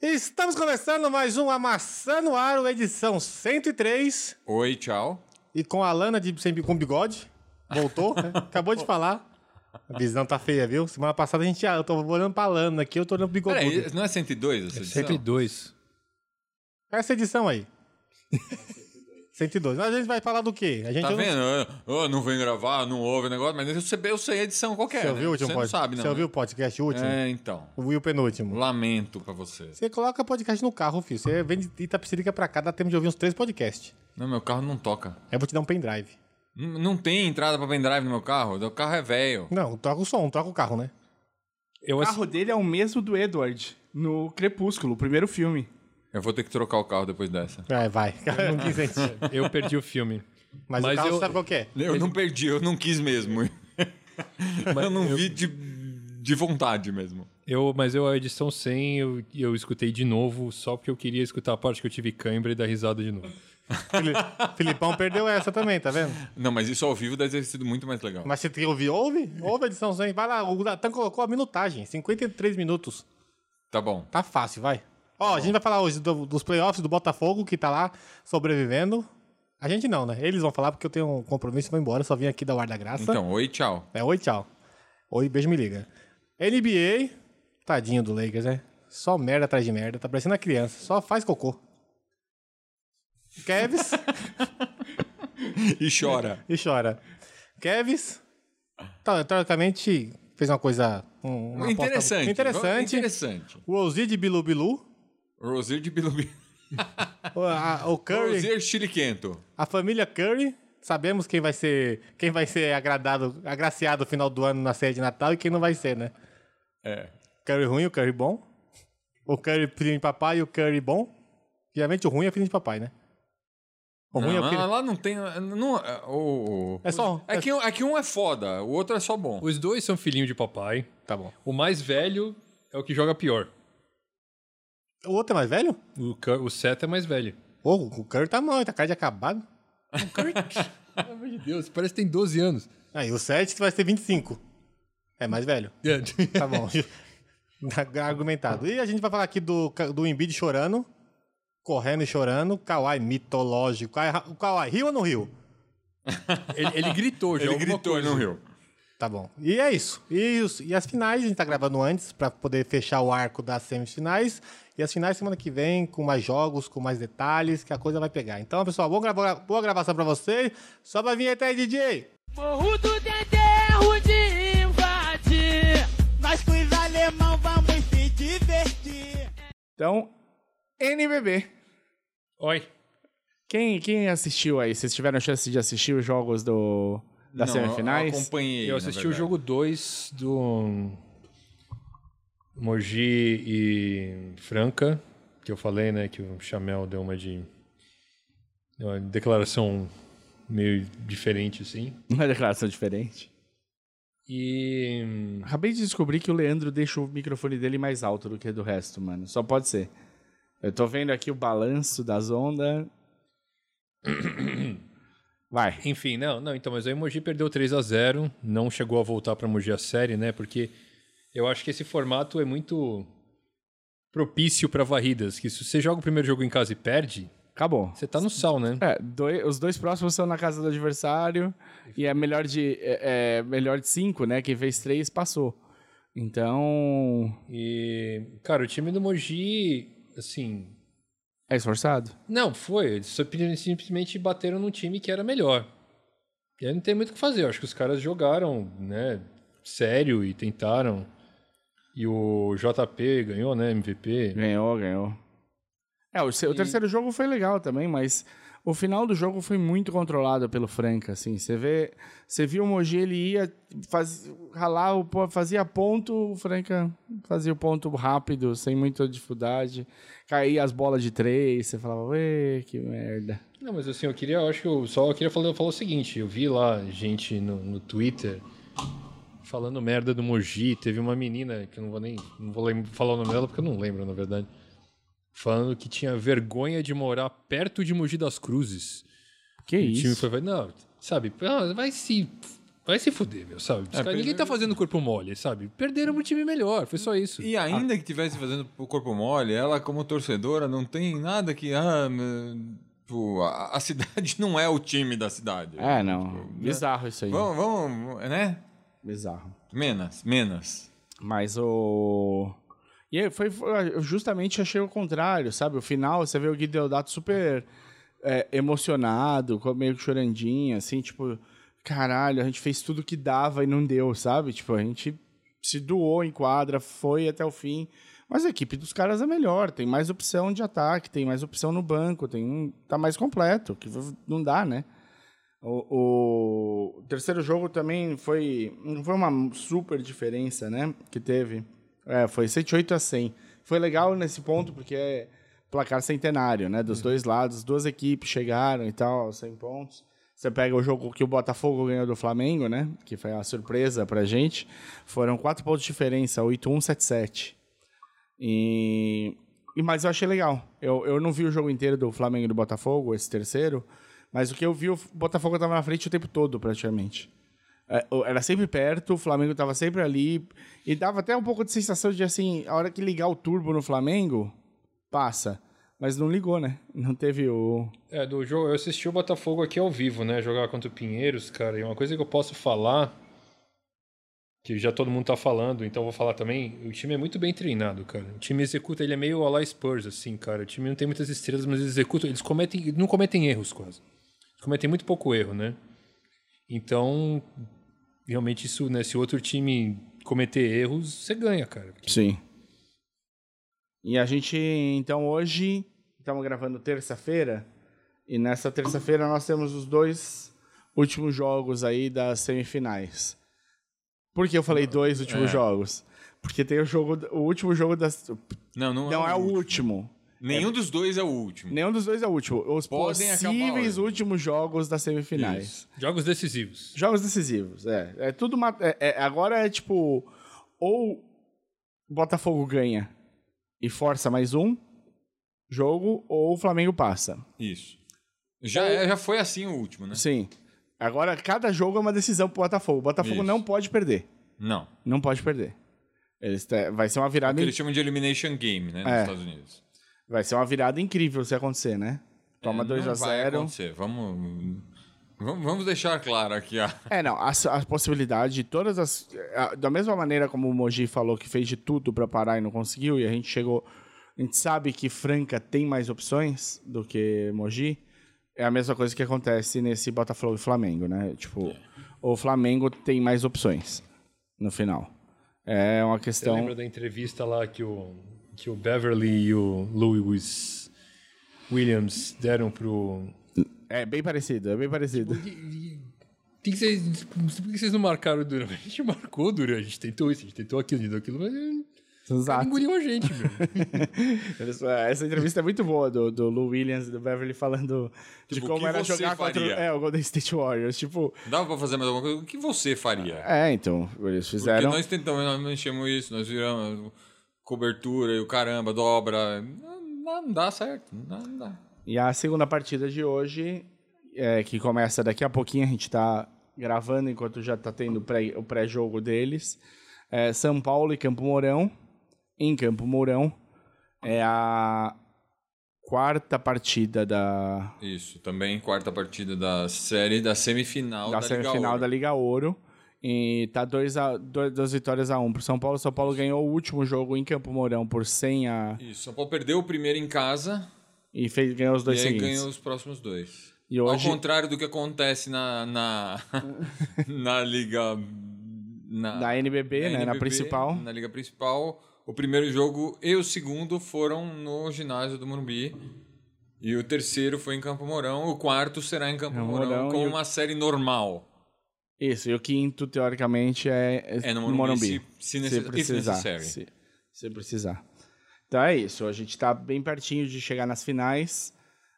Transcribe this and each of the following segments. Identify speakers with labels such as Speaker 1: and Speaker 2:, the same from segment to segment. Speaker 1: Estamos começando mais um Amassando no Aro, edição 103,
Speaker 2: Oi, tchau.
Speaker 1: e com a Lana de sem, com bigode. Voltou, né? acabou de falar. A visão tá feia, viu? Semana passada a gente, ah, eu tô olhando pra Lana aqui, eu tô olhando pro bigode.
Speaker 2: Peraí, não é 102 essa edição?
Speaker 3: 102.
Speaker 1: é Essa edição aí. 102. Mas a gente vai falar do quê? A gente
Speaker 2: Tá
Speaker 1: não-
Speaker 2: vendo? Eu, eu não vem gravar, não ouve o negócio, mas eu sei, eu sei a edição qualquer.
Speaker 1: Você ouviu o
Speaker 2: né?
Speaker 1: último
Speaker 2: Você não
Speaker 1: podcast?
Speaker 2: sabe, não.
Speaker 1: Você
Speaker 2: né?
Speaker 1: ouviu o podcast último?
Speaker 2: É, então.
Speaker 1: Ouviu o penúltimo?
Speaker 2: Lamento pra você.
Speaker 1: Você coloca podcast no carro, filho. Você vem de Itapecerica pra cá, dá tempo de ouvir uns três podcasts.
Speaker 2: Não, meu carro não toca.
Speaker 1: Aí eu vou te dar um pendrive.
Speaker 2: N- Não tem entrada pra pendrive no meu carro. O carro é velho.
Speaker 1: Não, troca o som, troca o carro, né?
Speaker 3: Eu,
Speaker 4: O
Speaker 3: ass-
Speaker 4: carro dele é o mesmo do Edward no Crepúsculo, o primeiro filme.
Speaker 2: Eu vou ter que trocar o carro depois dessa.
Speaker 1: Vai, vai. Não quis sentir.
Speaker 3: eu perdi o filme.
Speaker 1: Mas, o
Speaker 3: Mas
Speaker 1: carro
Speaker 3: eu-
Speaker 1: você sabe qual que é.
Speaker 2: Eu não perdi, eu não quis mesmo. eu não vi de, de vontade mesmo.
Speaker 3: Eu, mas eu, a edição 100, eu, eu escutei de novo, só porque eu queria escutar a parte que eu tive cãibra e dar risada de novo.
Speaker 1: Fili- Filipão perdeu essa também, tá vendo?
Speaker 2: Não, mas isso ao vivo deve ter sido muito mais legal.
Speaker 1: Mas você tem que ouvir, ouve? Ouve a edição 100. Vai lá, o Natan colocou a minutagem, 53 minutos.
Speaker 2: Tá bom.
Speaker 1: Tá fácil, vai. Ó, a gente vai falar hoje do- dos playoffs do Botafogo, que tá lá sobrevivendo. A gente não, né? Eles vão falar porque eu tenho um compromisso e vou embora. eu Só vim aqui da guarda graça.
Speaker 2: Então, oi, tchau.
Speaker 1: É, oi, tchau. Oi, beijo, me liga. NBA, tadinho do Lakers, né? Só merda atrás de merda. Tá parecendo a criança. Só faz cocô. Kevs
Speaker 2: E chora.
Speaker 1: e chora. Kevs, tá, teoricamente, fez uma coisa... um- uma aposta
Speaker 2: interessante.
Speaker 1: Interessante.
Speaker 2: Interessante.
Speaker 1: O Ozzy de Bilu Bilu.
Speaker 2: Rosier de Bilubi.
Speaker 1: O, a- o Curry...
Speaker 2: Rosier Chiliquento.
Speaker 1: A família Curry, sabemos quem vai ser, quem vai ser agradado, agraciado no final do ano na ceia de Natal e quem não vai ser, né?
Speaker 2: É.
Speaker 1: Curry ruim, o Curry bom. O Curry filho de papai e o Curry bom. Geralmente o ruim é filho de papai, né? O ruim
Speaker 2: Não,
Speaker 1: é o
Speaker 2: lá,
Speaker 1: filho...
Speaker 2: Ah, lá não tem. Não, é, o- o-
Speaker 1: É só um.
Speaker 2: É que, um- é que um é foda, o outro é só bom.
Speaker 3: Os dois são filhinho de papai.
Speaker 1: Tá bom.
Speaker 3: O mais velho é o que joga pior.
Speaker 1: O outro é mais velho?
Speaker 3: O, Cur- o Seth é mais velho.
Speaker 1: Ô, o Curry tá mal, tá cara de acabado.
Speaker 3: Pelo amor de Deus, parece que tem 12 anos.
Speaker 1: Aí o 7 vai ser 25. É mais velho. Tá bom. Tá Argumentado. E a gente vai falar aqui do, Ca- do Embiid chorando, correndo e chorando. Kawhi mitológico. Kawhi- O Kawhi riu ou não riu?
Speaker 3: Ele, ele gritou já.
Speaker 2: Ele
Speaker 3: alguma
Speaker 2: gritou e
Speaker 3: coisa.
Speaker 2: não riu.
Speaker 1: Tá bom. E é isso. E, os- e as finais, a gente tá gravando antes pra poder fechar o arco das semifinais. E as finais semana que vem, com mais jogos, com mais detalhes, que a coisa vai pegar. Então, pessoal, boa, grava- boa gravação pra vocês. Só vai vir até aí, DJ.
Speaker 5: Morro do Denterro é de invadir. Nós com os alemão vamos se divertir.
Speaker 4: Então, NBB.
Speaker 3: Oi.
Speaker 4: Quem, quem assistiu aí? Vocês tiveram chance de assistir os jogos do, das
Speaker 2: Não, eu- Eu
Speaker 4: semifinais?
Speaker 2: acompanhei.
Speaker 3: Eu
Speaker 2: na
Speaker 3: assisti o
Speaker 2: verdade.
Speaker 3: jogo 2 do Mogi e Franca, que eu falei, né, que o Chamel deu uma de deu uma declaração meio diferente assim.
Speaker 4: Uma declaração diferente.
Speaker 3: E hum,
Speaker 4: Acabei de descobrir que o Leandro deixa o microfone dele mais alto do que do resto, mano. Só pode ser. Eu tô vendo aqui o balanço das ondas. Vai.
Speaker 3: enfim, não, não, então mas aí o Mogi perdeu 3 a 0, não chegou a voltar para Mogi a série, né? Porque eu acho que esse formato é muito propício para varridas, que se você joga o primeiro jogo em casa e perde,
Speaker 4: Acabou.
Speaker 3: você tá no sal, né?
Speaker 4: É, doi- os dois próximos são na casa do adversário e é melhor de é, é melhor de cinco, né? Quem fez três passou. Então
Speaker 3: E, cara, o time do Mogi, assim.
Speaker 4: é esforçado.
Speaker 3: Não, foi. Eles simp- simplesmente bateram num time que era melhor. E aí não tem muito o que fazer. Eu acho que os caras jogaram, né? Sério e tentaram. E o JP ganhou, né? MVP.
Speaker 4: Ganhou, ganhou. É, o, se- o terceiro jogo foi legal também, mas o final do jogo foi muito controlado pelo Franca, assim. Você vê, você viu o Mogi, ele ia faz, ralar, o po- fazia ponto, o Franca fazia o ponto rápido, sem muita dificuldade. Caía as bolas de três, você falava, ué, que merda.
Speaker 3: Não, mas assim, eu queria, eu acho que eu só queria falar, falar o seguinte, eu vi lá gente no, no Twitter falando merda do Mogi, teve uma menina que eu não vou nem não vou lem- falar o nome dela porque eu não lembro, na verdade, falando que tinha vergonha de morar perto de Mogi das Cruzes.
Speaker 4: Que
Speaker 3: E o time
Speaker 4: isso?
Speaker 3: foi, não, sabe, ah, vai se Vai se fuder, meu, sabe? Os
Speaker 2: É,
Speaker 3: caras-
Speaker 2: perderam-
Speaker 3: Ninguém tá fazendo corpo mole, sabe? Perderam um time melhor, foi só isso.
Speaker 2: E ainda que tivesse fazendo o corpo mole, ela como torcedora não tem nada que... Ah, me- pô, a, a cidade não é o time da cidade.
Speaker 4: É, não. Bizarro isso aí.
Speaker 2: Vamos, vamos, né?
Speaker 4: Bizarro.
Speaker 2: Menos, menos.
Speaker 4: Mas o. E aí foi, foi- eu justamente achei o contrário, sabe? O final, você vê o Gui Deodato super é, emocionado, com- meio que chorandinho, assim, tipo, caralho, a gente fez tudo que dava e não deu, sabe? Tipo, a gente se doou em quadra, foi até o fim. Mas a equipe dos caras é melhor, tem mais opção de ataque, tem mais opção no banco, tem um. tá mais completo, que não dá, né? O, o terceiro jogo também foi. Não foi uma super diferença, né? Que teve. É, foi 108 a 100. Foi legal nesse ponto, porque é placar centenário, né? Dos dois lados, duas equipes chegaram e tal, 100 pontos. Você pega o jogo que o Botafogo ganhou do Flamengo, né? Que foi a surpresa pra gente. Foram quatro pontos de diferença, 8-1, 7-7. E... e- Mas eu achei legal. Eu, eu não vi o jogo inteiro do Flamengo e do Botafogo, esse terceiro. Mas o que eu vi, o Botafogo tava na frente o tempo todo, praticamente. É, o- Era sempre perto, o Flamengo tava sempre ali. E dava até um pouco de sensação de assim, a hora que ligar o turbo no Flamengo, passa. Mas não ligou, né? Não teve o.
Speaker 3: É, do jogo, eu assisti o Botafogo aqui ao vivo, né? Jogar contra o Pinheiros, cara. E uma coisa que eu posso falar, que já todo mundo tá falando, então eu vou falar também, o time é muito bem treinado, cara. O time executa, ele é meio a la Spurs, assim, cara. O time não tem muitas estrelas, mas eles executam, eles cometem, não cometem erros quase. Eles cometem muito pouco erro, né? Então, realmente isso, né? Se o outro time cometer erros, você ganha, cara.
Speaker 4: Sim. E a gente, então, hoje, estamos gravando terça-feira, e nessa terça-feira nós temos os dois últimos jogos aí das semifinais. Por que eu falei dois últimos
Speaker 2: é.
Speaker 4: jogos? Porque tem o jogo, o último jogo das...
Speaker 2: Não, não,
Speaker 4: Não é o último.
Speaker 2: Nenhum dos dois é o último.
Speaker 4: Nenhum dos dois é o último. Os
Speaker 2: Podem acabar
Speaker 4: possíveis
Speaker 2: hoje.
Speaker 4: últimos jogos das semifinais.
Speaker 3: Jogos decisivos.
Speaker 4: Jogos decisivos, é. É tudo. ma- é- é- agora é tipo. Ou Botafogo ganha e força mais um jogo, ou o Flamengo passa.
Speaker 2: Isso. Já, é, já foi assim o último, né?
Speaker 4: Sim. Agora cada jogo é uma decisão pro Botafogo. O Botafogo
Speaker 2: Isso.
Speaker 4: não pode perder.
Speaker 2: Não.
Speaker 4: Não pode perder. Eles te- vai ser uma virada.
Speaker 2: Que
Speaker 4: in-
Speaker 2: eles chamam de Elimination Game, né? Nos
Speaker 4: É.
Speaker 2: Estados Unidos.
Speaker 4: Vai ser uma virada incrível se acontecer, né? Toma
Speaker 2: É,
Speaker 4: 2 a
Speaker 2: Não vai
Speaker 4: 0
Speaker 2: acontecer. Vamos, vamos, vamos deixar claro aqui. A...
Speaker 4: É, não, a, a possibilidade de todas as. a- da mesma maneira como o Mogi falou que fez de tudo pra parar e não conseguiu, e a gente chegou. A gente sabe que Franca tem mais opções do que Mogi. É a mesma coisa que acontece nesse Botafogo e Flamengo, né? Tipo, o Flamengo tem mais opções no final. É uma
Speaker 3: Você
Speaker 4: questão.
Speaker 3: lembra da entrevista lá que o, que o Beverly e o Louis Williams deram pro.
Speaker 4: É bem parecido, é bem parecido.
Speaker 3: Por que que vocês, por que vocês não marcaram o Duran? A gente marcou o Duran, a gente tentou isso, a gente tentou aquilo, a gente tentou aquilo, mas ele
Speaker 2: Tipo,
Speaker 4: Exato.
Speaker 3: engoliu a gente, meu.
Speaker 4: Eles- é, Essa entrevista é muito boa do, do Lou Williams e do Beverly falando de
Speaker 2: Tipo, o
Speaker 4: como
Speaker 2: que
Speaker 4: era
Speaker 2: você
Speaker 4: jogar
Speaker 2: faria?
Speaker 4: contra é, o Golden State Warriors. Tipo,
Speaker 2: Dava pra fazer mais alguma coisa? O que você faria?
Speaker 4: É, então, eles
Speaker 2: Porque
Speaker 4: fizeram.
Speaker 2: nós tentamos, nós mexemos isso, nós viramos cobertura e o caramba, dobra. Não, não dá certo. Não dá.
Speaker 4: E a segunda partida de hoje, é, que começa daqui a pouquinho, a gente tá gravando enquanto já tá tendo o pré- o pré-jogo deles. É São Paulo e Campo Mourão. Em Campo Mourão. É a quarta partida da,
Speaker 2: Isso, também quarta partida da série, da semifinal
Speaker 4: da,
Speaker 2: da, Liga
Speaker 4: semifinal
Speaker 2: Ouro.
Speaker 4: da Liga Ouro. E tá 2 a, dois, duas vitórias a 1 um pro São Paulo. São Paulo ganhou o último jogo em Campo Mourão por 100 a.
Speaker 2: Isso, São Paulo perdeu o primeiro em casa
Speaker 4: E fez, ganhou os dois
Speaker 2: e aí
Speaker 4: seguintes.
Speaker 2: ganhou os próximos dois.
Speaker 4: E hoje-
Speaker 2: Ao contrário do que acontece na, na, na Liga... Na,
Speaker 4: Da NBB, né? na
Speaker 2: NBB,
Speaker 4: principal.
Speaker 2: Na Liga Principal, o primeiro jogo e o segundo foram no ginásio do Morumbi. E o terceiro foi em Campo Mourão. O quarto será em Campo
Speaker 4: Campo
Speaker 2: Mourão,
Speaker 4: Mourão
Speaker 2: com
Speaker 4: e o-
Speaker 2: uma série normal.
Speaker 4: Isso, e o quinto, teoricamente, é,
Speaker 2: É no Morumbi, se- se necess- é if necessary.
Speaker 4: Se, se precisar. Então é isso, a gente tá bem pertinho de chegar nas finais.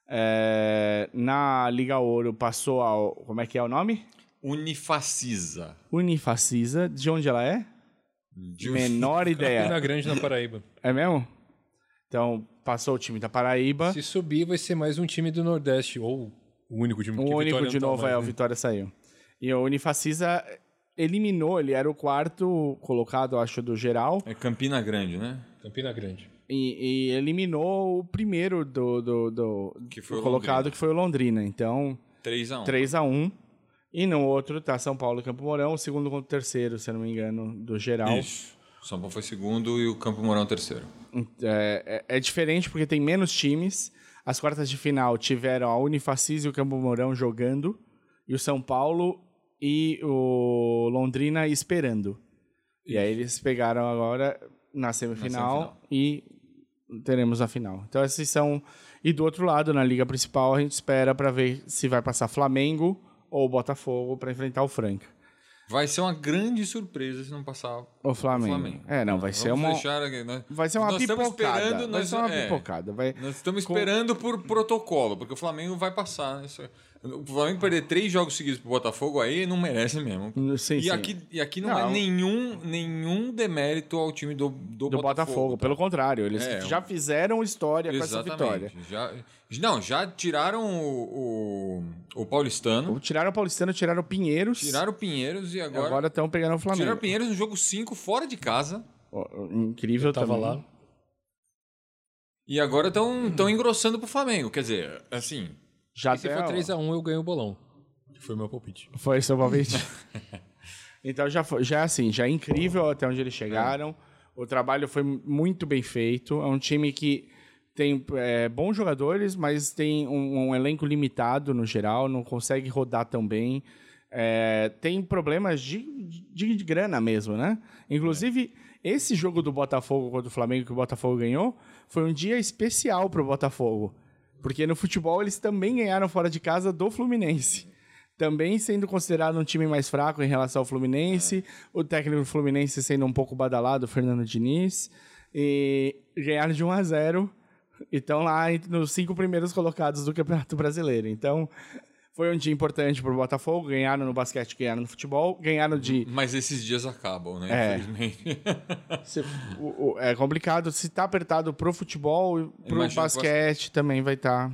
Speaker 4: É, na Liga Ouro passou ao. Como é que é o nome?
Speaker 2: Unifacisa.
Speaker 4: Unifacisa. De onde ela é?
Speaker 2: De
Speaker 4: Menor ideia.
Speaker 3: Na Grande, na Paraíba.
Speaker 4: É mesmo? Então, passou o time da Paraíba.
Speaker 3: Se subir, vai ser mais um time do Nordeste, ou o único time
Speaker 4: O
Speaker 3: que
Speaker 4: único
Speaker 3: Vitória
Speaker 4: de
Speaker 3: não tá
Speaker 4: novo
Speaker 3: mais,
Speaker 4: é o
Speaker 3: né?
Speaker 4: Vitória saiu. E o Unifacisa eliminou, ele era o quarto colocado, acho, do geral.
Speaker 2: É Campina Grande, né?
Speaker 3: Campina Grande.
Speaker 4: E, e eliminou o primeiro do, do, do-
Speaker 2: Que foi o
Speaker 4: colocado,
Speaker 2: Londrina.
Speaker 4: que foi o Londrina. Então,
Speaker 2: 3x1.
Speaker 4: 3x1. E no outro tá São Paulo e Campo Mourão, o segundo contra o terceiro, se eu não me engano, do geral.
Speaker 2: Isso. São Paulo foi segundo e o Campo Mourão terceiro.
Speaker 4: É, é- é diferente porque tem menos times. As quartas de final tiveram a Unifacis e o Campo Mourão jogando, e o São Paulo e o Londrina esperando. E aí eles pegaram agora na semifinal, e teremos a final. Então esses são. E do outro lado, na Liga Principal, a gente espera para ver se vai passar Flamengo ou Botafogo para enfrentar o Franca.
Speaker 2: Vai ser uma grande surpresa se não passar o
Speaker 4: O Flamengo.
Speaker 2: Flamengo.
Speaker 4: É, não, vai ser
Speaker 2: Vamos
Speaker 4: uma.
Speaker 2: deixar aqui, né?
Speaker 4: Vai ser uma
Speaker 2: nós
Speaker 4: pipocada.
Speaker 2: Estamos esperando,
Speaker 4: vai
Speaker 2: nós,
Speaker 4: ser uma
Speaker 2: é,
Speaker 4: pipocada. Vai...
Speaker 2: nós estamos
Speaker 4: Com-
Speaker 2: esperando por protocolo, porque o Flamengo vai passar. né? Isso, é, o Flamengo perder três jogos seguidos pro Botafogo aí não merece mesmo.
Speaker 4: Sim,
Speaker 2: e,
Speaker 4: sim.
Speaker 2: Aqui, e aqui não,
Speaker 4: Não.
Speaker 2: é nenhum, nenhum demérito ao time do, do,
Speaker 4: do Botafogo. Pelo contrário, eles
Speaker 2: É,
Speaker 4: já fizeram história com essa vitória.
Speaker 2: Exatamente. Já, não, já tiraram o, o, o Paulistano,
Speaker 4: Tiraram o Paulistano, tiraram o Pinheiros.
Speaker 2: tiraram o Pinheiros e
Speaker 4: e agora tá
Speaker 2: agora.
Speaker 4: estão pegando
Speaker 2: tiraram
Speaker 4: o
Speaker 2: o
Speaker 4: Flamengo.
Speaker 2: Pinheiros no jogo 5, fora de casa.
Speaker 4: Ó, Incrível
Speaker 3: Eu tava
Speaker 4: também.
Speaker 3: lá.
Speaker 2: E agora
Speaker 4: Hum.
Speaker 2: estão tão engrossando pro Flamengo. Quer dizer, assim.
Speaker 4: Já
Speaker 3: E se
Speaker 4: até,
Speaker 3: for
Speaker 4: ó,
Speaker 3: 3x1, eu ganho o bolão. Que Foi meu palpite.
Speaker 4: Foi seu palpite. então já foi, já assim, já é incrível até onde eles chegaram. O trabalho foi muito bem feito. É um time que tem é, bons jogadores, mas tem um, um elenco limitado no geral, não consegue rodar tão bem. É, tem problemas de, de, de grana mesmo, né? Inclusive, esse jogo do Botafogo contra o Flamengo que o Botafogo ganhou foi um dia especial para o Botafogo. Porque no futebol eles também ganharam fora de casa do Fluminense também sendo considerado um time mais fraco em relação ao Fluminense, o técnico do Fluminense sendo um pouco badalado, o Fernando Diniz, e ganharam de 1 a 0 e estão lá entre- nos cinco primeiros colocados do Campeonato Brasileiro. Então, foi um dia importante para o Botafogo, ganharam no basquete, ganharam no futebol, ganharam de...
Speaker 2: Mas esses dias acabam, né?
Speaker 4: É.
Speaker 2: Infelizmente.
Speaker 4: se- o- o- é complicado, se está apertado pro futebol e pro
Speaker 2: Imagino que
Speaker 4: basquete também vai estar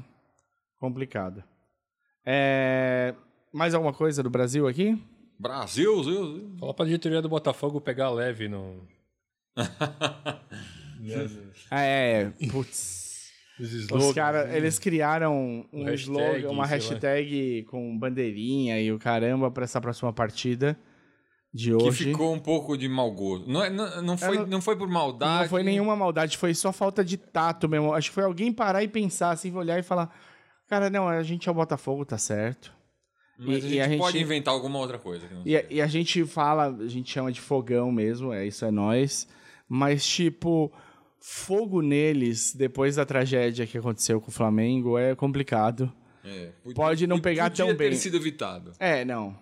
Speaker 4: complicado. É, Mais alguma coisa do Brasil aqui?
Speaker 2: Brasil, Zil, Zil.
Speaker 3: Fala pra diretoria do Botafogo pegar leve no, Né?
Speaker 4: Ah, é. é. Putz.
Speaker 3: nos slogans.
Speaker 4: Os né? caras, eles criaram um
Speaker 3: Hashtag,
Speaker 4: slogan, uma
Speaker 3: sei lá.
Speaker 4: hashtag com bandeirinha e o caramba pra essa próxima partida de
Speaker 2: Que
Speaker 4: hoje.
Speaker 2: ficou um pouco de mau gosto. Não, é- não, não, foi,
Speaker 4: não-
Speaker 2: não, foi por maldade. né?
Speaker 4: Não foi nenhuma maldade, foi só falta de tato mesmo. Acho que foi alguém parar e pensar, assim, olhar e falar: Cara, não, a gente é o Botafogo, tá certo.
Speaker 2: Mas
Speaker 4: E-
Speaker 2: a
Speaker 4: e
Speaker 2: gente
Speaker 4: a gente-
Speaker 2: pode inventar alguma outra coisa. que não
Speaker 4: E, é- a- e a gente fala, a gente chama de fogão mesmo, é isso é nós. Mas, tipo, fogo neles, depois da tragédia que aconteceu com o Flamengo, é complicado.
Speaker 2: É, podia-
Speaker 4: Pode não pegar
Speaker 2: podia
Speaker 4: tão
Speaker 2: ter
Speaker 4: bem.
Speaker 2: sido evitado.
Speaker 4: É, não.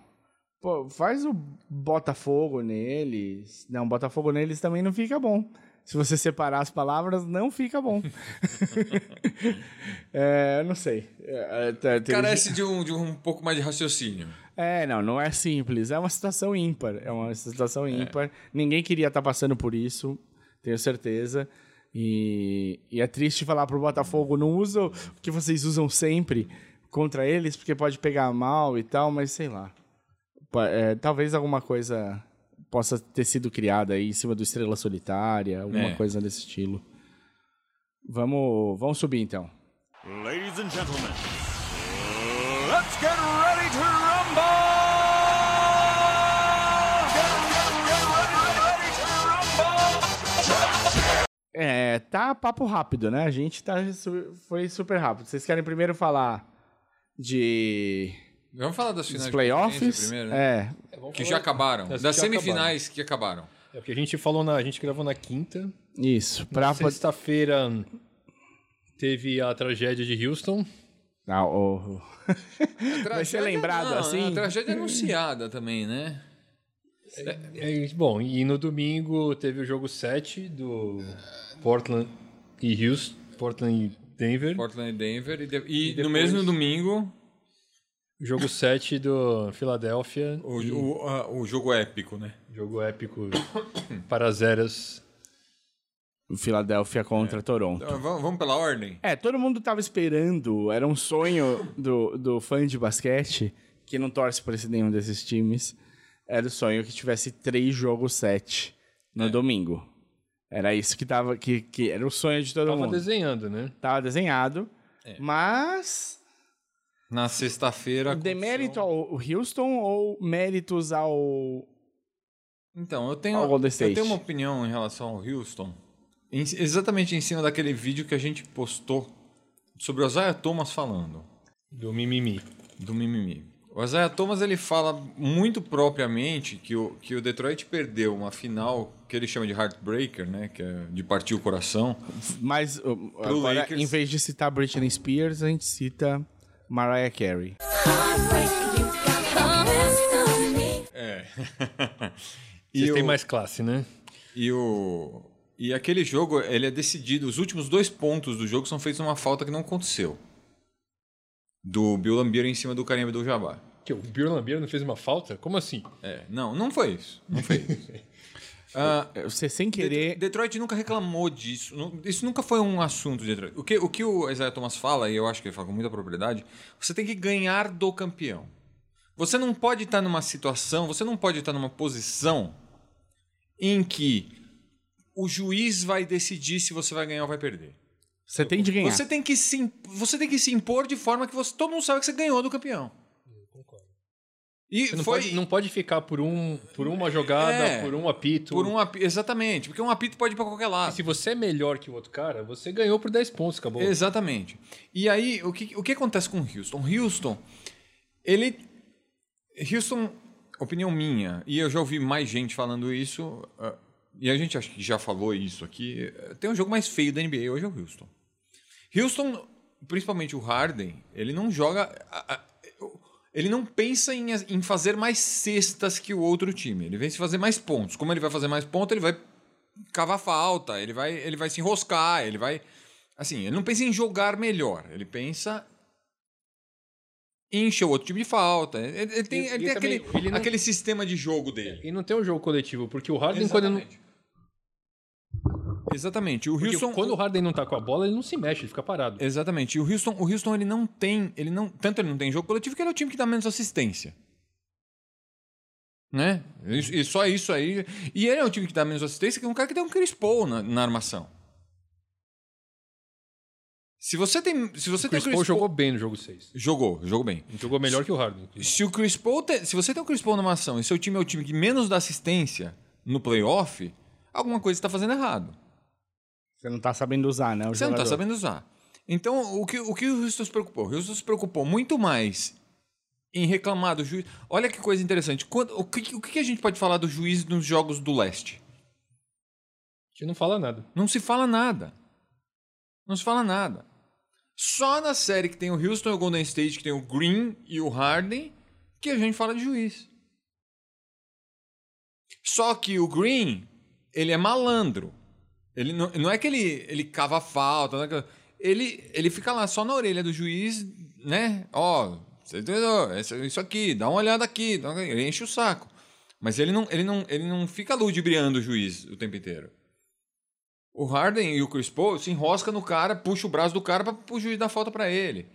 Speaker 4: Pô, faz o Botafogo neles. Não, Botafogo neles também não fica bom. Se você separar as palavras, não fica bom. é, eu não sei. É, é, tá, tem-
Speaker 2: Carece de um, de um pouco mais de raciocínio.
Speaker 4: é, não, não é simples. É uma situação ímpar. É uma situação ímpar. Ninguém queria estar passando por isso, tenho certeza. E, e é triste falar pro Botafogo, não usa o que vocês usam sempre contra eles, porque pode pegar mal e tal, mas sei lá. Pa- é, talvez alguma coisa possa ter sido criada aí em cima do Estrela Solitária, alguma
Speaker 2: É.
Speaker 4: coisa desse estilo. Vamos, vamos subir então.
Speaker 6: Ladies and gentlemen, let's get ready to rumble!
Speaker 4: É, tá papo rápido, né? A gente tá su- foi super rápido. Vocês querem primeiro falar de
Speaker 2: Vamos falar das finais
Speaker 4: dos
Speaker 2: de
Speaker 4: playoffs?
Speaker 2: conferência primeiro, né?
Speaker 4: É,
Speaker 2: que já acabaram.
Speaker 3: Das
Speaker 2: Das,
Speaker 3: que já
Speaker 2: semifinais que acabaram.
Speaker 3: É porque a gente falou na. A gente gravou na quinta.
Speaker 4: isso. Pra
Speaker 3: Sexta-feira teve a tragédia de Houston.
Speaker 4: Ah, o- o- vai ser
Speaker 2: Tragédia
Speaker 4: lembrado
Speaker 2: não,
Speaker 4: assim.
Speaker 2: A tragédia anunciada também, né?
Speaker 3: É, bom, e no domingo teve o jogo 7 do Portland e Houston. Portland e Denver.
Speaker 2: Portland e Denver. E, de- e
Speaker 3: depois-
Speaker 2: no mesmo domingo,
Speaker 3: Jogo 7 do Philadelphia.
Speaker 2: o, o, a- o jogo épico, né?
Speaker 3: Jogo épico para as eras.
Speaker 4: o Philadelphia contra Toronto.
Speaker 2: Então, vamos, vamos pela ordem?
Speaker 4: É, todo mundo tava esperando, era um sonho do, do fã de basquete que não torce por esse nenhum desses times, era o sonho que tivesse três jogos sete
Speaker 2: É.
Speaker 4: no domingo. Era isso que tava. Que, que era o sonho de todo
Speaker 3: Tava
Speaker 4: mundo.
Speaker 3: desenhando, né?
Speaker 4: Tava desenhado.
Speaker 2: É.
Speaker 4: Mas.
Speaker 2: Na sexta-feira. a
Speaker 4: Demérito
Speaker 2: condição-
Speaker 4: ao Houston ou méritos ao.
Speaker 2: Então, eu tenho,
Speaker 4: ao Golden State.
Speaker 2: eu tenho uma opinião em relação ao Houston. Em- exatamente em cima daquele vídeo que a gente postou sobre o Isaiah Thomas falando.
Speaker 3: Do mimimi.
Speaker 2: do mimimi. O Isaiah Thomas ele fala muito propriamente que o, que o Detroit perdeu uma final que ele chama de heartbreaker, né? Que é de partir o coração.
Speaker 4: Mas uh, agora,
Speaker 2: Lakers.
Speaker 4: em vez de citar Britney Spears, a gente cita Mariah Carey.
Speaker 2: É.
Speaker 3: Vocês
Speaker 2: e,
Speaker 3: têm
Speaker 2: o,
Speaker 3: mais classe, né?
Speaker 2: e o. E aquele jogo, ele é decidido. Os últimos dois pontos do jogo são feitos numa falta que não aconteceu. Do Bill Lambier em cima do Karim do Jabbar.
Speaker 3: Que o Bill Lambier não fez uma falta? Como assim?
Speaker 2: É. Não, não foi isso. Não foi isso. Ah,
Speaker 4: Você sem
Speaker 2: Det-
Speaker 4: querer.
Speaker 2: Detroit nunca reclamou disso. Nu- Isso nunca foi um assunto de Detroit. O que o, que o Isaiah Thomas fala, e eu acho que ele fala com muita propriedade, você tem que ganhar do campeão. Você não pode estar numa situação, você não pode estar numa posição em que o juiz vai decidir se você vai ganhar ou vai perder.
Speaker 4: Você tem de
Speaker 3: é?
Speaker 4: ganhar.
Speaker 2: Você tem que se, imp- você tem que se impor de forma que você, todo mundo sabe que você ganhou do campeão. E
Speaker 3: Você não,
Speaker 2: foi
Speaker 3: pode, não pode ficar por, um, por uma jogada,
Speaker 2: É.
Speaker 3: por um apito.
Speaker 2: por um apito. Exatamente, porque um apito pode ir para qualquer lado.
Speaker 3: Se você é melhor que o outro cara, você ganhou por 10 pontos, acabou.
Speaker 2: Exatamente. E aí, o que, o que acontece com o Houston? Houston, ele. Houston, opinião minha, e eu já ouvi mais gente falando isso, ah, e a gente acho que já falou isso aqui. eh, Tem um jogo mais feio da NBA hoje é o Houston. Houston, principalmente o Harden, ele não joga. a- a- Ele não pensa em, as- em fazer mais cestas que o outro time. Ele vem se fazer mais pontos. Como ele vai fazer mais pontos, ele vai cavar falta, ele vai, ele vai se enroscar, ele vai. Assim, ele não pensa em jogar melhor, ele pensa em encher o outro time de falta. Ele, ele tem,
Speaker 3: E-
Speaker 2: ele
Speaker 3: e
Speaker 2: tem
Speaker 3: também,
Speaker 2: aquele,
Speaker 3: ele não-
Speaker 2: aquele sistema de jogo dele.
Speaker 3: E não tem um jogo coletivo, porque o Harden, quando, não-
Speaker 2: Exatamente. Exatamente. O
Speaker 3: porque
Speaker 2: Houston.
Speaker 3: quando o Harden não tá com a bola, ele não se mexe, ele fica parado.
Speaker 2: Exatamente. E o Houston, o Houston ele não tem, ele não, tanto ele não tem jogo coletivo que ele é o time que dá menos assistência. Né? E, e só isso aí. E ele é o time que dá menos assistência que é um cara que tem um Chris Paul na, na armação. Se você tem, se você
Speaker 3: O Chris
Speaker 2: tem o
Speaker 3: Paul jogou bem no jogo 6.
Speaker 2: jogou, jogou bem.
Speaker 3: Jogou melhor que o Harden.
Speaker 2: Se o Chris Paul, tem- se você tem o Chris Paul na armação e seu time é o time que menos dá assistência no playoff, alguma coisa está fazendo errado.
Speaker 4: Você não tá sabendo usar, né? o
Speaker 2: Você não tá
Speaker 4: jogador.
Speaker 2: sabendo usar. Então, o que o, que o Houston se preocupou? O Houston se preocupou muito mais em reclamar do juiz. Olha que coisa interessante. Quando- o que, o que a gente pode falar do juiz nos jogos do leste?
Speaker 3: A gente não fala nada.
Speaker 2: Não se fala nada. Não se fala nada. Só na série que tem o Houston e o Golden State, que tem o Green e o Harden, que a gente fala de juiz. Só que o Green, ele é malandro. Ele não, não é que ele, ele cava falta, não é que- ele, ele fica lá só na orelha do juiz, né? Ó, você entendeu? Esse- Isso aqui, dá uma olhada aqui, dá uma- ele enche o saco. Mas ele não, ele não, ele não fica ludibriando o juiz o tempo inteiro. O Harden e o Chris Paul se enrosca no cara, puxa o braço do cara para o juiz dar falta para ele.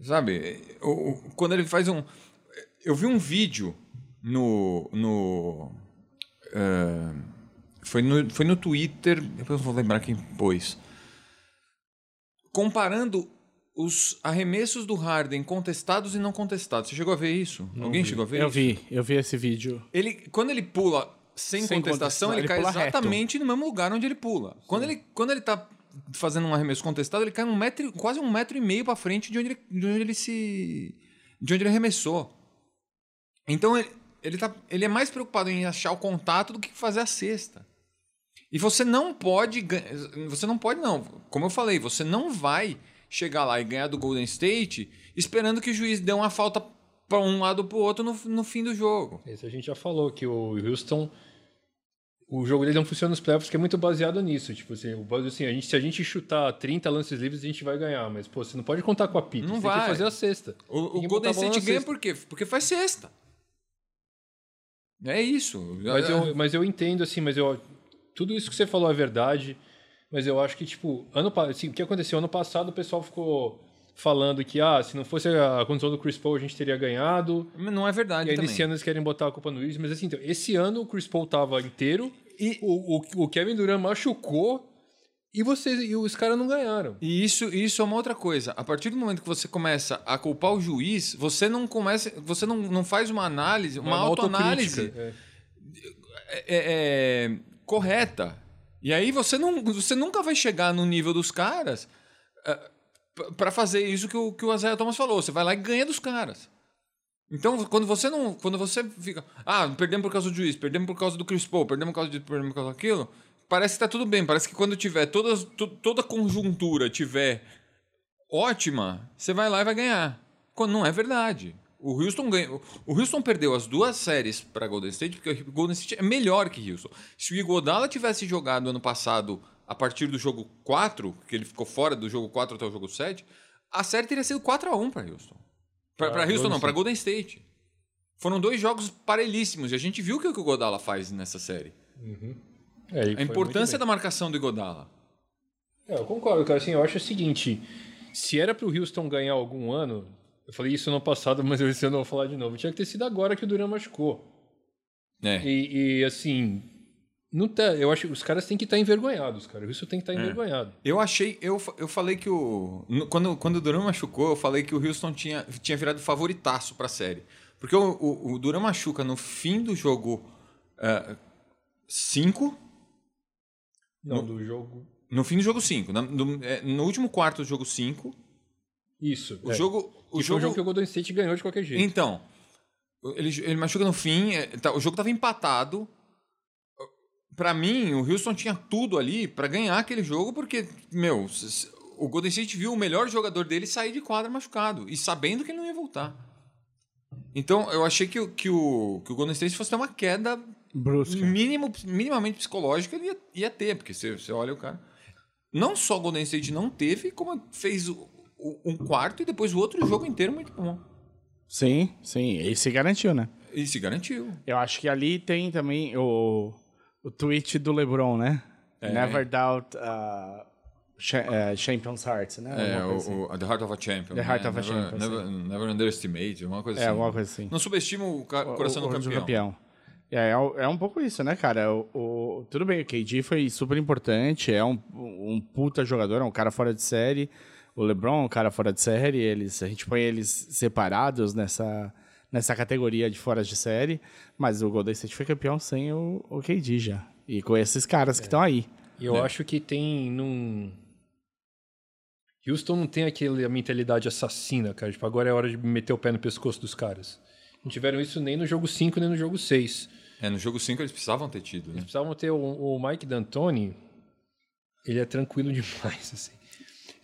Speaker 2: Sabe? O- o- quando ele faz um. Eu vi um vídeo no. no eh, foi, no foi no Twitter, depois eu vou lembrar quem pôs. Comparando os arremessos do Harden contestados e não contestados. Você chegou a ver isso? Alguém chegou a ver
Speaker 4: Eu
Speaker 2: isso?
Speaker 4: vi, eu vi esse vídeo.
Speaker 2: Ele, quando ele pula sem,
Speaker 4: Sem
Speaker 2: contestação,
Speaker 4: contestação,
Speaker 2: ele,
Speaker 4: ele
Speaker 2: cai
Speaker 4: pula reto.
Speaker 2: exatamente no mesmo lugar onde ele pula. Quando ele, quando ele tá fazendo um arremesso contestado, ele cai um metro, e- quase um metro e meio pra frente de onde ele, de onde ele se. de onde ele arremessou. Então ele, ele, tá, ele é mais preocupado em achar o contato do que fazer a cesta. E você não pode. gan- Você não pode, não. Como eu falei, você não vai chegar lá e ganhar do Golden State esperando que o juiz dê uma falta pra um lado ou pro outro no, no fim do jogo.
Speaker 3: Esse a gente já falou que o Houston. O jogo dele não funciona nos playoffs, que é muito baseado nisso. Tipo assim, o base- assim, a gente, se a gente chutar 30 lances livres, a gente vai ganhar. Mas, pô, você não pode contar com a pita.
Speaker 2: Não
Speaker 3: você tem
Speaker 2: vai.
Speaker 3: que fazer a sexta.
Speaker 2: O,
Speaker 3: Tem
Speaker 2: o
Speaker 3: que botar
Speaker 2: Golden
Speaker 3: a bola na
Speaker 2: State ganha
Speaker 3: cesta.
Speaker 2: por quê? Porque faz sexta. É isso.
Speaker 3: Mas eu, mas eu entendo, assim, mas eu. Tudo isso que você falou é verdade. Mas eu acho que, tipo, ano pa- assim, o que aconteceu ano passado, o pessoal ficou falando que, ah, se não fosse a condição do Chris Paul, a gente teria ganhado.
Speaker 2: Mas Não é verdade
Speaker 3: E aí,
Speaker 2: também.
Speaker 3: nesse ano, eles querem botar a culpa no Willis. Mas assim, então, esse ano o Chris Paul tava inteiro,
Speaker 2: E-
Speaker 3: o, o- o Kevin Durant machucou e vocês e os caras não ganharam.
Speaker 2: E isso, isso é uma outra coisa. A partir do momento que você começa a culpar o juiz, você não começa, você não, não faz uma análise, uma, autoanálise
Speaker 3: autocrítica. É.
Speaker 2: é, é, correta. E aí você, não, você nunca vai chegar no nível dos caras para fazer isso que o, que o Isaiah Thomas falou. Você vai lá e ganha dos caras. Então, quando você não. Quando você fica. Ah, perdemos por causa do juiz, perdemos por causa do Chris Paul, perdemos por causa disso, perdemos por causa daquilo. Parece que tá tudo bem. Parece que quando tiver todas, to- toda conjuntura tiver ótima, você vai lá e vai ganhar. Quando não é verdade. O Houston ganhou. O Houston perdeu as duas séries para Golden State, porque o Golden State é melhor que Houston. Se o Iguodala tivesse jogado ano passado a partir do jogo 4, que ele ficou fora do jogo 4 até o jogo 7, a série teria sido 4 a 1 para Houston. Para
Speaker 3: Pra
Speaker 2: Houston não,
Speaker 3: Golden
Speaker 2: para Golden State. Foram dois jogos parelhíssimos e a gente viu o que o Godala faz nessa série.
Speaker 3: É, e foi
Speaker 2: A
Speaker 3: muito
Speaker 2: importância da
Speaker 3: bem.
Speaker 2: marcação do Godala.
Speaker 3: É, eu concordo, cara. Assim, eu acho o seguinte: se era pro Houston ganhar algum ano, eu falei isso ano passado, mas esse ano eu vou falar de novo. Tinha que ter sido agora que o Duran machucou.
Speaker 2: É.
Speaker 3: E, e, assim, não tá, eu acho que os caras têm que estar envergonhados, cara. O Houston tem que estar
Speaker 2: É.
Speaker 3: envergonhado.
Speaker 2: Eu achei, eu, fa- eu falei que o. no- Quando, quando o Duran machucou, eu falei que o Houston tinha, tinha virado favoritaço para a série. Porque o, o, o Duran machuca no fim do jogo eh, 5.
Speaker 3: Não, do jogo.
Speaker 2: no fim do jogo 5. No, último quarto do jogo 5.
Speaker 3: Isso.
Speaker 2: O
Speaker 3: é.
Speaker 2: jogo. O
Speaker 3: E foi
Speaker 2: jogo,
Speaker 3: um jogo que o Golden State ganhou de qualquer jeito.
Speaker 2: Então, ele, ele machuca no fim, é, tá- o jogo tava empatado. Pra mim, o Houston tinha tudo ali pra ganhar aquele jogo, porque, meu, s- s- o Golden State viu o melhor jogador dele sair de quadra machucado e sabendo que ele não ia voltar. Então, eu achei que, o- que, o, que o Golden State fosse ter uma queda
Speaker 4: Brusca.
Speaker 2: Mínimo, minimamente psicológico ele ia, ia ter, porque você, você olha o cara. Não só o Golden State não teve, como fez o- o- um quarto e depois o outro jogo inteiro muito bom.
Speaker 4: Sim, sim. E se garantiu, né?
Speaker 2: E se garantiu.
Speaker 4: Eu acho que ali tem também o, o tweet do LeBron, né?
Speaker 2: É.
Speaker 4: Never doubt uh, cha- eh, Champions Hearts, né?
Speaker 2: É,
Speaker 4: Alguma
Speaker 2: o,
Speaker 4: coisa assim.
Speaker 2: o- The Heart of a Champion.
Speaker 4: The Heart
Speaker 2: né?
Speaker 4: of a
Speaker 2: Never-
Speaker 4: Champion,
Speaker 2: Never, never underestimate, alguma coisa
Speaker 4: É,
Speaker 2: assim.
Speaker 4: alguma coisa assim.
Speaker 2: Não subestima o, ca-
Speaker 4: O-
Speaker 2: coração
Speaker 4: o-
Speaker 2: do
Speaker 4: o
Speaker 2: campeão.
Speaker 4: É, é, um- é um pouco isso, né, cara? O, o- tudo bem, o KD foi super importante, é um, um puta jogador, é um cara fora de série. O LeBron é um cara fora de série, eles, a gente põe eles separados nessa, nessa categoria de fora de série, mas o Golden State foi campeão sem o, o KD já. E com esses caras
Speaker 2: É.
Speaker 4: que estão aí.
Speaker 3: E
Speaker 2: né?
Speaker 3: eu acho que tem num. Houston não tem aquele, a mentalidade assassina, cara. Tipo, agora é hora de meter o pé no pescoço dos caras. Não tiveram isso nem no jogo 5, nem no jogo 6.
Speaker 2: É, no jogo 5 eles precisavam ter tido, né?
Speaker 3: Precisavam ter o, o Mike D'Antoni. Ele é tranquilo demais, assim.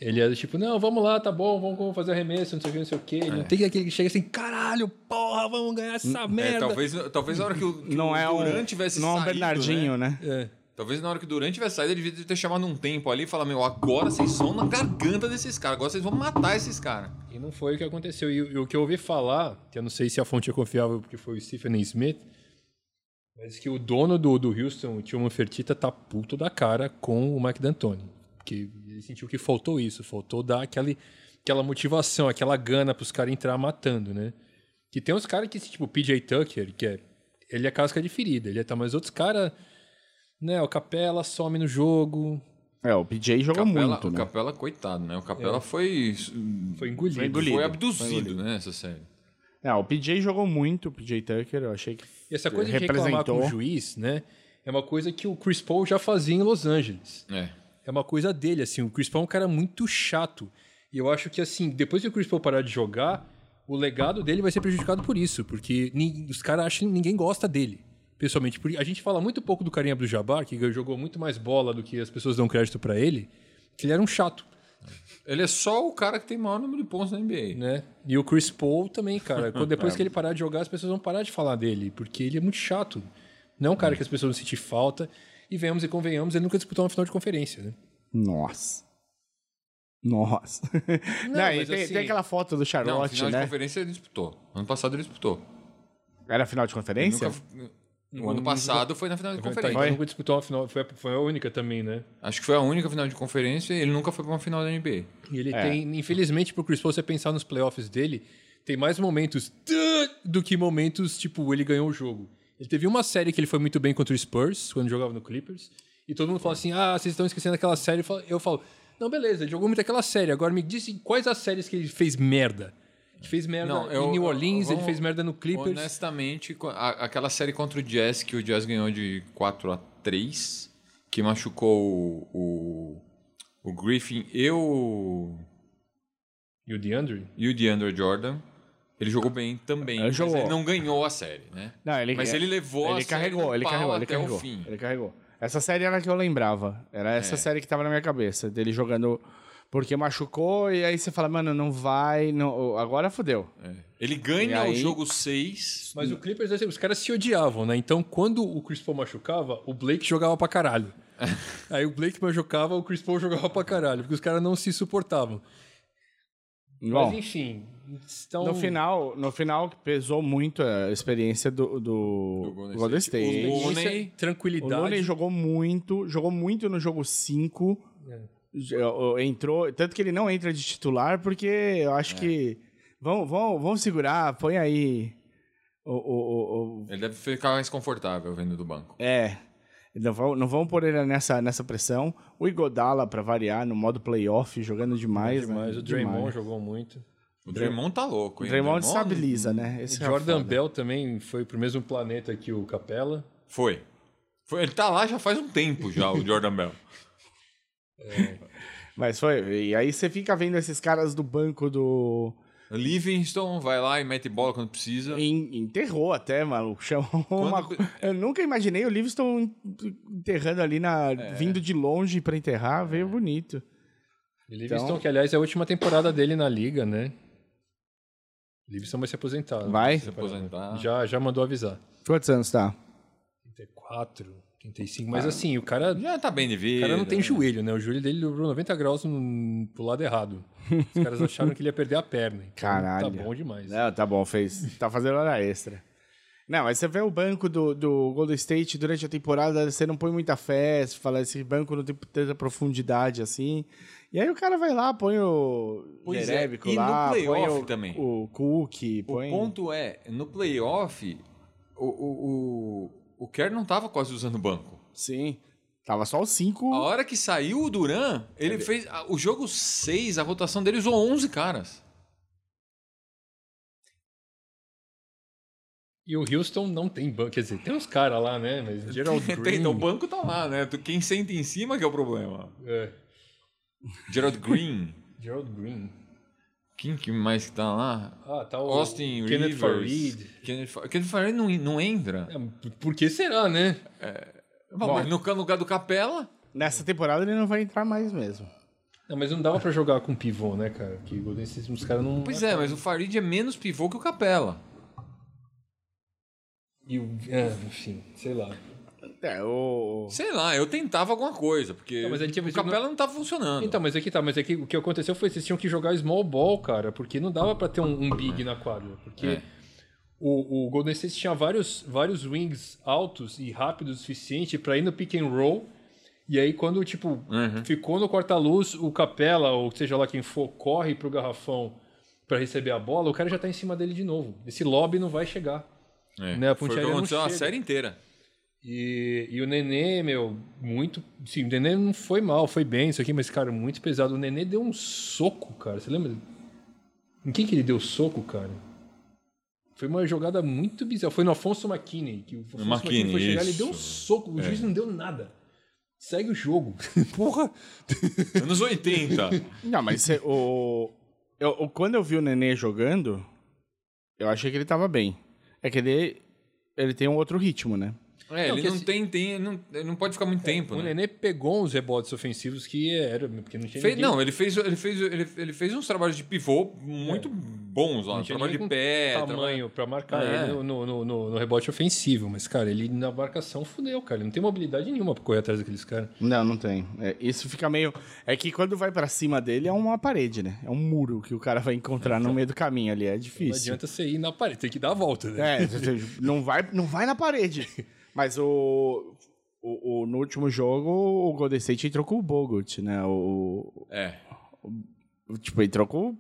Speaker 3: Ele é do tipo, não, vamos lá, tá bom, vamos fazer arremesso, não sei o que, não sei o que. Não tem aquele que chega assim, caralho, porra, vamos ganhar essa
Speaker 2: É,
Speaker 3: merda.
Speaker 2: talvez, talvez na hora que o, que
Speaker 4: Não
Speaker 2: o
Speaker 4: é um,
Speaker 2: Durant tivesse
Speaker 4: não é um
Speaker 2: saído,
Speaker 4: Bernardinho,
Speaker 2: né?
Speaker 4: né?
Speaker 3: É.
Speaker 2: Talvez na hora que o Durant tivesse saído, ele devia ter chamado um tempo ali e falar, meu, agora vocês são na garganta desses caras, agora vocês vão matar esses caras.
Speaker 3: E não foi o que aconteceu. E, o- e o que eu ouvi falar, que eu não sei se a fonte é confiável porque foi o Stephen A. Smith, mas que o dono do, do Houston, o Tillman Fertitta, tá puto da cara com o Mike D'Antoni. Porque ele sentiu que faltou isso, faltou dar aquele, aquela motivação, aquela gana pros caras entrar matando, né? Que tem uns caras que, tipo, o PJ Tucker, que é, ele é casca de ferida, ele é, tá, mas outros caras, né, o Capela some no jogo,
Speaker 4: É, o PJ jogou
Speaker 2: Capela-
Speaker 4: muito,
Speaker 2: o
Speaker 4: né? É.
Speaker 2: Capela, coitado, né? O Capela foi,
Speaker 3: foi engolido.
Speaker 4: Foi engolido.
Speaker 2: foi abduzido, né, essa série.
Speaker 4: Não, É, o PJ jogou muito, o PJ Tucker, eu achei que
Speaker 3: E essa coisa de reclamar com
Speaker 4: representou.
Speaker 3: o juiz, né? É uma coisa que o Chris Paul já fazia em Los Angeles.
Speaker 2: É.
Speaker 3: É uma coisa dele, assim. O Chris Paul é um cara muito chato. E eu acho que, assim, depois que o Chris Paul parar de jogar, o legado dele vai ser prejudicado por isso. Porque ni- os caras acham que ninguém gosta dele. Pessoalmente, Porque a gente fala muito pouco do Karim Abdul-Jabbar, que jogou muito mais bola do que as pessoas dão crédito pra ele, que ele era um chato,
Speaker 2: Ele é só o cara que tem maior número de pontos na NBA.
Speaker 3: né? E o Chris Paul também, cara. Quando- Depois que ele parar de jogar, as pessoas vão parar de falar dele, porque ele é muito chato. Não é um cara que as pessoas vão sentir falta. E venhamos e convenhamos, ele nunca disputou uma final de conferência, né?
Speaker 4: Nossa. Nossa. Não, e
Speaker 3: mas
Speaker 4: tem,
Speaker 3: assim-
Speaker 4: tem aquela foto do
Speaker 2: Não,
Speaker 4: Charlotte,
Speaker 2: final de
Speaker 4: né?
Speaker 2: conferência ele disputou. Ano passado ele disputou.
Speaker 4: Era final de
Speaker 2: Ele
Speaker 4: conferência?
Speaker 2: nunca- O ano passado foi na final de conferência.
Speaker 3: Tá, nunca disputou uma final, foi, a- foi a única também, né?
Speaker 2: Acho que foi a única final de conferência e ele nunca foi pra uma final da NBA.
Speaker 3: E ele
Speaker 2: É.
Speaker 3: tem, infelizmente, pro Chris Paul, você pensar nos playoffs dele, tem mais momentos tã do que momentos, tipo, ele ganhou o jogo. Ele teve uma série que ele foi muito bem contra o Spurs, quando jogava no Clippers, e todo mundo fala assim, ah, vocês estão esquecendo aquela série. Eu falo- Eu falo, não, beleza, ele jogou muito aquela série, agora me dizem quais as séries que ele fez merda. Ele fez merda
Speaker 2: Não,
Speaker 3: É, em
Speaker 2: eu-
Speaker 3: New Orleans, ele
Speaker 2: vamos-
Speaker 3: fez merda no Clippers.
Speaker 2: Honestamente, co- a- aquela série contra o Jazz que o Jazz ganhou de 4 a 3 que machucou o, o, o Griffin e o,
Speaker 3: E o DeAndre?
Speaker 2: e o DeAndre Jordan. Ele jogou bem também,
Speaker 4: Ele
Speaker 2: mas
Speaker 4: jogou.
Speaker 2: ele não ganhou a série, né?
Speaker 4: Não, ele- é-
Speaker 2: mas ele levou a
Speaker 4: Ele
Speaker 2: série
Speaker 4: carregou,
Speaker 2: no
Speaker 4: ele
Speaker 2: pau
Speaker 4: carregou, ele
Speaker 2: até
Speaker 4: carregou.
Speaker 2: o fim. É.
Speaker 4: Ele carregou. Essa série era a que eu lembrava. Era essa série que tava na minha cabeça, dele jogando porque machucou e aí você fala, mano, não vai, não, agora fodeu.
Speaker 2: É. Ele ganha
Speaker 4: E
Speaker 2: o
Speaker 4: aí-
Speaker 2: jogo 6.
Speaker 3: Mas o Clippers, assim, os caras se odiavam, né? Então, quando o Chris Paul machucava, o Blake jogava pra caralho. Aí o Blake machucava, o Chris Paul jogava pra caralho, porque os caras não se suportavam.
Speaker 4: Bom,
Speaker 2: É.
Speaker 3: Mas enfim, então...
Speaker 4: no final, no final que pesou muito a experiência do, do,
Speaker 2: Golden
Speaker 4: Golden
Speaker 2: State.
Speaker 4: State.
Speaker 2: O
Speaker 3: experiência,
Speaker 2: Looney-
Speaker 4: O
Speaker 3: tranquilidade.
Speaker 4: Looney jogou muito, jogou muito no jogo 5.
Speaker 3: É.
Speaker 4: Entrou, tanto que ele não entra de titular, porque eu
Speaker 3: É.
Speaker 4: acho que. Vão, vão, vão segurar, põe aí. O, o- o- o-
Speaker 2: Ele deve ficar mais confortável vendo do banco.
Speaker 4: é. Não vão, não vão pôr ele nessa, nessa pressão. O Igodala, pra variar, no modo playoff, jogando demais.
Speaker 3: Mas
Speaker 4: né?
Speaker 3: o Draymond
Speaker 4: Demais.
Speaker 3: jogou muito.
Speaker 2: O Draymond tá louco,
Speaker 4: O
Speaker 2: hein?
Speaker 4: Draymond estabiliza, né?
Speaker 3: O
Speaker 4: Esse é
Speaker 3: Jordan
Speaker 4: foda.
Speaker 3: Bell também foi pro mesmo planeta que o Capella.
Speaker 2: Foi. Foi. Ele tá lá já faz um tempo já, o Jordan Bell.
Speaker 4: Mas foi. E aí você fica vendo esses caras do banco do.
Speaker 2: Livingston vai lá e mete bola quando precisa.
Speaker 4: En- enterrou até, maluco. Chamou uma...
Speaker 2: pe-
Speaker 4: Eu nunca imaginei o Livingston en- enterrando ali, na...
Speaker 2: É.
Speaker 4: vindo de longe pra enterrar, veio bonito.
Speaker 3: E Livingston,
Speaker 4: Então-
Speaker 3: que aliás é a última temporada dele na liga, né? Livingston vai se aposentar.
Speaker 4: Vai?
Speaker 2: Se aposentar.
Speaker 3: Já, já mandou avisar.
Speaker 4: Quantos anos tá?
Speaker 3: 34, 35, mas assim, o cara...
Speaker 2: Já tá bem de
Speaker 3: O
Speaker 2: vida.
Speaker 3: cara não tem joelho, né? O joelho dele dobrou 90 graus no, pro lado errado. Os caras acharam que ele ia perder a perna. Então,
Speaker 4: Caralho.
Speaker 3: Tá bom demais.
Speaker 4: Não, tá bom, fez. Tá fazendo hora extra. Não, mas você vê o banco do, do Golden State durante a temporada, você não põe muita fé, você fala, esse banco não tem tanta profundidade assim. E aí o cara vai lá, põe o
Speaker 2: Pois é,
Speaker 4: Jerebico
Speaker 2: e no
Speaker 4: lá, põe
Speaker 2: playoff
Speaker 4: o,
Speaker 2: também.
Speaker 4: o Cook,
Speaker 2: O
Speaker 4: põe...
Speaker 2: ponto é, no playoff, o, o, o, o Kerr não tava quase usando o banco.
Speaker 4: Sim, tava só os cinco...
Speaker 2: A hora que saiu o Duran, ele fez. a- O jogo 6, a rotação dele usou 11 caras.
Speaker 3: E o Houston não tem banco. Quer dizer, tem uns caras lá, né? Mas Gerald Green...
Speaker 2: Tem, o banco tá lá, né? Tu- Quem senta em cima que é o problema.
Speaker 3: É,
Speaker 2: Gerald Green.
Speaker 3: Gerald Green.
Speaker 2: Quem que mais que tá lá?
Speaker 3: Ah, tá o
Speaker 2: Austin
Speaker 3: Kenneth
Speaker 2: Rivers.
Speaker 3: Farid.
Speaker 2: Kenneth Fa- Kenneth Farid não, não entra.
Speaker 3: É, por- Por que será, né?
Speaker 2: Bom, mas no ca- lugar do Capela,
Speaker 4: Nessa temporada ele não vai entrar mais mesmo.
Speaker 3: Não, mas não dava pra jogar com pivô, né, cara? Que o Golden State, os caras não...
Speaker 2: pois é, mas o Farid é menos pivô que o Capela.
Speaker 3: E o... é, enfim, sei lá.
Speaker 4: É, o.
Speaker 2: Sei lá, eu tentava alguma coisa, porque
Speaker 3: Não, mas ele tinha
Speaker 2: o
Speaker 3: vencido
Speaker 2: Capela não tava funcionando.
Speaker 3: Então, mas aqui tá, mas aqui o que aconteceu foi que vocês tinham que jogar small ball, cara, porque não dava pra ter um, um big na quadra, porque
Speaker 2: É.
Speaker 3: o, o Golden State tinha vários, vários wings altos e rápidos o suficiente pra ir no pick and roll. E aí quando tipo ficou no corta-luz, o Capela ou seja lá quem for corre pro garrafão pra receber a bola, o cara já tá em cima dele de novo. Esse lobby não vai chegar.
Speaker 2: É,
Speaker 3: né, a
Speaker 2: foi
Speaker 3: ponte
Speaker 2: o que
Speaker 3: aérea não
Speaker 2: aconteceu a
Speaker 3: chega.
Speaker 2: série inteira.
Speaker 3: E, e o Nenê, meu, muito. Sim, o Nenê não foi mal, foi bem isso aqui, mas, cara, muito pesado. O Nenê deu um soco, cara. Você lembra? Em quem que ele deu soco, cara? Foi uma jogada muito bizarra. Foi no Afonso McKinney, que o Afonso
Speaker 2: McKinney,
Speaker 3: McKinney foi chegar, ele
Speaker 2: isso. É.
Speaker 3: deu um soco. O juiz não deu nada. Segue o jogo. Porra!
Speaker 2: Anos 80.
Speaker 4: Não, mas cê- o. Eu, o- quando eu vi o Nenê jogando, eu achei que ele tava bem. É que ele, ele tem um outro ritmo, né?
Speaker 2: é,
Speaker 3: Não,
Speaker 2: ele
Speaker 3: que
Speaker 2: não
Speaker 3: esse- É,
Speaker 2: tem, tem não, ele não pode ficar muito tempo,
Speaker 3: O
Speaker 2: né?
Speaker 3: Nenê pegou uns rebotes ofensivos que era. Porque não tinha
Speaker 2: Fez-
Speaker 3: ninguém-
Speaker 2: não, ele fez, ele, fez, ele, ele fez uns trabalhos de pivô muito bons lá.
Speaker 3: É.
Speaker 2: um
Speaker 3: Não tinha
Speaker 2: Trabalho de
Speaker 3: ninguém
Speaker 2: pé.
Speaker 3: com
Speaker 2: trabalho-
Speaker 3: tamanho pra marcar
Speaker 2: É.
Speaker 3: ele no, no- no- no- no rebote ofensivo. Mas, cara, ele na marcação fudeu, cara. Ele não tem mobilidade nenhuma pra correr atrás daqueles caras.
Speaker 4: Não, não tem. É, isso fica meio. É que quando vai pra cima dele é uma parede, né? É um muro que o cara vai encontrar no meio do caminho ali. É
Speaker 3: Não
Speaker 4: difícil.
Speaker 3: adianta você ir na parede, tem que dar a volta, né?
Speaker 4: É, você- você não vai, não vai na parede. Mas o, o, o- no último jogo, o Golden State entrou com o Bogut, né? O,
Speaker 2: É.
Speaker 4: o- tipo, entrou com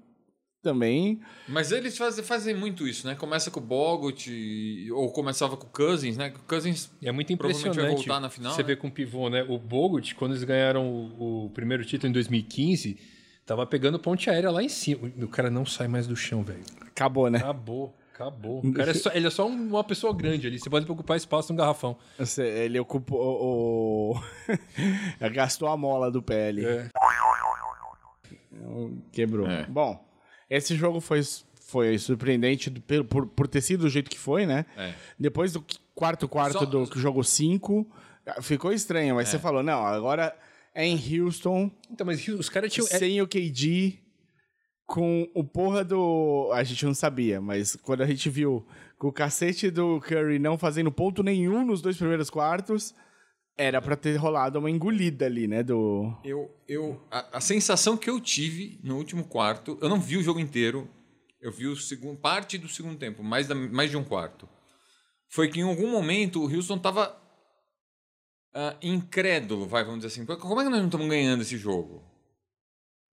Speaker 4: também.
Speaker 2: Mas eles fazem, fazem muito isso, né? Começa com o Bogut, e- ou começava com o Cousins, né? O Cousins
Speaker 3: E é muito
Speaker 2: Provavelmente
Speaker 3: impressionante
Speaker 2: vai voltar na final,
Speaker 3: você
Speaker 2: né?
Speaker 3: vê com o pivô, né? O Bogut, quando eles ganharam o, o primeiro título em 2015, tava pegando ponte aérea lá em cima. O cara não sai mais do chão, velho.
Speaker 4: Acabou, né?
Speaker 3: Acabou, acabou. O cara é só, ele é só um- uma pessoa grande ali. Você pode ocupar espaço num garrafão.
Speaker 4: Você- Ele ocupou o. o- Gastou a mola do PL.
Speaker 3: É.
Speaker 4: Quebrou.
Speaker 2: É.
Speaker 4: Bom, esse jogo foi, foi surpreendente do- pelo- por, por ter sido do jeito que foi, né?
Speaker 2: É.
Speaker 4: Depois do quarto quarto
Speaker 2: Só- É.
Speaker 4: do jogo 5, ah, ficou estranho, mas você falou, não, agora é em Houston,
Speaker 3: Então, mas os caras tinham. é-
Speaker 4: sem o KD, com o porra do... A gente não sabia, mas quando a gente viu com o cacete do Curry não fazendo ponto nenhum nos dois primeiros quartos, era pra ter rolado uma engolida ali, né, do...
Speaker 2: Eu, eu, a, a sensação que eu tive no último quarto, eu não vi o jogo inteiro, eu vi o segundo, parte do segundo tempo, mais, da- mais de um quarto. Foi que em algum momento o Houston estava incrédulo, vai, vamos dizer assim. "Pô, Como é que nós não estamos ganhando esse jogo?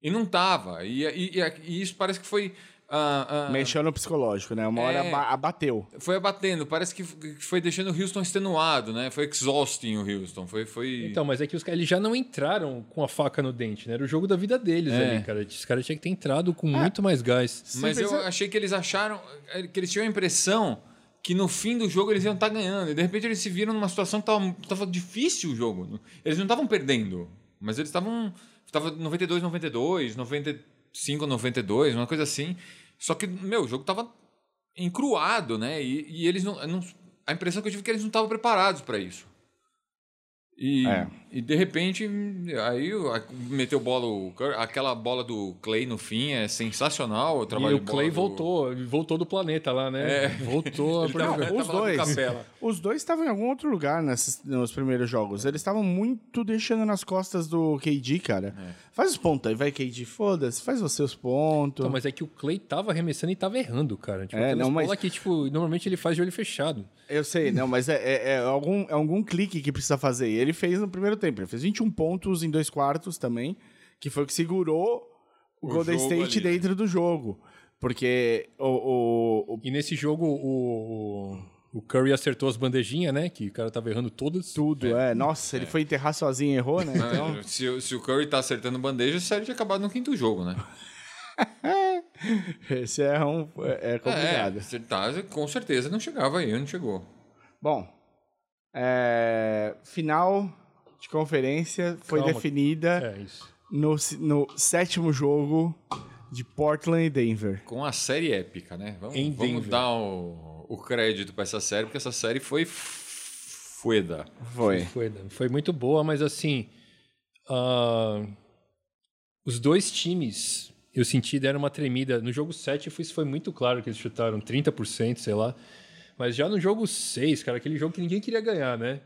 Speaker 2: E não tava. E, e- e- e isso parece que foi. ah, ah,
Speaker 4: Mexeu no psicológico, né? Uma hora
Speaker 2: É.
Speaker 4: aba- abateu.
Speaker 2: foi abatendo, parece que f- que foi deixando o Houston extenuado, né? Foi exhausting o Houston. Foi, foi...
Speaker 3: Então, mas é que os caras eles já não entraram com a faca no dente, né? Era o jogo da vida deles
Speaker 2: É.
Speaker 3: ali, cara. Os caras tinham que ter entrado com
Speaker 4: Ah.
Speaker 3: muito mais gás.
Speaker 2: Mas
Speaker 4: Sim,
Speaker 2: eu
Speaker 4: pensa-
Speaker 2: achei que eles acharam, eh, que eles tinham a impressão que no fim do jogo eles iam estar ganhando. E de repente eles se viram numa situação que tava, tava difícil o jogo. Eles não estavam perdendo, mas eles estavam. Tava 92, 92, 95, 92, uma coisa assim. Só que, meu, o jogo tava encruado, né? E, e eles não, não- A impressão que eu tive é que eles não estavam preparados para isso. E,
Speaker 4: É.
Speaker 2: e de repente, aí o- a- meteu bola o Curry. Aquela bola do Clay no fim é sensacional. O trabalho
Speaker 3: E o
Speaker 2: de
Speaker 3: Clay
Speaker 2: bola do-
Speaker 3: voltou, voltou do planeta lá, né?
Speaker 2: É.
Speaker 3: Voltou a
Speaker 2: Ele tava-
Speaker 3: pornografia.
Speaker 2: tava
Speaker 4: os
Speaker 2: lá com
Speaker 4: dois.
Speaker 2: Capela.
Speaker 4: Os dois estavam em algum outro lugar nesses, nos primeiros jogos. Eles estavam muito deixando nas costas do KD, cara. Faz os pontos aí, vai KD, foda-se, faz você os pontos.
Speaker 3: Então, mas é que o Clay tava arremessando e tava errando, cara. Tipo,
Speaker 4: É,
Speaker 3: aquelas
Speaker 4: não, mas-
Speaker 3: bolas que, tipo, normalmente ele faz de olho fechado.
Speaker 4: Eu sei, não, mas é, é- é algum, é algum clique que precisa fazer. E Ele fez no primeiro tempo, ele fez 21 pontos em dois quartos também, que foi o que segurou o,
Speaker 2: O
Speaker 4: Golden
Speaker 2: jogo
Speaker 4: State
Speaker 2: ali, né?
Speaker 4: dentro do jogo. Porque o- o- o
Speaker 3: E nesse jogo, o, o- o Curry acertou as bandejinhas, né? Que o cara tava errando todas.
Speaker 4: tudo, é. Nossa, ele foi enterrar sozinho e errou, né?
Speaker 2: Ah,
Speaker 4: Então,
Speaker 2: Se, o- se o Curry tá acertando bandeja, a série tinha acabado no quinto jogo, né?
Speaker 4: esse é, um, é é complicado.
Speaker 2: É, acertar, com certeza não chegava aí, não chegou.
Speaker 4: Bom, é, final de conferência foi
Speaker 3: Calma.
Speaker 4: definida
Speaker 3: É, isso.
Speaker 4: no, se- no sétimo jogo de Portland e Denver.
Speaker 2: Com a série épica, né?
Speaker 3: Em
Speaker 2: Vamos, vamos
Speaker 3: Denver.
Speaker 2: dar o, o crédito pra essa série, porque essa série foi f- fueda.
Speaker 4: Foi.
Speaker 3: Foi, foi muito boa, mas assim. ah, os dois times, eu senti, deram uma tremida. No jogo 7 foi, isso foi muito claro que eles chutaram 30%, sei lá. Mas já no jogo 6, cara, aquele jogo que ninguém queria ganhar, né?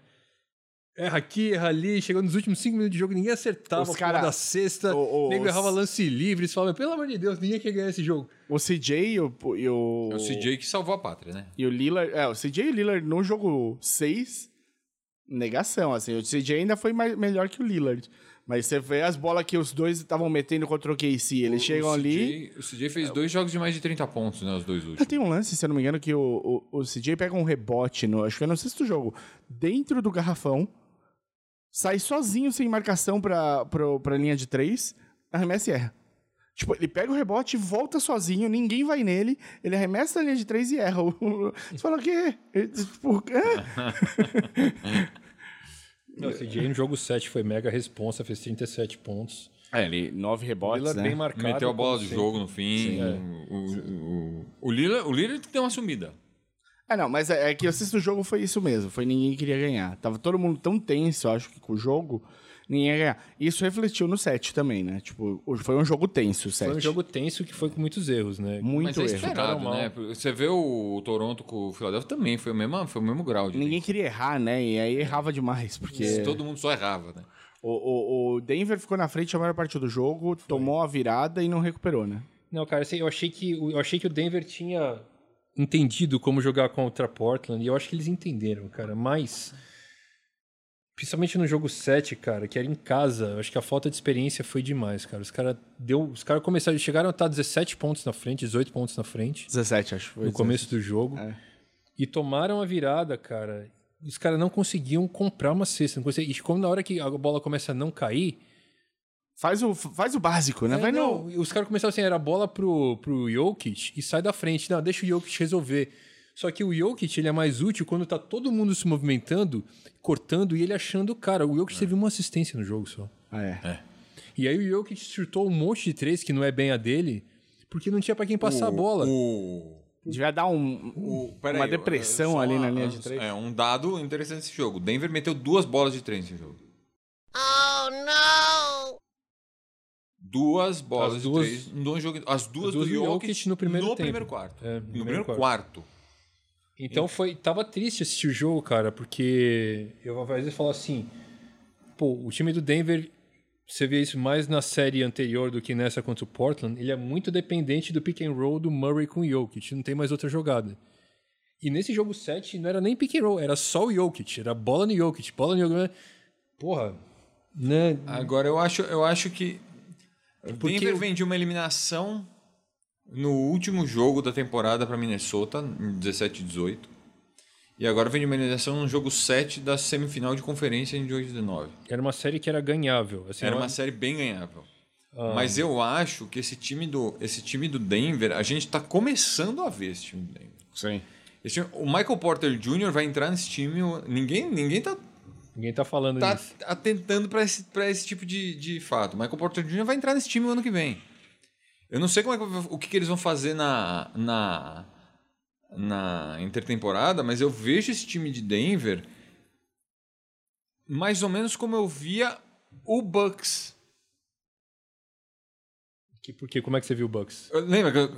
Speaker 3: Erra aqui, erra ali, chegou nos últimos 5 minutos de jogo, ninguém acertava
Speaker 4: Os
Speaker 3: a
Speaker 4: cara-
Speaker 3: cara da sexta,
Speaker 4: o- o-
Speaker 3: o nego
Speaker 4: os-
Speaker 3: errava lance livre, eles falavam, pelo amor de Deus, ninguém quer ganhar esse jogo.
Speaker 4: O CJ e o, e o,
Speaker 2: É o CJ que salvou a pátria, né?
Speaker 4: e o Lillard. É, o CJ e o Lillard no jogo 6, negação, assim. O CJ ainda foi mais, melhor que o Lillard. Mas você vê as bolas que os dois estavam metendo contra o KC. Eles chegam
Speaker 2: o
Speaker 4: ali.
Speaker 2: CJ, o CJ fez dois jogos de mais de 30 pontos, né? Os dois
Speaker 4: Ah,
Speaker 2: últimos.
Speaker 4: Tem um lance, se eu não me engano, que o, o, o CJ pega um rebote, no, acho que é no sexto jogo, dentro do garrafão, sai sozinho, sem marcação, pra, pra, pra linha de três, arremessa e erra. Tipo, ele pega o rebote, volta sozinho, ninguém vai nele, ele arremessa na linha de três e erra. Você fala o quê? Ele, Tipo, hã?
Speaker 3: Não, esse dia no jogo 7 foi mega responsa, fez 37 pontos.
Speaker 4: É, ele, nove rebotes, né?
Speaker 3: Lillard bem marcado.
Speaker 2: Meteu a bola
Speaker 3: como
Speaker 2: do
Speaker 3: sempre.
Speaker 2: jogo no fim.
Speaker 4: é.
Speaker 2: O, o, o, o Lillard- o Lillard que deu uma sumida.
Speaker 4: É, não, mas é, é que o sexto jogo foi isso mesmo. Foi ninguém queria ganhar. Tava todo mundo tão tenso, eu acho que com o jogo, ninguém ia ganhar. Isso refletiu no set também, né? Tipo, o- foi um jogo tenso, o set.
Speaker 3: Foi um jogo tenso que foi com muitos erros, né?
Speaker 4: muito
Speaker 2: Mas é
Speaker 4: erro.
Speaker 2: esperado,
Speaker 3: Jogaram mal.
Speaker 2: né? Você vê o Toronto com o Philadelphia também, foi o mesmo, foi o mesmo grau. De
Speaker 4: Ninguém queria errar, né? E aí errava demais, porque
Speaker 2: Todo mundo só errava, né?
Speaker 4: o, o- o Denver ficou na frente a maior parte do jogo, tomou a virada e não recuperou, né?
Speaker 3: Não, cara, assim, eu achei que o- eu achei que o Denver tinha entendido como jogar contra Portland e eu acho que eles entenderam, cara. Mas Principalmente no jogo 7, cara, que era em casa. Eu acho que a falta de experiência foi demais, cara. Os caras deu, os cara começaram, eles chegaram a estar 17 pontos na frente, 18 pontos na frente
Speaker 4: 17, acho. que Foi
Speaker 3: no começo do jogo.
Speaker 4: É.
Speaker 3: E tomaram a virada, cara. E Os caras não conseguiam comprar uma cesta. Não conseguiam. E como na hora que a bola começa a não cair,
Speaker 4: Faz o, faz o básico, né?
Speaker 3: É,
Speaker 4: Vai no.
Speaker 3: não, e Os caras começaram assim, era a bola pro, pro Jokic e sai da frente. Não, deixa o Jokic resolver. Só que o Jokic, ele é mais útil quando tá todo mundo se movimentando, cortando e ele achando o cara. O Jokic teve uma assistência no jogo só.
Speaker 4: Ah, é.
Speaker 3: E aí o Jokic chutou um monte de três que não é bem a dele, porque não tinha pra quem passar a
Speaker 2: O-
Speaker 3: bola.
Speaker 2: O,
Speaker 4: Devia dar um,
Speaker 2: o-
Speaker 4: um-
Speaker 2: peraí,
Speaker 4: uma depressão
Speaker 2: só
Speaker 4: ali na
Speaker 2: uma-
Speaker 4: linha de três.
Speaker 2: É, um dado interessante desse jogo. Denver meteu duas bolas de três nesse jogo.
Speaker 5: Oh
Speaker 2: Duas bolas
Speaker 3: As
Speaker 2: de
Speaker 3: duas-
Speaker 2: três no jogo. As duas,
Speaker 3: As duas
Speaker 2: do
Speaker 3: do
Speaker 2: Jokic,
Speaker 3: Jokic no primeiro tempo.
Speaker 2: quarto.
Speaker 3: É,
Speaker 2: no, primeiro quarto.
Speaker 3: Então foi, tava triste assistir o jogo, cara, porque eu às vezes falo assim, pô, o time do Denver, você vê isso mais na série anterior do que nessa contra o Portland, ele é muito dependente do pick and roll do Murray com o Jokic, não tem mais outra jogada. E nesse jogo 7 não era nem pick and roll, era só o Jokic, era bola no Jokic, bola no Jokic. Porra, né?
Speaker 2: Agora eu acho, eu acho que o
Speaker 3: É Porque
Speaker 2: Denver
Speaker 3: o-
Speaker 2: vem de uma eliminação no último jogo da temporada para Minnesota, em 17 e 18. E agora vem de uma eliminação no jogo 7 da semifinal de conferência em 18 e 19.
Speaker 3: Era uma série que era ganhável. Assim,
Speaker 2: Era
Speaker 3: não-
Speaker 2: uma série bem ganhável.
Speaker 3: Ah.
Speaker 2: Mas eu acho que esse time do, esse time do Denver, a gente está começando a ver esse time do Denver.
Speaker 4: Sim.
Speaker 2: Esse time- o Michael Porter Jr. vai entrar nesse time. o- Ninguém, ninguém tá,
Speaker 3: Ninguém tá falando
Speaker 2: tá
Speaker 3: disso.
Speaker 2: atentando para esse, pra esse tipo de, de fato. O Michael Porter Jr. vai entrar nesse time o ano que vem. Eu não sei como é que- o que, que eles vão fazer na, na, na intertemporada, mas eu vejo esse time de Denver mais ou menos como eu via o Bucks
Speaker 3: Que- Porque como é que você viu o Bucks?
Speaker 2: Eu- Lembra que eu-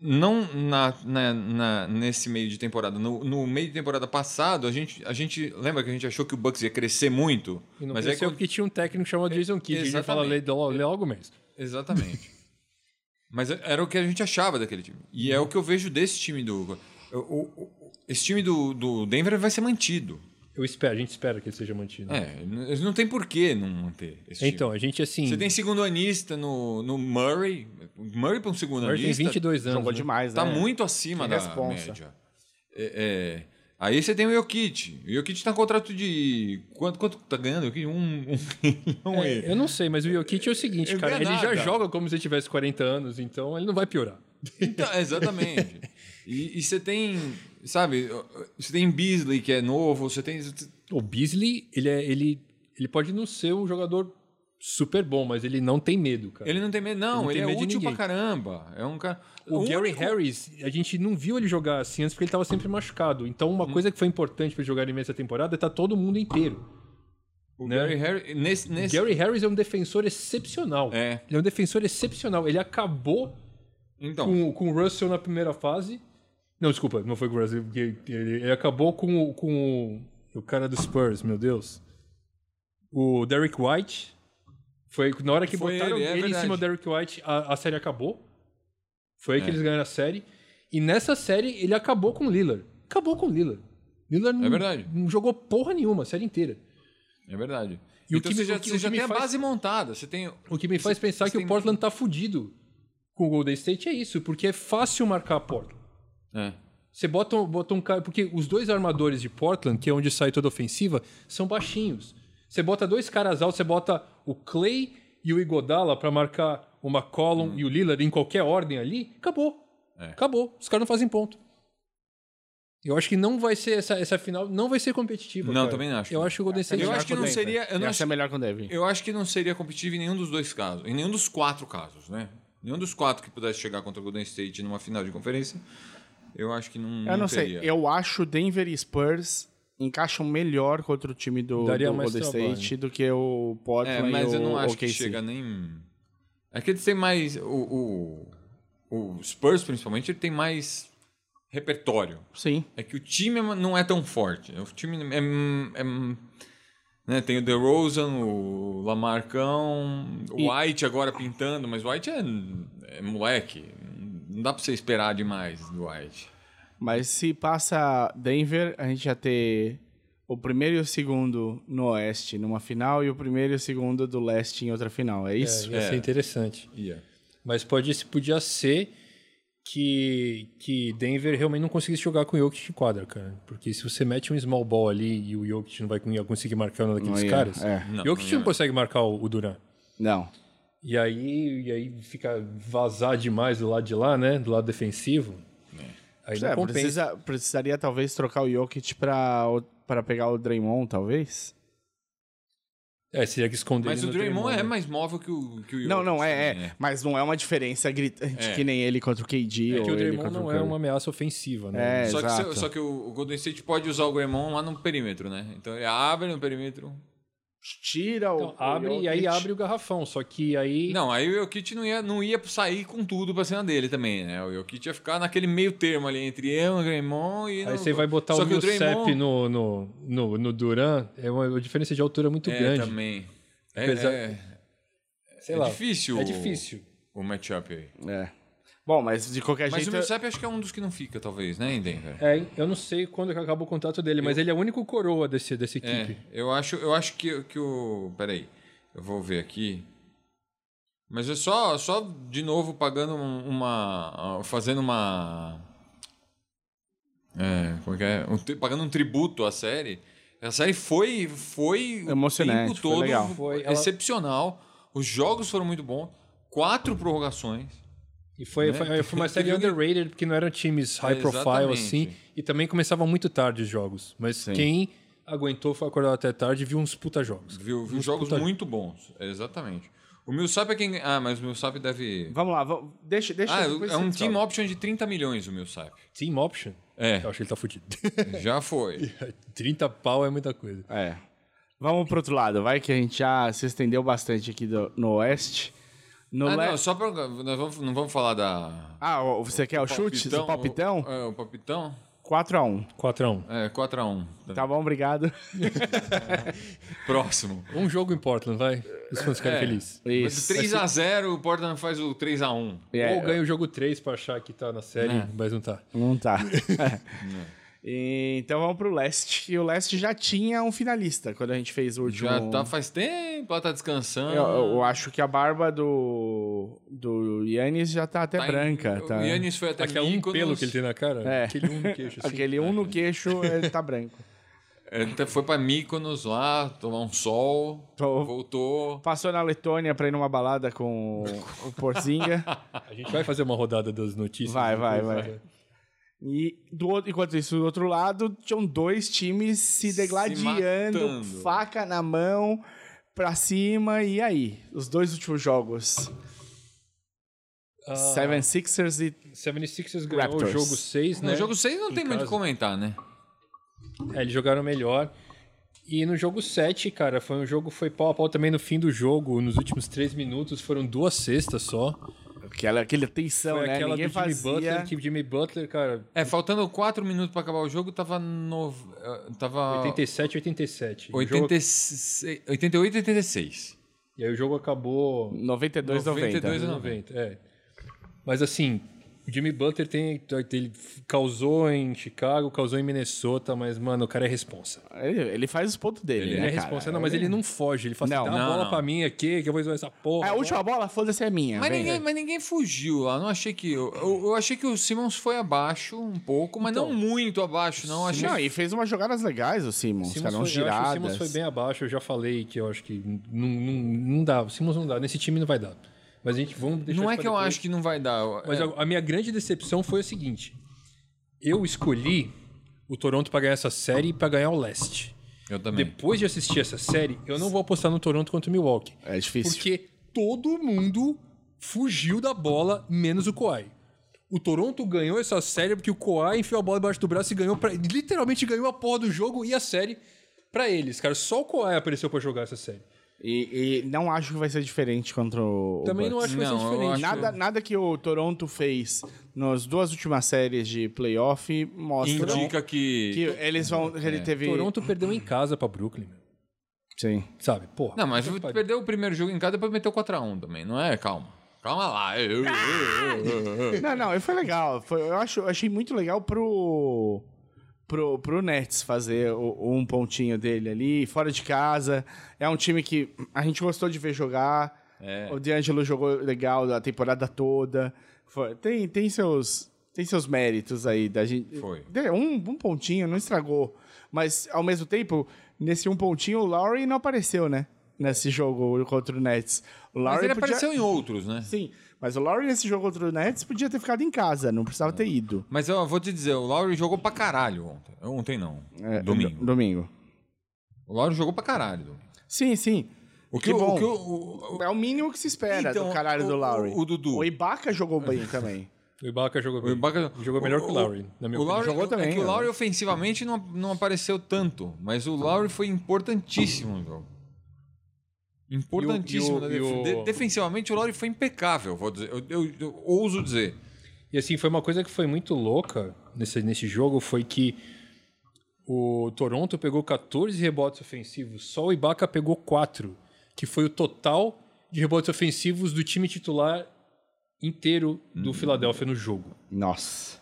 Speaker 2: não na, na- na- nesse meio de temporada, no, no meio de temporada passado, a gente, a gente lembra que a gente achou que o Bucks ia crescer muito,
Speaker 3: E não
Speaker 2: mas é
Speaker 3: cresceu
Speaker 2: que É,
Speaker 3: porque tinha um técnico chamado Jason Kidd. A gente fala
Speaker 2: exatamente.
Speaker 3: logo, logo mesmo.
Speaker 2: exatamente. mas é, era o que a gente achava daquele time. E é o que eu vejo desse time do o- o- o- esse time do, do Denver vai ser mantido.
Speaker 3: Eu espero, a gente espera que ele seja mantido.
Speaker 2: É, eles não tem por que não manter esse
Speaker 3: então,
Speaker 2: time.
Speaker 3: a gente assim.
Speaker 2: Você tem segundo anista no, no Murray, Murray para um segundo
Speaker 3: Murray tem
Speaker 2: anista.
Speaker 3: 22 anos.
Speaker 4: Jogou
Speaker 3: né?
Speaker 4: demais,
Speaker 2: Tá
Speaker 4: né?
Speaker 2: muito acima
Speaker 4: Que
Speaker 2: da
Speaker 4: responsa.
Speaker 2: média. É, é. Aí você tem o Jokic. O Jokic tá com contrato de. Quanto, quanto tá ganhando? Jokic? Um, um milhão
Speaker 3: É,
Speaker 2: e-
Speaker 3: eu não sei, mas o Jokic é o seguinte,
Speaker 2: Ele
Speaker 3: cara.
Speaker 2: ganha
Speaker 3: Ele já
Speaker 2: nada.
Speaker 3: joga como se ele tivesse 40 anos, então ele não vai piorar.
Speaker 2: Então, exatamente. E, e você tem. Sabe, você tem Beasley, que é novo, você tem.
Speaker 3: O Beasley, ele, é, ele, ele pode não ser um jogador super bom, mas ele não tem medo, cara.
Speaker 2: Ele não tem medo, não. Ele,
Speaker 3: Ele não tem
Speaker 2: é
Speaker 3: medo de
Speaker 2: útil pra
Speaker 3: ninguém.
Speaker 2: caramba. É um cara.
Speaker 3: O, Gary
Speaker 2: único-
Speaker 3: Harris, a gente não viu ele jogar assim antes porque ele estava sempre machucado. Então, uma
Speaker 2: Uhum.
Speaker 3: coisa que foi importante para jogar nessa temporada é tá todo mundo inteiro.
Speaker 2: O
Speaker 3: né?
Speaker 2: Gary Harris. Nesse, nesse-
Speaker 3: Gary Harris é um defensor excepcional.
Speaker 2: É.
Speaker 3: Ele é um defensor excepcional. Ele acabou
Speaker 2: Então,
Speaker 3: com, com o Russell na primeira fase. Não, desculpa, não foi com o Russell. porque Ele, ele acabou com, o- com o, o cara do Spurs, meu Deus. O Derek White. Foi na hora que
Speaker 2: Foi
Speaker 3: botaram
Speaker 2: ele,
Speaker 3: ele,
Speaker 2: é
Speaker 3: em
Speaker 2: verdade. É.
Speaker 3: cima do Derek White, a, a série acabou. Foi aí que eles ganharam a série. E nessa série, ele acabou com o Lillard. Acabou com o Lillard. Lillard não,
Speaker 2: É verdade.
Speaker 3: não jogou porra nenhuma a série inteira.
Speaker 2: é verdade.
Speaker 3: E o
Speaker 2: então
Speaker 3: que
Speaker 2: você
Speaker 3: me-
Speaker 2: já,
Speaker 3: o que-
Speaker 2: você
Speaker 3: o
Speaker 2: já
Speaker 3: que me
Speaker 2: tem a
Speaker 3: faz-
Speaker 2: base montada. Você tem.
Speaker 3: O que me faz pensar que
Speaker 2: tem-
Speaker 3: o Portland tá fudido com o Golden State é isso, porque é fácil marcar a Portland.
Speaker 2: É.
Speaker 3: Você bota, um- bota um cara. Porque os dois armadores de Portland, que é onde sai toda a ofensiva, são baixinhos. Você bota dois caras altos, você bota o Clay e o Igodala pra marcar o McCollum
Speaker 2: Hum.
Speaker 3: e o Lillard em qualquer ordem ali, acabou.
Speaker 2: É.
Speaker 3: Acabou. Os caras não fazem ponto. Eu acho que não vai ser essa, essa final, não vai ser competitiva.
Speaker 2: Não,
Speaker 3: cara.
Speaker 2: também não acho.
Speaker 3: Eu acho que o Golden State.
Speaker 2: Eu
Speaker 4: Melhor
Speaker 2: acho que
Speaker 4: o
Speaker 2: não
Speaker 4: Denver.
Speaker 2: seria- eu não
Speaker 4: Essa é
Speaker 2: acho-
Speaker 4: melhor com o Devin.
Speaker 2: Eu acho que não seria competitivo em nenhum dos dois casos, em nenhum dos quatro casos, né? Nenhum dos quatro que pudesse chegar contra o Golden State numa final de conferência, eu acho que não.
Speaker 4: Eu não sei.
Speaker 2: teria.
Speaker 4: Eu acho Denver e Spurs encaixam melhor contra o time do,
Speaker 3: Daria
Speaker 4: do
Speaker 3: mais
Speaker 4: Golden
Speaker 3: trabalho.
Speaker 4: State do que o Portland
Speaker 2: É, mas
Speaker 4: e
Speaker 2: eu
Speaker 4: o
Speaker 2: não acho que
Speaker 4: OKC.
Speaker 2: chega nem. É que eles têm mais. O, o, o Spurs, principalmente, ele tem mais repertório.
Speaker 4: Sim.
Speaker 2: É que o time não é tão forte. O time é. é né, tem o DeRozan, o Lamarcão, o
Speaker 4: E-
Speaker 2: White agora pintando, mas o White é, é moleque. Não dá pra você esperar demais do White.
Speaker 4: Mas se passa Denver, a gente já ter o primeiro e o segundo no Oeste numa final e o primeiro e o segundo do Leste em outra final. É isso?
Speaker 3: Ia ser interessante.
Speaker 2: Ia.
Speaker 3: Mas pode, se podia ser que, que Denver realmente não conseguisse jogar com o Jokic em quadra, cara. Porque se você mete um small ball ali e o Jokic não vai con- conseguir marcar um daqueles
Speaker 4: Não ia,
Speaker 3: caras,
Speaker 4: é.
Speaker 2: Não,
Speaker 3: o Jokic
Speaker 2: não ia.
Speaker 3: não, consegue marcar o, o Duran.
Speaker 4: Não.
Speaker 3: E aí, e aí fica vazar demais do lado de lá, né? Do lado defensivo. Aí não
Speaker 4: É,
Speaker 3: compensa.
Speaker 4: precisa- precisaria talvez trocar o Jokic pra, o- pra pegar o Draymond, talvez?
Speaker 3: É, seria que esconder
Speaker 2: Mas
Speaker 3: ele
Speaker 2: o
Speaker 3: no
Speaker 2: Draymond é
Speaker 3: né?
Speaker 2: mais móvel que o que o
Speaker 4: não, não,
Speaker 2: Jokic né?
Speaker 4: é, é,
Speaker 2: também,
Speaker 4: Mas não é uma diferença gritante
Speaker 2: É.
Speaker 4: que nem ele contra o KD
Speaker 3: É
Speaker 4: ou
Speaker 3: que o
Speaker 4: ele
Speaker 3: Draymond
Speaker 4: contra o
Speaker 3: não
Speaker 4: Curry.
Speaker 3: é uma ameaça ofensiva,
Speaker 4: É,
Speaker 3: né?
Speaker 2: Só que,
Speaker 4: exato.
Speaker 2: se- só que o o Golden State pode usar o Draymond lá no perímetro, né? Então ele abre no perímetro.
Speaker 4: Tira o.
Speaker 3: Então, abre
Speaker 4: o
Speaker 3: e aí
Speaker 4: Jokic.
Speaker 3: abre o garrafão, só que aí
Speaker 2: Não, aí o Jokic não ia, não ia sair com tudo pra cima dele também, né? O Jokic ia ficar naquele meio termo ali entre eu, o Draymond e...
Speaker 3: Aí
Speaker 2: não-
Speaker 3: você vai botar
Speaker 2: Só
Speaker 3: o
Speaker 2: que
Speaker 3: Millsap
Speaker 2: Draymond-
Speaker 3: no, no, no, no Duran, é uma diferença de altura muito
Speaker 2: é,
Speaker 3: grande.
Speaker 2: também. É,
Speaker 3: Apesar-
Speaker 2: é,
Speaker 3: Sei
Speaker 2: é
Speaker 3: lá,
Speaker 2: difícil.
Speaker 3: É difícil.
Speaker 2: o matchup aí.
Speaker 4: É. Bom, mas de qualquer
Speaker 2: Mas o
Speaker 3: tá-
Speaker 4: jeito.
Speaker 2: Millsap acho que é um dos que não fica, talvez, né, em Denver?
Speaker 3: É, eu não sei quando que acaba o contrato dele, mas ele é o único coroa desse, dessa
Speaker 2: É,
Speaker 3: equipe.
Speaker 2: eu acho, eu acho que, que o. Peraí, eu vou ver aqui. Mas é só, só de novo pagando um- uma. ah, fazendo uma. É, como é que é? Um tri- pagando um tributo à série. A série foi. foi o
Speaker 4: Emocionante,
Speaker 2: tempo
Speaker 4: foi
Speaker 2: todo
Speaker 4: legal.
Speaker 3: Foi, ela-
Speaker 2: excepcional. Os jogos foram muito bons. Quatro prorrogações.
Speaker 3: E
Speaker 2: Né?
Speaker 3: foi, foi, foi uma série
Speaker 2: Teve um-
Speaker 3: underrated, porque não eram times high
Speaker 2: É,
Speaker 3: profile
Speaker 2: exatamente.
Speaker 3: assim, e também começavam muito tarde os jogos. Mas quem aguentou foi acordar até tarde e viu uns puta jogos.
Speaker 2: Viu, viu
Speaker 3: Uns
Speaker 2: jogos
Speaker 3: puta-
Speaker 2: muito bons. É, Exatamente. O Millsap é quem. Ah, mas o Millsap deve.
Speaker 4: Vamos lá, vamos... deixa, deixa
Speaker 2: Ah,
Speaker 4: depois
Speaker 2: é
Speaker 4: você
Speaker 2: um
Speaker 4: descobre.
Speaker 2: team option de 30 milhões o Millsap.
Speaker 3: Team option?
Speaker 2: É.
Speaker 3: Eu acho que ele tá fudido.
Speaker 2: Já foi.
Speaker 3: 30 pau é muita coisa.
Speaker 4: É. Vamos pro outro lado, vai que a gente já se estendeu bastante aqui do- no Oeste. No
Speaker 2: Ah,
Speaker 4: le...
Speaker 2: não, só pra. Nós vamos, não vamos falar da.
Speaker 4: ah, o- você quer o, chute do palpitão?
Speaker 2: O, é, o palpitão?
Speaker 4: 4x1.
Speaker 3: 4x1.
Speaker 2: É, 4x1.
Speaker 4: Tá bom, obrigado.
Speaker 2: Próximo.
Speaker 3: Um jogo em Portland, vai. Os fãs ficarem
Speaker 2: É.
Speaker 3: felizes.
Speaker 2: Mas
Speaker 4: Isso.
Speaker 2: 3x0, o Portland faz o 3x1.
Speaker 4: É,
Speaker 3: Ou ganha o jogo 3 pra achar que tá na série,
Speaker 2: É.
Speaker 3: mas não tá.
Speaker 4: Não tá. E- então vamos pro leste. E o leste já tinha um finalista quando a gente fez o último.
Speaker 2: Já tá faz tempo, ela tá descansando.
Speaker 4: eu, eu acho que a barba do do Yannis já tá até
Speaker 2: Tá em-
Speaker 4: branca, tá?
Speaker 2: O Yannis foi até
Speaker 3: Aquele um
Speaker 2: Mykonos.
Speaker 3: pelo que ele tem na cara,
Speaker 4: É.
Speaker 3: aquele um no queixo. Assim.
Speaker 4: Aquele
Speaker 2: É.
Speaker 4: um no queixo ele tá branco.
Speaker 2: Ele até É, tá, foi pra Mykonos lá, tomar um sol.
Speaker 4: Tô-
Speaker 2: Voltou.
Speaker 4: Passou na Letônia pra ir numa balada com o- o Porzinga.
Speaker 3: A gente vai fazer uma rodada das notícias.
Speaker 4: Vai, vai,
Speaker 3: depois, né?
Speaker 4: vai. E do outro, enquanto isso, do outro lado, tinham dois times se degladiando,
Speaker 2: matando.
Speaker 4: faca na mão, pra cima, e aí? Os dois últimos jogos.
Speaker 3: Ah.
Speaker 4: Seven Sixers e.
Speaker 3: 76ers ganhou
Speaker 4: Raptors.
Speaker 3: o jogo 6, né?
Speaker 2: No jogo 6 não
Speaker 3: Em
Speaker 2: tem muito o
Speaker 3: casa.
Speaker 2: que comentar, né?
Speaker 3: É, eles jogaram melhor. E no jogo 7, cara, foi um jogo foi pau a pau também no fim do jogo, nos últimos 3 minutos foram duas cestas só.
Speaker 4: Aquela, aquela tensão,
Speaker 3: foi
Speaker 4: né?
Speaker 3: aquela
Speaker 4: Ninguém
Speaker 3: do Jimmy
Speaker 4: fazia.
Speaker 3: Butler, que o Jimmy Butler, cara,
Speaker 2: É, faltando 4 minutos pra acabar o jogo, tava. No... eh, tava...
Speaker 3: 87 87. O um jogo-
Speaker 2: 86, 88 e 86.
Speaker 3: E aí o jogo acabou
Speaker 4: 92
Speaker 2: 92,
Speaker 3: 90,
Speaker 4: 90.
Speaker 3: é. Mas assim, o Jimmy Butler tem, ele causou em Chicago, causou em Minnesota, mas, mano, o cara é responsa.
Speaker 4: Ele, ele faz os pontos dele,
Speaker 2: Ele
Speaker 3: Ele
Speaker 4: né,
Speaker 3: é,
Speaker 4: cara?
Speaker 3: responsa, não, mas ele não foge. Ele fala
Speaker 4: Não,
Speaker 3: assim, dá
Speaker 2: não,
Speaker 3: a bola
Speaker 2: não.
Speaker 3: pra mim aqui, que eu vou usar essa porra. né?
Speaker 4: É, a última bola, foda-se, é minha.
Speaker 2: Mas
Speaker 4: vem.
Speaker 2: ninguém, mas ninguém fugiu lá. Não achei que. Eu, eu, eu achei que o Simmons foi abaixo um pouco, mas não muito abaixo, não. Achei.
Speaker 4: Não, e fez umas jogadas legais o Simmons,
Speaker 3: Simmons
Speaker 4: cara, uns
Speaker 3: foi- eu acho que O
Speaker 4: giradas.
Speaker 3: Simmons foi bem abaixo, eu já falei que eu acho que não, não, não dá. O Simmons não dá, nesse time não vai dar. Mas a gente, vamos deixar
Speaker 2: não é
Speaker 3: isso
Speaker 2: que
Speaker 3: pra
Speaker 2: eu
Speaker 3: depois.
Speaker 2: acho que não vai dar.
Speaker 3: Mas
Speaker 2: é,
Speaker 3: a, a minha grande decepção foi o seguinte. Eu escolhi o Toronto pra ganhar essa série e pra ganhar o leste.
Speaker 2: eu também.
Speaker 3: Depois de assistir essa série, eu não vou apostar no Toronto contra o Milwaukee.
Speaker 4: É difícil.
Speaker 3: Porque todo mundo fugiu da bola, menos o Kawhi. O Toronto ganhou essa série porque o Kawhi enfiou a bola debaixo do braço e ganhou pra, literalmente ganhou a porra do jogo e a série pra eles, cara. Só o Kawhi apareceu pra jogar essa série.
Speaker 4: E, e não acho que vai ser diferente contra o. o
Speaker 3: Também
Speaker 4: Bucks.
Speaker 3: não acho que vai ser
Speaker 2: Não, eu
Speaker 3: diferente.
Speaker 2: acho-
Speaker 4: Nada, nada que o Toronto fez nas duas últimas séries de playoff mostra
Speaker 2: Indica que.
Speaker 4: né? que é- eles vão. Ele teve.
Speaker 3: Toronto perdeu em casa pra Brooklyn, meu.
Speaker 4: Sim.
Speaker 3: sabe? Porra.
Speaker 2: Não, mas perdeu o primeiro jogo em casa depois meteu 4x1 também, não é? Calma. Calma lá. Eu- eu- eu- eu- eu-
Speaker 4: Não, não, e foi legal. Foi, eu acho, eu achei muito legal pro. pro, pro Nets fazer o- um pontinho dele ali, fora de casa. É um time que a gente gostou de ver jogar. O D'Angelo jogou legal a temporada toda. Foi- tem, tem, seus, tem seus méritos aí da gente.
Speaker 2: Foi.
Speaker 4: Deu Um, um pontinho, não estragou. Mas, ao mesmo tempo, nesse um pontinho, o Lowry não apareceu, né? Nesse jogo contra o Nets. O
Speaker 2: Mas
Speaker 4: Lowry
Speaker 2: ele
Speaker 4: podia-
Speaker 2: apareceu em outros, né?
Speaker 4: Sim, mas o Lowry nesse jogo contra o Nets podia ter ficado em casa, não precisava ter ido.
Speaker 2: Mas eu vou te dizer, o Lowry jogou pra caralho ontem. Ontem não.
Speaker 4: É,
Speaker 2: domingo.
Speaker 4: do- domingo.
Speaker 2: O Lowry jogou pra caralho. domingo.
Speaker 4: Sim, sim.
Speaker 2: O que,
Speaker 4: Que
Speaker 2: o-
Speaker 4: bom.
Speaker 2: o que o- o- o-
Speaker 4: É o mínimo que se espera
Speaker 2: Então,
Speaker 4: do caralho
Speaker 2: o-
Speaker 4: do Lowry.
Speaker 2: o- o Dudu.
Speaker 4: O Ibaka jogou bem também.
Speaker 3: O Ibaka jogou
Speaker 2: o
Speaker 3: bem.
Speaker 2: Ibaka-
Speaker 3: Jogou melhor que o Lowry, na minha
Speaker 2: o
Speaker 3: opinião.
Speaker 2: Lowry,
Speaker 4: Jogou
Speaker 2: é
Speaker 4: também,
Speaker 2: que o
Speaker 4: né?
Speaker 2: Lowry ofensivamente não, não apareceu tanto, mas o Lowry foi importantíssimo no jogo. Importantíssimo.
Speaker 3: E o-
Speaker 2: na
Speaker 3: e o-
Speaker 2: defen-
Speaker 3: e o-
Speaker 2: de- defensivamente, o Lowry foi impecável, vou dizer. Eu, eu- eu ouso dizer.
Speaker 3: E assim, foi uma coisa que foi muito louca nesse, nesse jogo, foi que o Toronto pegou 14 rebotes ofensivos, só o Ibaka pegou 4, que foi o total de rebotes ofensivos do time titular inteiro do Philadelphia no jogo.
Speaker 4: Nossa.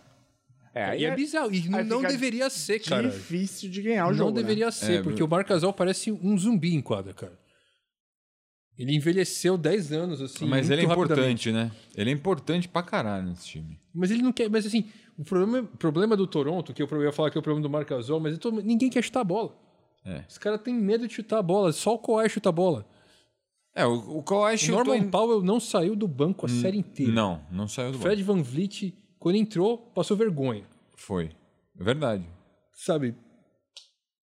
Speaker 4: Uhum. É,
Speaker 3: E
Speaker 4: aí
Speaker 3: é
Speaker 4: é
Speaker 3: bizarro, e não,
Speaker 4: aí
Speaker 3: não
Speaker 4: fica
Speaker 3: deveria ser, cara.
Speaker 4: difícil de ganhar o
Speaker 3: Não
Speaker 4: jogo. né?
Speaker 3: deveria ser, porque o Marcasol parece um zumbi em quadra, cara. Ele envelheceu 10 anos, assim,
Speaker 2: mas
Speaker 3: muito
Speaker 2: ele é
Speaker 3: rapidamente.
Speaker 2: importante, né? Ele é importante pra caralho nesse time.
Speaker 3: Mas ele não quer. Mas assim, o problema, o problema do Toronto, que eu eu ia falar que é o problema do Marc Gasol, mas eu tô- ninguém quer chutar a bola.
Speaker 2: É.
Speaker 3: Os caras têm medo de chutar a bola, só o Kawhi chuta a bola.
Speaker 2: É, o, o Kawhi
Speaker 3: O
Speaker 2: chutou
Speaker 3: Norman
Speaker 2: em-
Speaker 3: Powell não saiu do banco a série inteira.
Speaker 2: Hum, Não, não saiu do banco.
Speaker 3: Fred Van Vliet, quando entrou, passou vergonha.
Speaker 2: Foi. Verdade.
Speaker 3: Sabe?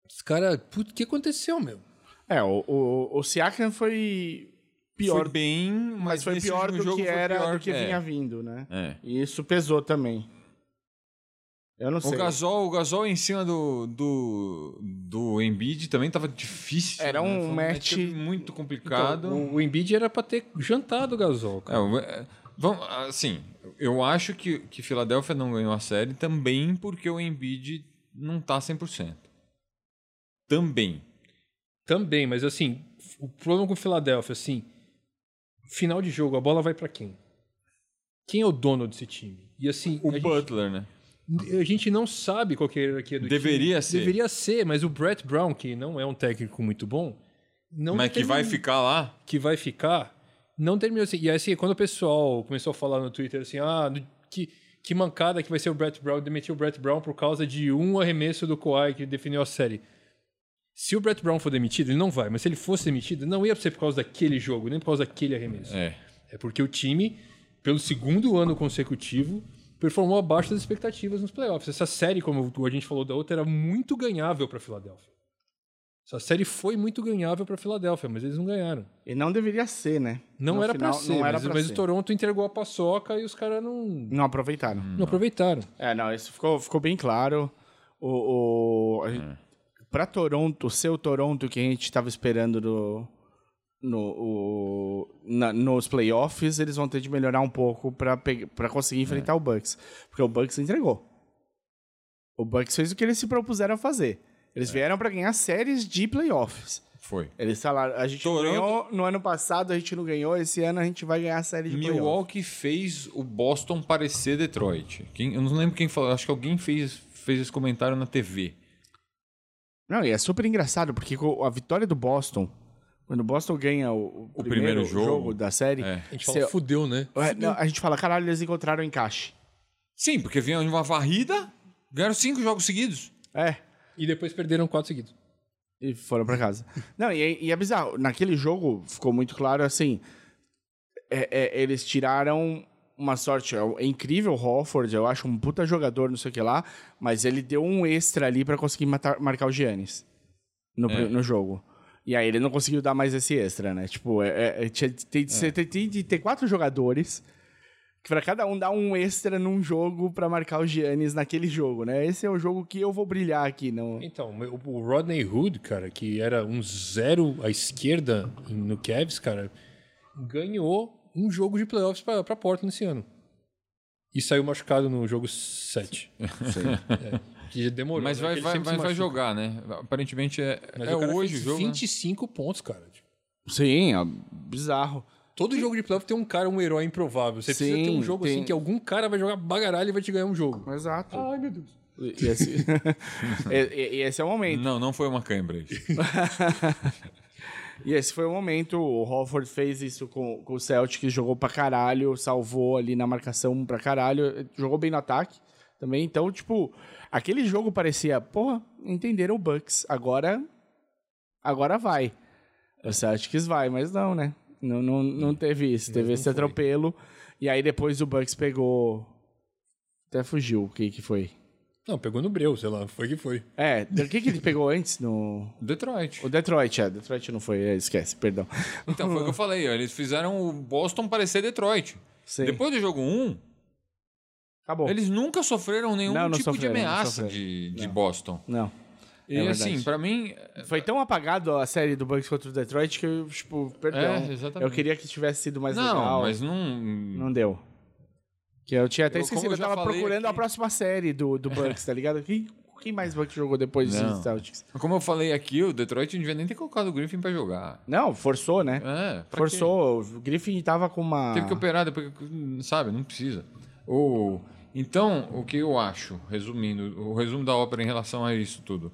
Speaker 3: Os caras. Putz, o que aconteceu, meu?
Speaker 4: É, o, o, o Siakam foi pior,
Speaker 2: Foi bem, mas,
Speaker 4: mas foi
Speaker 2: nesse
Speaker 4: pior
Speaker 2: último
Speaker 4: do
Speaker 2: jogo
Speaker 4: que
Speaker 2: foi
Speaker 4: era,
Speaker 2: pior,
Speaker 4: do que
Speaker 2: é.
Speaker 4: vinha vindo, né?
Speaker 2: É.
Speaker 4: E isso pesou também. Eu não
Speaker 2: O
Speaker 4: sei.
Speaker 2: Gasol, o Gasol em cima do, do, do Embiid também tava difícil.
Speaker 4: Era
Speaker 2: né?
Speaker 4: um
Speaker 2: Foi
Speaker 4: match- então,
Speaker 2: muito complicado.
Speaker 3: Então, O, o Embiid era pra ter jantado o Gasol,
Speaker 2: É,
Speaker 3: cara.
Speaker 4: um
Speaker 2: o- é, vamos, assim, eu acho que, que Filadélfia não ganhou a série também porque o Embiid não tá 100%. Também.
Speaker 3: Também, mas assim, o problema com o Philadelphia, assim, final de jogo, a bola vai pra quem? Quem é o dono desse time? E assim,
Speaker 2: O
Speaker 3: a, gente,
Speaker 2: Butler, né?
Speaker 3: a gente não sabe qual que é a hierarquia do
Speaker 2: Deveria
Speaker 3: time.
Speaker 2: ser.
Speaker 3: Deveria ser, mas o Brett Brown, que não é um técnico muito bom, não
Speaker 2: Mas é que vai
Speaker 3: terminou-
Speaker 2: ficar lá.
Speaker 3: que vai ficar, não terminou assim. E aí, assim, quando o pessoal começou a falar no Twitter assim, ah, no- que, que mancada que vai ser o Brett Brown, demitiu o Brett Brown por causa de um arremesso do Kawhi que definiu a série. Se o Brett Brown for demitido, ele não vai, mas se ele fosse demitido, não ia ser por causa daquele jogo, nem por causa daquele arremesso.
Speaker 2: É.
Speaker 3: É porque o time, pelo segundo ano consecutivo, performou abaixo das expectativas nos playoffs. Essa série, como a gente falou da outra, era muito ganhável para Filadélfia. Essa série foi muito ganhável para Filadélfia, mas eles não ganharam.
Speaker 4: E não deveria ser, né?
Speaker 3: Não
Speaker 4: No
Speaker 3: era pra
Speaker 4: final,
Speaker 3: ser,
Speaker 4: não era
Speaker 3: mas,
Speaker 4: pra
Speaker 3: mas
Speaker 4: ser.
Speaker 3: o Toronto entregou a paçoca e os caras não, não
Speaker 4: Não aproveitaram.
Speaker 3: aproveitaram.
Speaker 4: É, não, isso ficou, ficou bem claro. O, o, a gente-
Speaker 2: É.
Speaker 4: Pra Toronto, ser o Toronto que a gente tava esperando no, no, o- na- nos playoffs, eles vão ter de melhorar um pouco pra, pe- pra
Speaker 2: É.
Speaker 4: conseguir enfrentar o Bucks. Porque o Bucks entregou. O Bucks fez o que eles se propuseram a fazer.
Speaker 2: É.
Speaker 4: Eles vieram pra ganhar séries de playoffs.
Speaker 2: Foi.
Speaker 4: Eles falaram, a gente não
Speaker 2: Toronto-
Speaker 4: ganhou no ano passado, a gente não ganhou, esse ano a gente vai ganhar a série de playoffs.
Speaker 2: Milwaukee fez o Boston parecer Detroit. Quem, eu não lembro quem falou, acho que alguém fez, fez esse comentário na TV.
Speaker 4: Não, e é super engraçado, porque co- a vitória do Boston, quando o Boston ganha o, o primeiro, jogo, da série,
Speaker 2: É.
Speaker 3: A gente
Speaker 4: cê- É,
Speaker 3: fala, fudeu, né?
Speaker 4: Ué, não, a gente fala, caralho, eles encontraram o encaixe.
Speaker 2: Sim, porque vinha uma varrida, ganharam cinco jogos seguidos.
Speaker 4: É,
Speaker 3: E depois perderam quatro seguidos.
Speaker 4: e foram pra casa. não, e, é- e é bizarro, naquele jogo ficou muito claro, assim, é- é- eles tiraram uma sorte, é, é incrível o Hofford, eu acho um puta jogador, não sei o que lá, mas ele deu um extra ali pra conseguir matar- marcar o Giannis no, pri- no jogo. E aí ele não conseguiu dar mais esse extra, né? Tipo, é, é- é- tinha- tem, você tem- tem de ter quatro jogadores que pra cada um dar um extra num jogo pra marcar o Giannis naquele jogo, né? Esse é o jogo que eu vou brilhar aqui, não...
Speaker 3: Então, o- o Rodney Hood, cara, que era um zero à esquerda em- no Cavs, cara, ganhou um jogo de playoffs pra, pra Portland esse ano. E saiu machucado no jogo 7. É, que já demorou.
Speaker 2: Mas
Speaker 3: né?
Speaker 2: vai,
Speaker 3: Ele
Speaker 2: vai,
Speaker 3: sempre
Speaker 2: vai,
Speaker 3: se
Speaker 2: vai
Speaker 3: machuca.
Speaker 2: jogar, né? Aparentemente é,
Speaker 3: Mas
Speaker 2: é
Speaker 3: o cara
Speaker 2: hoje o
Speaker 3: fez
Speaker 2: jogo. né?
Speaker 3: 25 pontos, cara. Tipo,
Speaker 4: Sim, é bizarro.
Speaker 3: Todo jogo de playoff tem um cara, um herói improvável. Você precisa
Speaker 4: Sim,
Speaker 3: ter um jogo
Speaker 4: tem.
Speaker 3: assim que algum cara vai jogar bagaralho e vai te ganhar um jogo.
Speaker 4: Exato.
Speaker 3: Ai, meu Deus.
Speaker 4: E esse, e- e esse é o momento.
Speaker 2: Não, não foi uma câimbra isso.
Speaker 4: E esse foi o momento. O Hofford fez isso com, com o Celtic, que jogou pra caralho, salvou ali na marcação pra caralho, jogou bem no ataque também. Então, tipo, aquele jogo parecia, porra, entenderam o Bucks, agora agora vai. O Celtics vai, mas não, né? Não, não, não teve isso, teve esse atropelo. E aí depois o Bucks pegou. Até fugiu, o que que foi?
Speaker 3: Não, pegou no breu, sei lá. Foi que foi.
Speaker 4: É, o que que ele pegou antes no.
Speaker 2: Detroit.
Speaker 4: O Detroit, é, Detroit não foi, é, esquece, perdão.
Speaker 2: Então, foi o que eu falei. ó, Eles fizeram o Boston parecer Detroit.
Speaker 4: Sim.
Speaker 2: Depois do jogo 1,
Speaker 4: Acabou.
Speaker 2: eles nunca sofreram nenhum
Speaker 4: Não, não
Speaker 2: tipo de
Speaker 4: sofreram, não
Speaker 2: ameaça
Speaker 4: sofreram.
Speaker 2: de, de Boston.
Speaker 4: Não. É
Speaker 2: E
Speaker 4: verdade.
Speaker 2: assim, pra mim,
Speaker 4: Foi tão apagado a série do Bucks contra o Detroit que eu, tipo, perdão.
Speaker 2: É, exatamente.
Speaker 4: Eu queria que tivesse sido mais
Speaker 2: não,
Speaker 4: legal.
Speaker 2: mas não.
Speaker 4: Não deu. Que eu tinha até
Speaker 2: Eu-
Speaker 4: esquecido,
Speaker 2: como eu
Speaker 4: eu
Speaker 2: já
Speaker 4: tava
Speaker 2: falei
Speaker 4: procurando a
Speaker 2: aqui-
Speaker 4: próxima série do, do Bucks, tá ligado? Quem, quem mais Bucks jogou depois
Speaker 2: Não.
Speaker 4: do Celtics?
Speaker 2: Como eu falei aqui, o Detroit não devia nem ter colocado o Griffin pra jogar.
Speaker 4: Não, forçou, né?
Speaker 2: É, pra
Speaker 4: forçou. O Griffin tava com uma...
Speaker 2: quê? Teve que operar, depois, sabe? Não precisa. Ou, então, o que eu acho, resumindo, o resumo da ópera em relação a isso tudo.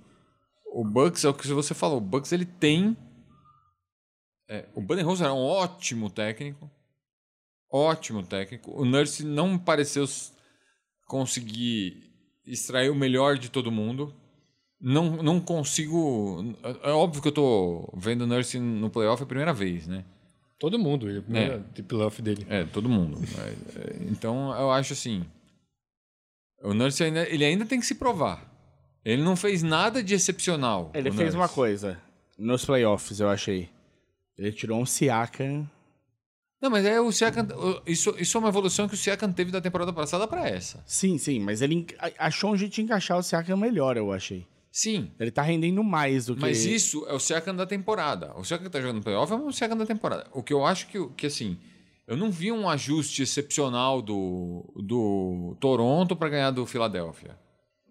Speaker 2: O Bucks é o que você falou. O Bucks ele tem. é, o Budenholzer é um ótimo técnico. Ótimo técnico. O Nurse não pareceu s- conseguir extrair o melhor de todo mundo. Não, não consigo. É é óbvio que eu tô vendo o Nurse no playoff a primeira vez, né?
Speaker 3: Todo mundo. Ele, é. De playoff dele.
Speaker 2: É, todo mundo. É, é, Então, eu acho assim... O Nurse ainda, ele ainda tem que se provar. Ele não fez nada de excepcional.
Speaker 4: Ele
Speaker 2: o
Speaker 4: fez
Speaker 2: Nurse.
Speaker 4: uma coisa nos playoffs, eu achei. Ele tirou um Siakam.
Speaker 2: Não, mas é o Siakam... o- Isso, isso é uma evolução que o Siakam teve da temporada passada pra essa.
Speaker 4: Sim, sim, mas ele en- a- achou um jeito de encaixar o Siakam melhor, eu achei.
Speaker 2: Sim,
Speaker 4: Ele tá rendendo mais do que...
Speaker 2: mas isso é o Siakam da temporada. O Siakam que tá jogando no playoff é o Siakam da temporada. O que eu acho que, que assim... Eu não vi um ajuste excepcional do, do Toronto pra ganhar do Philadelphia.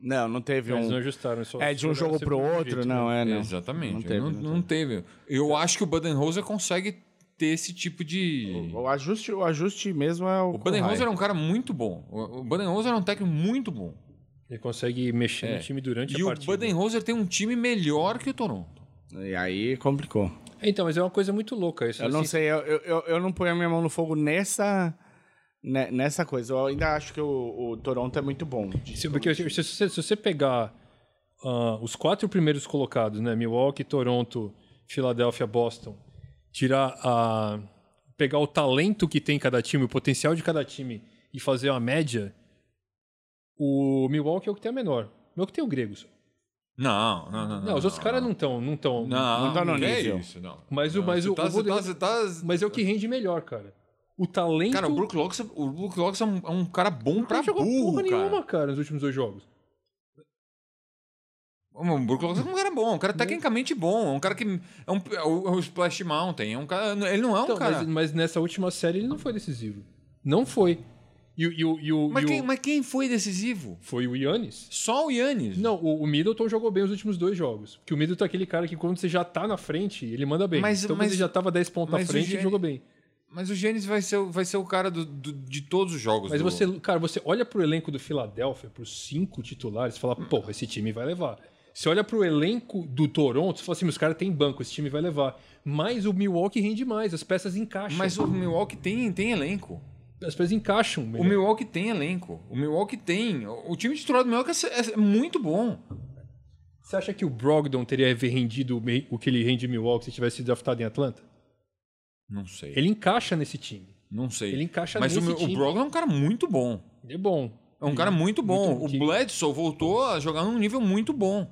Speaker 4: Não, não teve
Speaker 3: Eles
Speaker 4: um...
Speaker 3: não ajustaram. Só
Speaker 4: É, de um jogo pro outro,
Speaker 2: né?
Speaker 4: não, é, não.
Speaker 3: né?
Speaker 2: Exatamente.
Speaker 4: Não teve,
Speaker 2: não,
Speaker 4: não
Speaker 2: não teve. Eu acho que o Budenholzer consegue ter esse tipo de.
Speaker 4: O ajuste, o ajuste mesmo é o.
Speaker 2: O Budenholzer é um cara muito bom. O o Budenholzer é um técnico muito bom.
Speaker 3: Ele consegue mexer
Speaker 2: É.
Speaker 3: no time durante
Speaker 2: E
Speaker 3: a
Speaker 2: o
Speaker 3: partida.
Speaker 2: Budenholzer tem um time melhor que o Toronto.
Speaker 4: E aí complicou.
Speaker 3: É, Então, mas é uma coisa muito louca isso.
Speaker 4: Eu não
Speaker 3: assim,
Speaker 4: sei, eu, eu, eu- eu não ponho a minha mão no fogo nessa, ne- nessa coisa. Eu ainda acho que o, o Toronto é muito bom.
Speaker 3: se- Porque se, se- se- se você pegar ah, os quatro primeiros colocados, né? Milwaukee, Toronto, Filadélfia, Boston, tirar a. pegar o talento que tem cada time, o potencial de cada time e fazer uma média, o Milwaukee é o que tem a menor. O Milwaukee tem o grego só.
Speaker 2: Não, não, não.
Speaker 3: Não, os outros caras não estão. Não tão,
Speaker 2: Não,
Speaker 4: não tá no
Speaker 2: não é
Speaker 4: nível.
Speaker 2: isso, não.
Speaker 3: Mas o-
Speaker 2: Não,
Speaker 3: mas
Speaker 2: você
Speaker 3: o-
Speaker 2: tá-
Speaker 3: o
Speaker 2: você tá-
Speaker 3: Budenholzer-
Speaker 2: você tá-
Speaker 3: Mas é o que rende melhor, cara. O talento.
Speaker 2: Cara, o Brook Lopes, o Brook Lopes é, um, é um cara bom pra
Speaker 3: não jogou
Speaker 2: burro,
Speaker 3: porra
Speaker 2: cara.
Speaker 3: nenhuma, cara, nos últimos dois jogos.
Speaker 2: O Brook Lopes é um cara bom, um
Speaker 3: Hum.
Speaker 2: cara tecnicamente bom, é um cara que é um é o, é o Splash Mountain, é um cara, ele não é um
Speaker 3: Então,
Speaker 2: cara.
Speaker 3: mas, mas nessa última série ele não foi decisivo. Não foi. E, o- e o- e o-
Speaker 2: Mas
Speaker 3: e o-
Speaker 2: quem, mas quem foi decisivo?
Speaker 3: Foi o Yannis?
Speaker 2: Só o Yannis?
Speaker 3: Não, o, o Middleton jogou bem os últimos dois jogos. Porque o Middleton é aquele cara que quando você já tá na frente, ele manda bem.
Speaker 2: Mas-
Speaker 3: então
Speaker 2: mas-
Speaker 3: quando ele já tava 10 pontos na
Speaker 2: mas o
Speaker 3: frente, ele
Speaker 2: Giannis-
Speaker 3: jogou bem.
Speaker 2: Mas o Giannis vai ser, o- vai ser o cara do- do- de todos os jogos.
Speaker 3: Mas
Speaker 2: do-
Speaker 3: você, cara, você olha pro elenco do Filadélfia, pros cinco titulares, e fala, porra, esse time vai levar. Você olha pro elenco do Toronto, você fala assim, os caras têm banco, esse time vai levar. Mas o Milwaukee rende mais, as peças encaixam.
Speaker 2: Mas o Milwaukee tem, tem elenco.
Speaker 3: As peças encaixam.
Speaker 2: O Milwaukee tem elenco. O Milwaukee tem. O time titular do Milwaukee é, é muito bom.
Speaker 3: Você acha que o Brogdon teria rendido o mei- o que ele rende em Milwaukee se tivesse sido draftado em Atlanta?
Speaker 2: Não sei.
Speaker 3: Ele encaixa nesse time.
Speaker 2: não sei.
Speaker 3: ele encaixa
Speaker 2: Mas o,
Speaker 3: nesse
Speaker 2: meu- o
Speaker 3: time.
Speaker 2: Brogdon é um cara muito bom.
Speaker 3: Ele é bom.
Speaker 2: É um cara muito bom.
Speaker 3: Muito-
Speaker 2: o Bledsoe voltou a jogar num nível muito bom.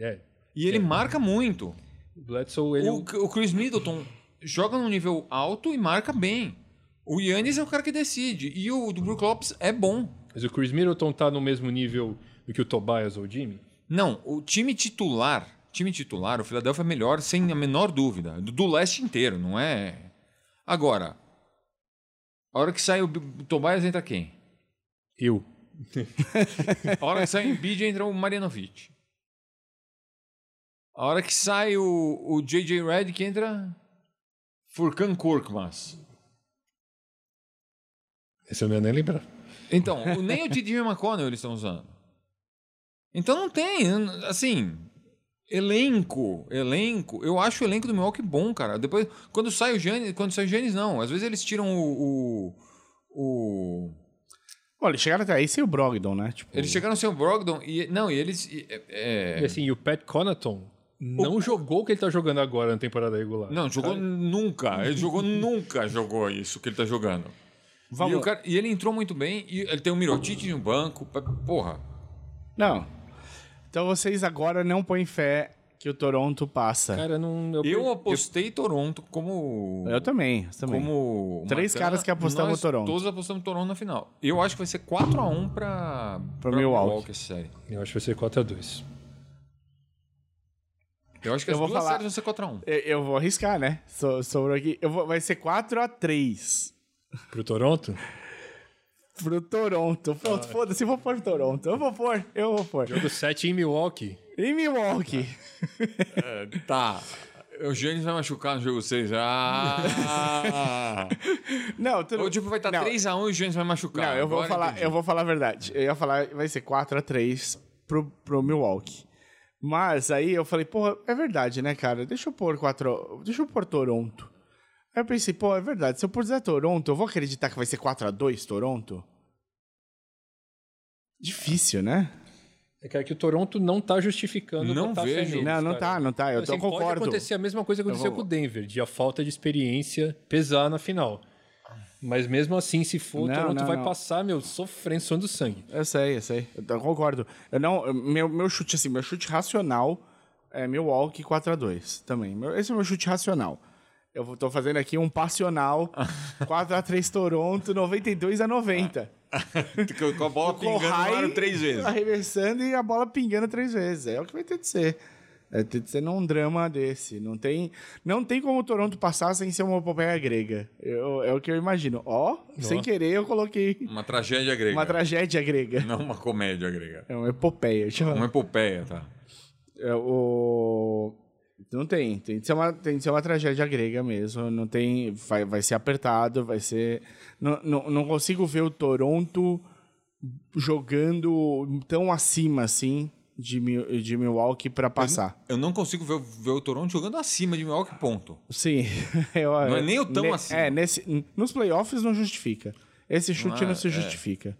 Speaker 3: É.
Speaker 2: E ele marca muito.
Speaker 3: O Bledsoe, ele é
Speaker 2: O,
Speaker 3: um-
Speaker 2: o Chris Middleton joga num nível alto e marca bem. O Yannis é o cara que decide. E o do Brook Lopes é bom.
Speaker 3: Mas o Chris Middleton tá no mesmo nível do que o Tobias ou o Jimmy?
Speaker 2: Não, o time titular, time titular, o Philadelphia é melhor, sem a menor dúvida. Do, do leste inteiro, não é? Agora, a hora que sai o B- Tobias, entra quem?
Speaker 3: Eu.
Speaker 2: A hora que sai o Embiid, entra o Marianovic. A hora que sai o, o J.J. Redick, entra Furkan Korkmaz.
Speaker 3: Esse eu não ia nem lembrar.
Speaker 2: Então, o- nem o Didi McConnell eles estão usando. Então não tem, n- assim, elenco, elenco. Eu acho o elenco do Milwaukee bom, cara. Depois, quando sai o Giannis, quando sai o Giannis, não. Às vezes eles tiram o... o, o-
Speaker 4: Olha, eles chegaram até aí sem o Brogdon, né? Tipo,
Speaker 2: eles chegaram sem o Brogdon e... Não, e eles... e- é-
Speaker 3: E assim, e o Pat Connaughton não jogou o que ele tá jogando agora na temporada regular.
Speaker 2: Não, jogou nunca. Ele jogou nunca jogou isso que ele tá jogando. E, o cara- e ele entrou muito bem. E ele tem o Mirotic no banco. pa- Porra.
Speaker 4: Não. Então vocês agora não põem fé que o Toronto passa.
Speaker 3: Cara, não.
Speaker 2: Eu É, apostei Toronto como.
Speaker 4: eu também, eu também.
Speaker 2: Como.
Speaker 4: Três
Speaker 2: Marcana,
Speaker 4: caras que apostavam
Speaker 2: nós
Speaker 4: Toronto.
Speaker 2: Todos apostamos Toronto na final. Eu acho que vai ser 4x1 pra.
Speaker 4: Pra Milwaukee.
Speaker 2: essa série.
Speaker 3: Eu acho que vai ser 4x2.
Speaker 2: Eu acho que
Speaker 4: Eu
Speaker 2: as
Speaker 4: vou
Speaker 2: duas
Speaker 4: falar-
Speaker 2: séries vão ser 4x1.
Speaker 4: Eu, eu vou arriscar, né? So, sobrou aqui. Eu vou- vai ser 4x3
Speaker 3: Pro Toronto?
Speaker 4: pro Toronto. Pronto, foda-se, eu vou pôr Toronto. Eu vou pôr, eu vou pôr.
Speaker 3: Jogo 7 em Milwaukee.
Speaker 4: Em Milwaukee. É,
Speaker 2: Tá. O Giannis vai machucar no jogo 6. Ah!
Speaker 4: Não, tudo
Speaker 2: Ou tipo, vai estar
Speaker 4: não,
Speaker 2: 3x1 e o Giannis vai machucar.
Speaker 4: Não, eu vou,
Speaker 2: Agora
Speaker 4: falar,
Speaker 2: entendi.
Speaker 4: eu vou falar a verdade. Eu ia falar, vai ser 4x3 pro, pro Milwaukee. Mas aí eu falei, porra, é verdade, né, cara? Deixa eu pôr 4. Deixa eu pôr Toronto. Aí eu pensei, pô, é verdade. Se eu puser Toronto, eu vou acreditar que vai ser 4x2 Toronto? Difícil, né?
Speaker 3: É cara que o Toronto não tá justificando.
Speaker 2: Não
Speaker 3: botar fé
Speaker 2: vejo.
Speaker 3: neles,
Speaker 4: Não, não
Speaker 3: cara.
Speaker 4: tá, não tá. Eu,
Speaker 3: Então,
Speaker 4: eu
Speaker 3: assim, Pode
Speaker 4: concordo.
Speaker 3: acontecer a mesma coisa que aconteceu
Speaker 4: vou-
Speaker 3: com o Denver, de a falta de experiência pesar na final. Mas mesmo assim, se for, o
Speaker 4: Não,
Speaker 3: Toronto
Speaker 4: não,
Speaker 3: vai
Speaker 4: não.
Speaker 3: passar, meu, sofrendo, suando sangue.
Speaker 4: Eu sei, eu sei. Eu, eu concordo. Eu não, eu- meu, meu chute, assim, meu chute racional é Milwaukee 4x2 também. Meu- esse é o meu chute racional. Eu vou- tô fazendo aqui um passional 4x3 Toronto, 92 a 90.
Speaker 2: Com- Com a
Speaker 4: Ah,
Speaker 2: bola pingando no
Speaker 4: Kohai
Speaker 2: aro três vezes.
Speaker 4: Arremessando e a bola pingando três vezes. É o que vai ter de ser. Vai ter de ser num drama desse. Não tem, não tem como o Toronto passar sem ser uma epopeia grega. Eu- é o que eu imagino. Ó, sem querer eu coloquei
Speaker 2: Uma tragédia grega.
Speaker 4: É uma tragédia grega.
Speaker 2: Não uma comédia grega.
Speaker 4: É uma epopeia. Deixa eu falar.
Speaker 2: Uma epopeia, tá?
Speaker 4: É, o... Não tem. Tem que, ser uma, tem que ser uma tragédia grega mesmo. Não tem. Vai, vai ser apertado, vai ser. Não, não, não consigo ver o Toronto jogando tão acima assim de, Mi- de Milwaukee pra passar.
Speaker 2: Eu não consigo ver, ver o Toronto jogando acima de Milwaukee, ponto.
Speaker 4: Sim. Eu-
Speaker 2: Não é nem o tão
Speaker 4: ne-
Speaker 2: acima.
Speaker 4: É, nesse, nos playoffs não justifica. Esse chute
Speaker 2: é-
Speaker 4: não, se
Speaker 2: é.
Speaker 4: justifica.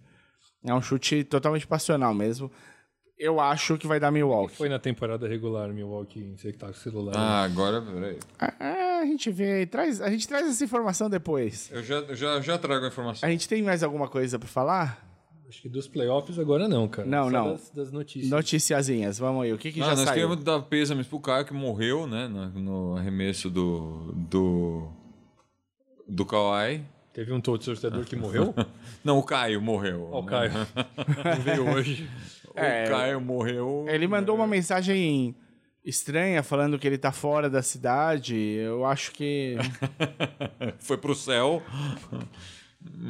Speaker 4: É um chute totalmente passional mesmo. Eu acho que vai dar Milwaukee.
Speaker 3: Foi na temporada regular, Milwaukee, não sei que tá com o celular.
Speaker 2: Ah, agora, peraí.
Speaker 4: Ah, a gente vê, traz, a gente traz essa informação depois.
Speaker 2: Eu já, eu já, já trago a informação.
Speaker 4: A gente tem mais alguma coisa pra falar?
Speaker 3: Acho que dos playoffs agora não, cara.
Speaker 4: Não,
Speaker 3: Só
Speaker 4: não.
Speaker 3: Das, das notícias.
Speaker 4: Noticiazinhas, vamos aí. O que, que
Speaker 2: Ah,
Speaker 4: já
Speaker 2: nós
Speaker 4: saiu?
Speaker 2: queremos dar pêsames pro Caio que morreu, né? No, no arremesso do. do. do Kawhi.
Speaker 3: Teve um todo sorteador que morreu?
Speaker 2: Não, o Caio morreu.
Speaker 3: Ó, o
Speaker 2: né?
Speaker 3: Caio. não veio hoje.
Speaker 2: O Caio morreu.
Speaker 4: Ele mandou uma mensagem estranha falando que ele tá fora da cidade. Eu acho que.
Speaker 2: Foi pro céu.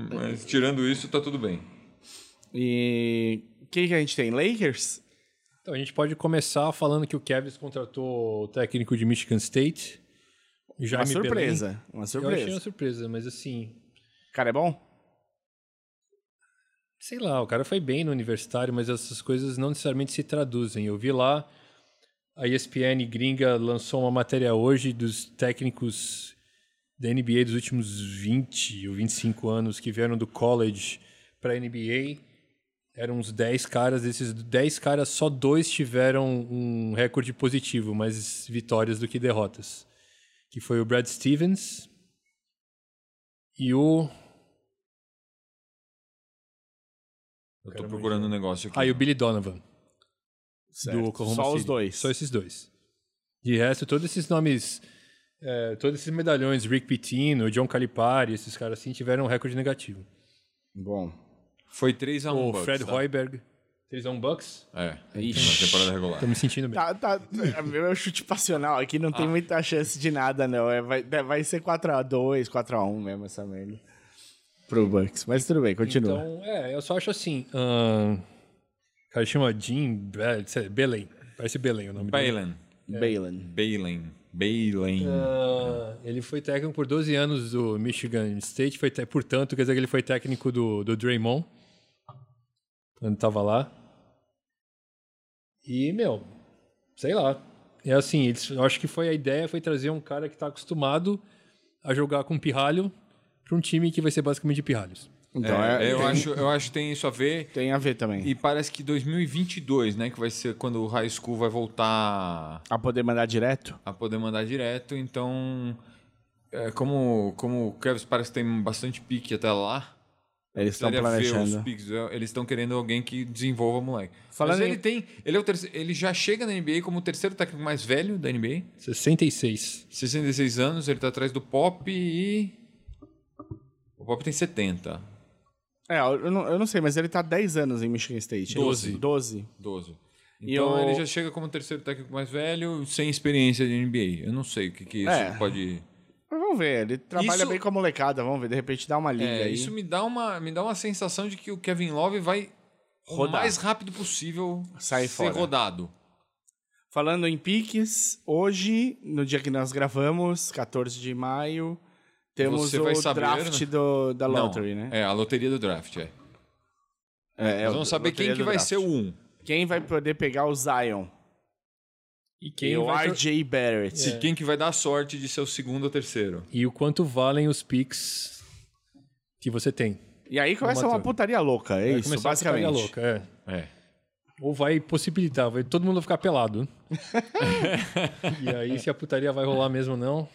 Speaker 2: Mas tirando isso, tá tudo bem.
Speaker 4: E. O que, que a gente tem? Lakers?
Speaker 3: Então, a gente pode começar falando que o Cavs contratou o técnico de Michigan State.
Speaker 4: Uma
Speaker 3: Jaime
Speaker 4: surpresa.
Speaker 3: Belém. Eu
Speaker 4: Uma
Speaker 3: achei um
Speaker 4: surpresa.
Speaker 3: uma surpresa, mas assim,
Speaker 4: Cara, é bom?
Speaker 3: sei lá, o cara foi bem no universitário, mas essas coisas não necessariamente se traduzem. Eu vi lá, a ESPN gringa lançou uma matéria hoje dos técnicos da NBA dos últimos 20 ou 25 anos que vieram do college para a NBA. Eram uns 10 caras, desses 10 caras, só dois tiveram um recorde positivo, mais vitórias do que derrotas. Que foi o Brad Stevens e o.
Speaker 2: Eu tô procurando um negócio aqui.
Speaker 3: Ah, e o Billy Donovan.
Speaker 4: Certo.
Speaker 3: do Oklahoma
Speaker 4: Só os
Speaker 3: City.
Speaker 4: dois.
Speaker 3: Só esses dois. De resto, todos esses nomes, é, todos esses medalhões, Rick Pitino, John Calipari, esses caras assim, tiveram um recorde negativo.
Speaker 4: Bom.
Speaker 2: Foi 3x1.
Speaker 3: o Fred
Speaker 4: tá.
Speaker 3: Hoiberg, 3x1 Bucks,
Speaker 2: tá? É. Na temporada regular.
Speaker 3: tô me sentindo bem.
Speaker 4: Tá, tá. Meu chute passional aqui não tem
Speaker 2: Ah.
Speaker 4: muita chance de nada, não. É, vai, vai ser 4x2, 4x1 mesmo essa merda. Pro Bucks. Mas tudo bem, continua.
Speaker 3: Então, é, eu só acho assim, ahn, o cara chama Jim Be- sei lá, Belém, parece Belém o nome dele.
Speaker 2: Balen.
Speaker 4: Balen.
Speaker 2: Balen. Balen.
Speaker 3: Ah, ele foi técnico por 12 anos do Michigan State, foi te- portanto, quer dizer que ele foi técnico do, do Draymond, quando estava lá. E, meu, sei lá. É assim, eles, eu acho que foi a ideia foi trazer um cara que tá acostumado a jogar com pirralho pra um time que vai ser basicamente de pirralhos.
Speaker 4: Então,
Speaker 2: É,
Speaker 4: é,
Speaker 2: eu,
Speaker 4: tem,
Speaker 2: acho, eu acho que tem isso a ver.
Speaker 4: tem a ver também.
Speaker 2: E parece que 2022, né? Que vai ser quando o High School vai voltar
Speaker 4: A poder mandar direto?
Speaker 2: a poder mandar direto. Então, é, como, como o Kevs parece que tem bastante pique até lá,
Speaker 4: Eles estão
Speaker 2: precisaria ver os
Speaker 4: planejando.
Speaker 2: piques. É, Eles estão querendo alguém que desenvolva moleque.
Speaker 4: Falando
Speaker 2: Mas ele
Speaker 4: em-
Speaker 2: tem. Ele, é o terceiro, ele já chega na NBA como o terceiro técnico mais velho da NBA.
Speaker 3: 66.
Speaker 2: 66 anos, ele tá atrás do Pop e. O Pop tem 70.
Speaker 4: É, eu não, eu não sei, mas ele tá 10 anos em Michigan State.
Speaker 2: Doze.
Speaker 4: 12.
Speaker 2: 12.
Speaker 4: E
Speaker 2: Então
Speaker 4: eu-
Speaker 2: ele já chega como o terceiro técnico mais velho, sem experiência de NBA. Eu não sei o que, que isso
Speaker 4: É.
Speaker 2: pode.
Speaker 4: Mas vamos ver, ele trabalha
Speaker 2: Isso-
Speaker 4: bem com a molecada, vamos ver, de repente dá uma liga
Speaker 2: É,
Speaker 4: aí.
Speaker 2: isso me dá, uma, me dá uma sensação de que o Kevin Love vai o
Speaker 4: Rodar.
Speaker 2: mais rápido possível
Speaker 4: Sair
Speaker 2: ser
Speaker 4: fora.
Speaker 2: rodado.
Speaker 4: Falando em piques, hoje, no dia que nós gravamos, 14 de maio, temos
Speaker 2: Você
Speaker 4: o
Speaker 2: vai saber,
Speaker 4: draft
Speaker 2: né?
Speaker 4: do, da Lottery,
Speaker 2: não,
Speaker 4: né?
Speaker 2: É, a loteria do draft, é.
Speaker 4: É, é,
Speaker 2: Nós vamos
Speaker 4: o-
Speaker 2: saber quem
Speaker 4: loteria
Speaker 2: que
Speaker 4: do
Speaker 2: vai
Speaker 4: draft.
Speaker 2: ser o 1.
Speaker 4: Quem vai poder pegar o Zion?
Speaker 3: E quem
Speaker 4: Quem o
Speaker 3: vai tra-
Speaker 4: RJ Barrett.
Speaker 2: Quem que vai dar a sorte de ser o segundo ou terceiro.
Speaker 3: E o quanto valem os picks que você tem.
Speaker 4: E aí começa
Speaker 3: Uma
Speaker 4: uma
Speaker 3: turma.
Speaker 4: putaria louca, é
Speaker 3: Vai
Speaker 4: isso,
Speaker 3: começar a ficar meio
Speaker 4: basicamente.
Speaker 3: louca, é.
Speaker 2: É.
Speaker 3: Ou vai possibilitar, vai todo mundo vai ficar pelado. e aí, se a putaria vai rolar mesmo ou não,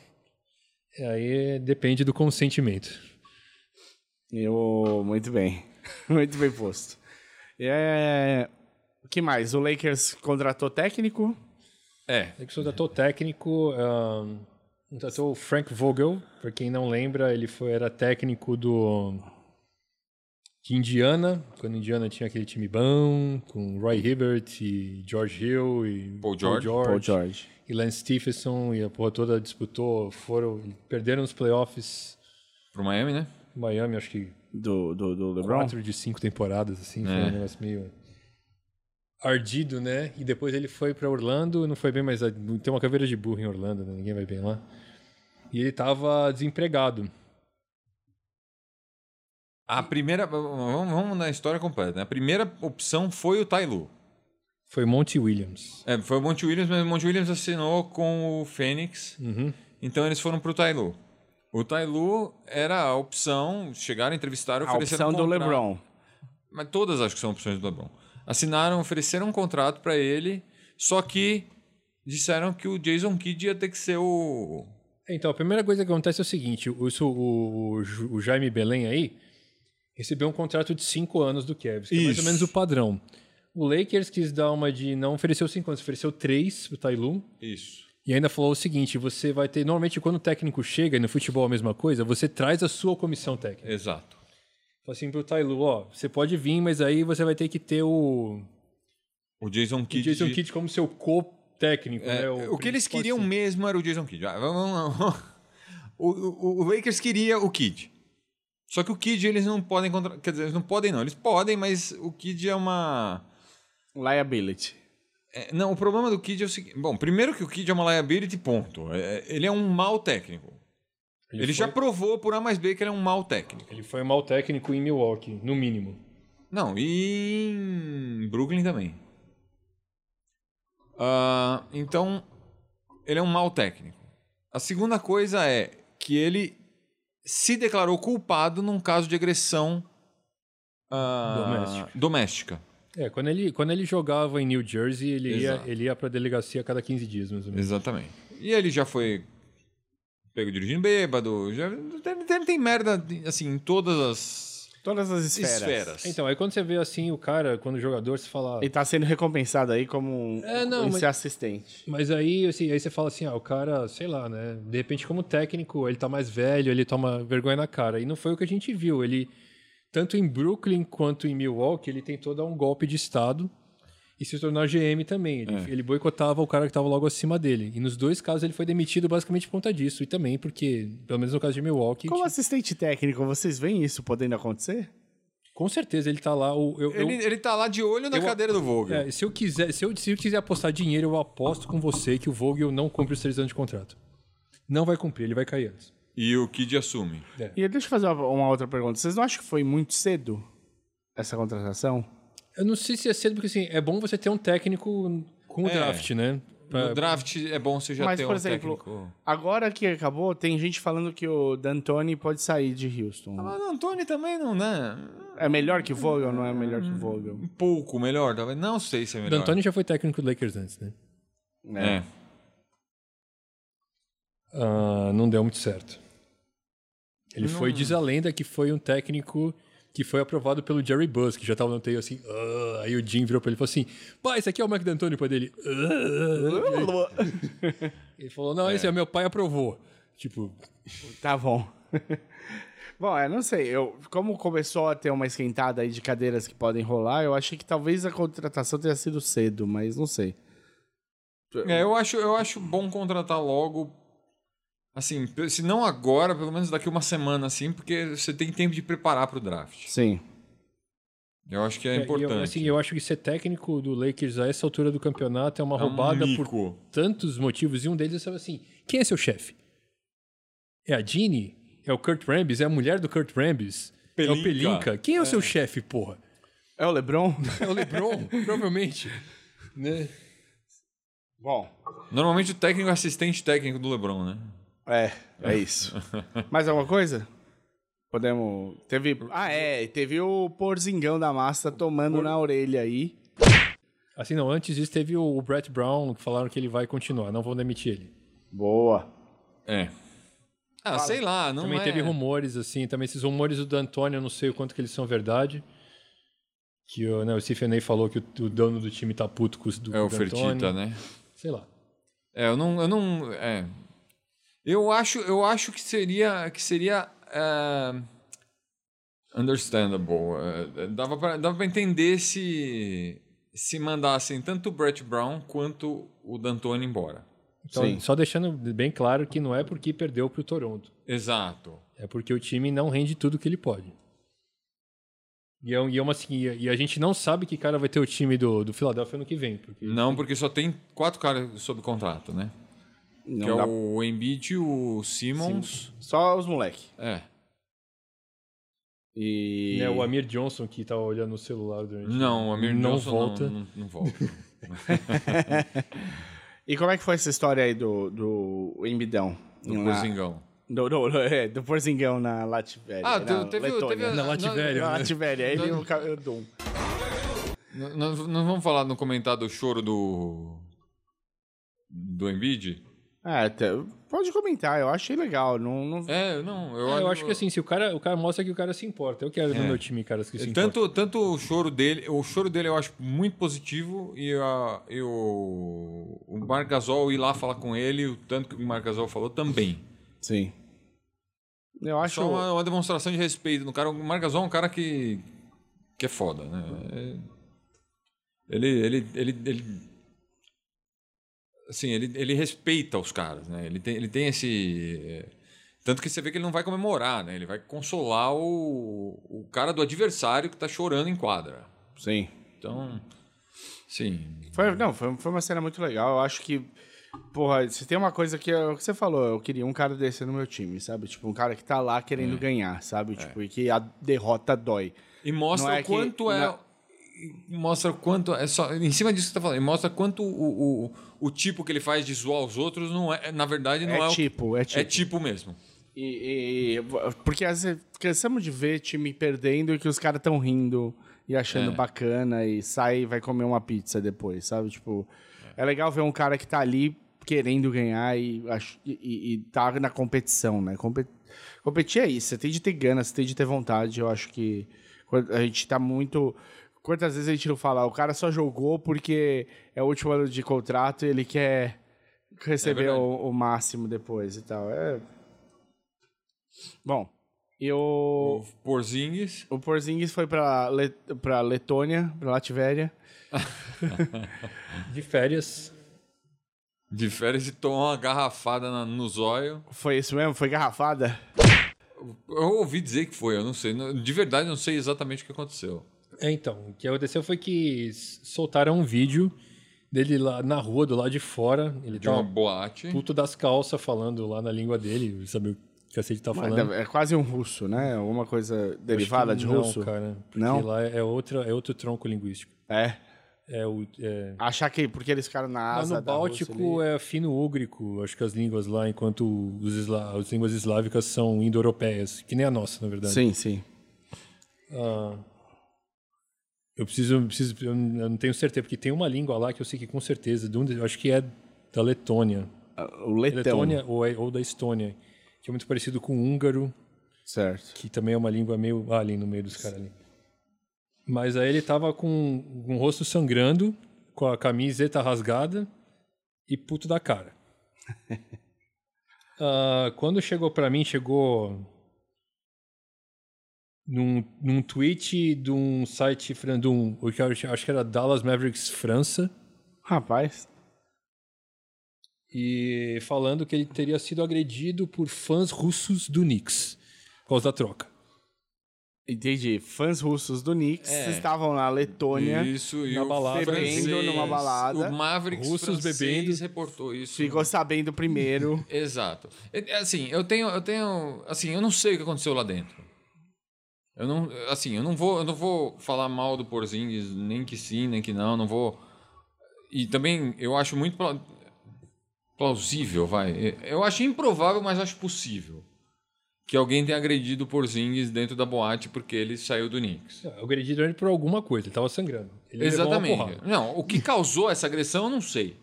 Speaker 3: é aí depende do consentimento.
Speaker 4: Eu, muito bem. muito bem posto. É... O que mais? O Lakers contratou técnico.
Speaker 2: É.
Speaker 3: É que o tratou técnico, ahn, contratou o Frank Vogel, pra quem não lembra, ele foi, era técnico do de Indiana, quando Indiana tinha aquele time bom, com Roy Hibbert e George Hill e
Speaker 2: Paul George.
Speaker 4: Paul George.
Speaker 3: e Lance Stephenson e a porra toda disputou, foram, perderam os playoffs
Speaker 2: Pro Miami, né?
Speaker 3: em Miami, acho que
Speaker 4: Do, do, do LeBron.
Speaker 3: quatro de cinco temporadas, assim, foi
Speaker 2: É.
Speaker 3: um negócio meio ardido, né? E depois ele foi pra Orlando, não foi bem, mas a- tem uma caveira de burro em Orlando, né? ninguém vai bem lá. E ele tava desempregado.
Speaker 2: A primeira. Vamos, vamos na história completa. né? A primeira opção foi o Tailu.
Speaker 3: Foi Monty Williams.
Speaker 2: É, foi o Monte Williams, mas o Monte Williams assinou com o Fênix.
Speaker 4: Uhum.
Speaker 2: Então eles foram pro Tailu. O Tailu era a opção, chegaram, entrevistaram,
Speaker 4: A
Speaker 2: ofereceram
Speaker 4: opção
Speaker 2: um
Speaker 4: do
Speaker 2: contrato.
Speaker 4: LeBron.
Speaker 2: Mas todas acho que são opções do LeBron. Assinaram, ofereceram um contrato pra ele, só que disseram que o Jason Kidd ia ter que ser o.
Speaker 3: Então, a primeira coisa que acontece é o seguinte, o, isso- o, o Ju- o Jaime Belém aí recebeu um contrato de cinco anos do Cavs, que é mais ou
Speaker 4: Isso.
Speaker 3: menos o padrão. O Lakers quis dar uma de não ofereceu cinco anos, ofereceu três pro Tyloo.
Speaker 2: Isso.
Speaker 3: E ainda falou o seguinte: você vai ter. Normalmente, quando o técnico chega, e no futebol é a mesma coisa, você traz a sua comissão técnica.
Speaker 2: Exato.
Speaker 3: Fala assim pro Tailu: ó, você pode vir, mas aí você vai ter que ter o,
Speaker 2: O Jason
Speaker 3: o
Speaker 2: Kidd.
Speaker 3: Jason Kidd como seu co-técnico.
Speaker 2: É,
Speaker 3: né,
Speaker 2: o, que eles
Speaker 3: principal
Speaker 2: queriam
Speaker 3: assim.
Speaker 2: mesmo era o Jason Kidd. Ah, vamos lá. vamos- O, o- o Lakers queria o Kidd. Só que o Kidd eles não podem contra... Quer dizer, eles não podem, não. Eles podem, mas o Kidd é uma.
Speaker 4: Liability.
Speaker 2: é, não, o problema do Kidd é o seguinte. Bom, primeiro que o Kidd é uma liability, ponto. É, ele é um mau técnico. Ele, já provou por A mais B que ele é um mau técnico.
Speaker 3: Ele foi um mau técnico em Milwaukee, no mínimo.
Speaker 2: Não, e em Brooklyn também. Ah, então, ele é um mau técnico. A segunda coisa é que ele se declarou culpado num caso de agressão ah,
Speaker 3: Doméstica.
Speaker 2: doméstica.
Speaker 3: É, quando ele, quando ele jogava em New Jersey, ele ia,
Speaker 2: Exato.
Speaker 3: ele ia pra delegacia a cada 15 dias, mais ou menos.
Speaker 2: Exatamente. E ele já foi pego dirigindo bêbado. Já, tem, tem- tem merda assim, em todas as
Speaker 4: Todas as esferas.
Speaker 2: esferas.
Speaker 3: Então, aí quando você vê assim o cara, quando o jogador, você fala. ah,
Speaker 4: E tá sendo recompensado aí como um,
Speaker 3: É, não,
Speaker 4: esse
Speaker 3: mas-
Speaker 4: assistente.
Speaker 3: Mas aí, assim, aí você fala assim, ah, o cara, sei lá, né? De repente, como técnico, ele tá mais velho, ele toma vergonha na cara. E não foi o que a gente viu. Ele, tanto em Brooklyn quanto em Milwaukee, ele tentou dar um golpe de Estado e se tornar GM também. Ele, ele boicotava o cara que tava logo acima dele. E nos dois casos ele foi demitido basicamente por conta disso. E também porque, pelo menos no caso de Milwaukee,
Speaker 4: Como
Speaker 3: tipo,
Speaker 4: assistente técnico, vocês veem isso podendo acontecer?
Speaker 3: com certeza ele tá lá. o- eu- eu-
Speaker 2: Ele, ele tá lá de olho na
Speaker 3: Eu-
Speaker 2: cadeira do Vogel.
Speaker 3: é, se, eu quiser, se, eu, se eu quiser apostar dinheiro, eu aposto com você que o Vogel não cumpre os três anos de contrato. Não vai cumprir, ele vai cair antes.
Speaker 2: E o Kid assume.
Speaker 4: E deixa eu fazer uma, uma outra pergunta. Vocês não acham que foi muito cedo essa contratação?
Speaker 3: Eu não sei se é cedo, porque assim, é bom você ter um técnico com o
Speaker 2: É.
Speaker 3: draft, né? Pra-
Speaker 2: No draft é bom você já
Speaker 4: Mas,
Speaker 2: ter
Speaker 4: por
Speaker 2: um
Speaker 4: exemplo,
Speaker 2: técnico.
Speaker 4: agora que acabou, tem gente falando que o D'Antoni pode sair de Houston.
Speaker 2: Mas o Ah, Antônio também não, né?
Speaker 4: É melhor que Vogel ou não é melhor que Vogel?
Speaker 2: Um pouco melhor, talvez. Não sei se é melhor.
Speaker 3: D'Antoni já foi técnico do Lakers antes, né?
Speaker 2: É.
Speaker 3: Ah, não deu muito certo. Ele foi, diz a lenda, que foi um técnico que foi aprovado pelo Jerry Buss, que já tava no TI assim. "Ah", aí o Jim virou pra ele e falou assim: pai, esse aqui é o Mike D'Antoni, pai dele. "Ah". ele falou: não, esse é meu pai aprovou. Tipo,
Speaker 4: Tá bom. bom, eu não sei. Eu, como começou a ter uma esquentada aí de cadeiras que podem rolar, eu achei que talvez a contratação tenha sido cedo, mas não sei.
Speaker 2: É, eu acho, eu acho bom contratar logo. Assim, pe- se não agora, pelo menos daqui uma semana, assim, porque você tem tempo de preparar pro draft.
Speaker 4: Sim.
Speaker 2: Eu acho que é,
Speaker 3: e eu-
Speaker 2: importante.
Speaker 3: assim, eu acho que ser técnico do Lakers a essa altura do campeonato é uma
Speaker 2: um
Speaker 3: roubada por
Speaker 2: mico.
Speaker 3: tantos motivos. E um deles é assim: quem é seu chefe? É a Jeannie? É o Kurt Rambis? É a mulher do Kurt Rambis? É
Speaker 2: Pelinka.
Speaker 3: o Pelinka? Quem é o seu chefe, porra?
Speaker 4: É o LeBron?
Speaker 3: É o LeBron, provavelmente. Né?
Speaker 4: bom,
Speaker 2: Normalmente o técnico é assistente técnico do LeBron, né?
Speaker 4: é, é isso. Mais alguma coisa? Podemos. Teve. Ah, é. Teve o porzingão da massa tomando na orelha aí.
Speaker 3: Assim, não, antes disso teve o Brett Brown, que falaram que ele vai continuar, não vão demitir ele.
Speaker 4: Boa.
Speaker 2: É. Ah, sei lá, não
Speaker 3: Também
Speaker 2: é...
Speaker 3: teve rumores, assim, também esses rumores do D'Antoni, eu não sei o quanto que eles são verdade. Que o, né, o Stephen A falou que o, o dono do time tá puto com os do
Speaker 2: É o
Speaker 3: D'Antoni.
Speaker 2: Fertita, né?
Speaker 3: Sei lá.
Speaker 2: É, eu não, eu não, é. Eu acho, eu acho que seria, que seria é, understandable. É, é, dava pra dava para entender se se mandassem tanto o Brett Brown quanto o D'Antoni embora.
Speaker 3: Então,
Speaker 4: Sim.
Speaker 3: só deixando bem claro que não é porque perdeu pro Toronto.
Speaker 2: Exato.
Speaker 3: É porque o time não rende tudo que ele pode. E, é, um- e, é uma, assim, e a- e a gente não sabe que cara vai ter o time do, do Philadelphia ano que vem. Porque
Speaker 2: Não, porque só tem quatro caras sob contrato, né?
Speaker 4: Não
Speaker 2: que
Speaker 4: dá-
Speaker 2: é o Embiid, o Simmons,
Speaker 4: Só os moleque.
Speaker 2: é.
Speaker 4: E.
Speaker 3: né, o Amir Johnson, que tá olhando o celular durante.
Speaker 2: Não, o Amir
Speaker 3: não
Speaker 2: Johnson
Speaker 3: volta.
Speaker 2: Não, não, não volta.
Speaker 4: E como é que foi essa história aí do, do Embidão?
Speaker 2: Do
Speaker 4: Na-
Speaker 2: Porzingão.
Speaker 4: Do, do, do, é, do Porzingão na Lativéria.
Speaker 2: Ah,
Speaker 4: na
Speaker 2: teve,
Speaker 4: Letônia.
Speaker 2: teve
Speaker 3: Na Lativéria.
Speaker 2: né?
Speaker 4: Na Lativéria, ele e o ca- o Dom.
Speaker 2: N- Nós, nós vamos falar no comentário do choro do. do Embiid?
Speaker 4: Ah, tá. pode comentar, eu achei legal. Não, não...
Speaker 2: É, não, eu, É.
Speaker 3: É, eu acho que assim, se o cara, o cara mostra que o cara se importa. Eu quero no meu time caras que se importam.
Speaker 2: Tanto, tanto o choro dele, o choro dele eu acho muito positivo e, a, e o, o Marc Gasol ir lá falar com ele, o tanto que o Marc Gasol falou também.
Speaker 4: Sim. Eu acho.
Speaker 2: Só uma, uma demonstração de respeito no cara. O Marc Gasol é um cara que, que é foda, né? É- ele, ele, ele, ele, assim, ele, ele respeita os caras, né? Ele tem, ele tem esse... é, Tanto que você vê que ele não vai comemorar, né? Ele vai consolar o, o cara do adversário que tá chorando em quadra.
Speaker 4: Sim.
Speaker 2: Então, sim.
Speaker 4: Foi, não, foi, foi uma cena muito legal. Eu acho que. Porra, se tem uma coisa que é o que você falou, eu queria um cara desse no meu time, sabe? Tipo, um cara que tá lá querendo ganhar, sabe? Tipo, e que a derrota dói.
Speaker 2: E mostra
Speaker 4: Não é
Speaker 2: o quanto
Speaker 4: que-
Speaker 2: é.
Speaker 4: não-
Speaker 2: Mostra o quanto. É só, em cima disso que você tá falando, e mostra quanto o, o, o tipo que ele faz de zoar os outros não é. Na verdade, não é,
Speaker 4: é,
Speaker 2: o-
Speaker 4: tipo, é tipo.
Speaker 2: É tipo mesmo.
Speaker 4: E, e- e- porque às vezes cansamos de ver time perdendo e que os caras estão rindo e achando
Speaker 2: É.
Speaker 4: bacana e sai e vai comer uma pizza depois, sabe? Tipo, é, legal ver um cara que tá ali querendo ganhar e, ach- e- e- e tá na competição, né? Compe- competir é isso, você tem de ter ganas, você tem de ter vontade. Eu acho que quando a gente tá muito. Quantas vezes a gente não fala, "Ah, o cara só jogou porque é o último ano de contrato e ele quer receber
Speaker 2: É verdade.
Speaker 4: o, o máximo depois e tal. É, Bom, e
Speaker 2: O
Speaker 4: o,
Speaker 2: Porzingis.
Speaker 4: o Porzingis foi pra, Le, pra Letônia, pra Lativéria.
Speaker 3: De férias.
Speaker 2: De férias e tomou uma garrafada na- no zóio.
Speaker 4: Foi isso mesmo? Foi garrafada?
Speaker 2: Eu ouvi dizer que foi, eu não sei. não- De verdade, eu não sei exatamente o que aconteceu.
Speaker 3: É, então, o que aconteceu foi que s- soltaram um vídeo dele lá na rua, do lado de fora. Ele
Speaker 2: De
Speaker 3: tá
Speaker 2: É uma boate.
Speaker 3: puto das calças falando lá na língua dele, sabe? que a Cid tá
Speaker 4: Mas
Speaker 3: falando.
Speaker 4: deve- É quase um russo, né? Alguma coisa
Speaker 3: Acho que
Speaker 4: derivada de
Speaker 3: não,
Speaker 4: russo?
Speaker 3: Cara, porque
Speaker 4: Não?
Speaker 3: lá é, outra, é outro tronco linguístico.
Speaker 4: É.
Speaker 3: É o, é,
Speaker 4: Achar que porque eles ficaram na
Speaker 3: lá
Speaker 4: asa
Speaker 3: no
Speaker 4: da Rússia
Speaker 3: Báltico
Speaker 4: ali.
Speaker 3: é fino-úgrico, acho que as línguas lá, enquanto os isla- as línguas eslávicas são indo-europeias, que nem a nossa, na verdade. Ah,
Speaker 4: Sim, sim.
Speaker 3: Eu preciso, eu preciso, eu n- eu não tenho certeza, porque tem uma língua lá que eu sei que com certeza, de um, de- eu acho que é da Letônia.
Speaker 4: O letão.
Speaker 3: Letônia ou, é- ou da Estônia, que é muito parecido com o húngaro,
Speaker 4: Certo.
Speaker 3: que também é uma língua meio ah, ali no meio dos caras ali. Mas aí ele tava com com o rosto sangrando, com a camiseta rasgada e puto da cara. Ah, quando chegou pra mim, chegou num, num tweet de um site, fran- de um, o que eu acho acho que era Dallas Mavericks França,
Speaker 4: Rapaz.
Speaker 3: e falando que ele teria sido agredido por fãs russos do Knicks por causa da troca.
Speaker 4: Entendi. Fãs russos do Knicks
Speaker 2: É.
Speaker 4: estavam na Letônia.
Speaker 2: Isso, e
Speaker 3: Na
Speaker 2: o
Speaker 3: balada.
Speaker 2: francês,
Speaker 4: Bebendo numa balada.
Speaker 2: O Mavericks
Speaker 3: Russos
Speaker 2: francês
Speaker 3: bebendo.
Speaker 2: reportou isso.
Speaker 4: Ficou sabendo primeiro.
Speaker 2: Exato. E, Assim, eu tenho, eu tenho, assim, eu não sei o que aconteceu lá dentro. Eu não, assim, eu não vou, eu não vou falar mal do Porzingis, nem que sim, nem que não, não vou. E também eu acho muito pla- plausível, vai. Eu acho improvável, mas acho possível que alguém tenha agredido o Porzingis dentro da boate porque ele saiu do Knicks.
Speaker 3: Eu agredi ele por alguma coisa, ele tava sangrando. Ele levou uma
Speaker 2: Exatamente.
Speaker 3: porrada.
Speaker 2: Não, o que causou essa agressão eu não sei.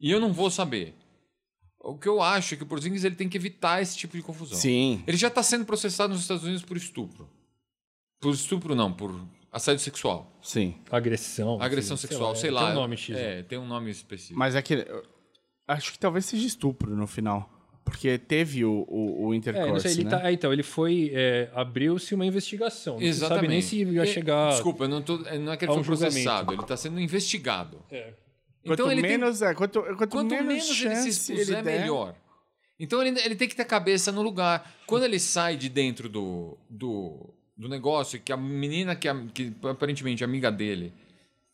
Speaker 2: E eu não vou saber. O que eu acho é que o Porzingis ele tem que evitar esse tipo de confusão.
Speaker 4: Sim.
Speaker 2: Ele já está sendo processado nos Estados Unidos por estupro. Por estupro não, por assédio sexual.
Speaker 4: Sim.
Speaker 3: Agressão.
Speaker 2: Agressão
Speaker 3: sei-
Speaker 2: sexual, sei lá.
Speaker 3: Tem um nome X.
Speaker 2: É, tem um nome específico.
Speaker 4: Mas é que. eu Acho que talvez seja estupro no final. Porque teve o, o, o
Speaker 3: É,
Speaker 4: intercourse,
Speaker 3: não sei, ele
Speaker 4: né?
Speaker 3: tá- é, então, ele foi. é, Abriu-se uma investigação. Não se
Speaker 2: Exatamente.
Speaker 3: sabe nem se ia
Speaker 2: E-
Speaker 3: chegar.
Speaker 2: Desculpa, eu não, tô, não é que ele
Speaker 3: a um
Speaker 2: foi processado,
Speaker 3: julgamento.
Speaker 2: ele está sendo investigado.
Speaker 3: É.
Speaker 4: Quanto
Speaker 2: então ele tem-
Speaker 4: menos, é, quanto, quanto,
Speaker 2: quanto
Speaker 4: menos,
Speaker 2: menos, ele se
Speaker 4: chance
Speaker 2: expuser,
Speaker 4: der,
Speaker 2: melhor. Então ele, ele tem que ter a cabeça no lugar. Quando ele sai de dentro do, do, do negócio, que a menina que, é- que aparentemente é amiga dele,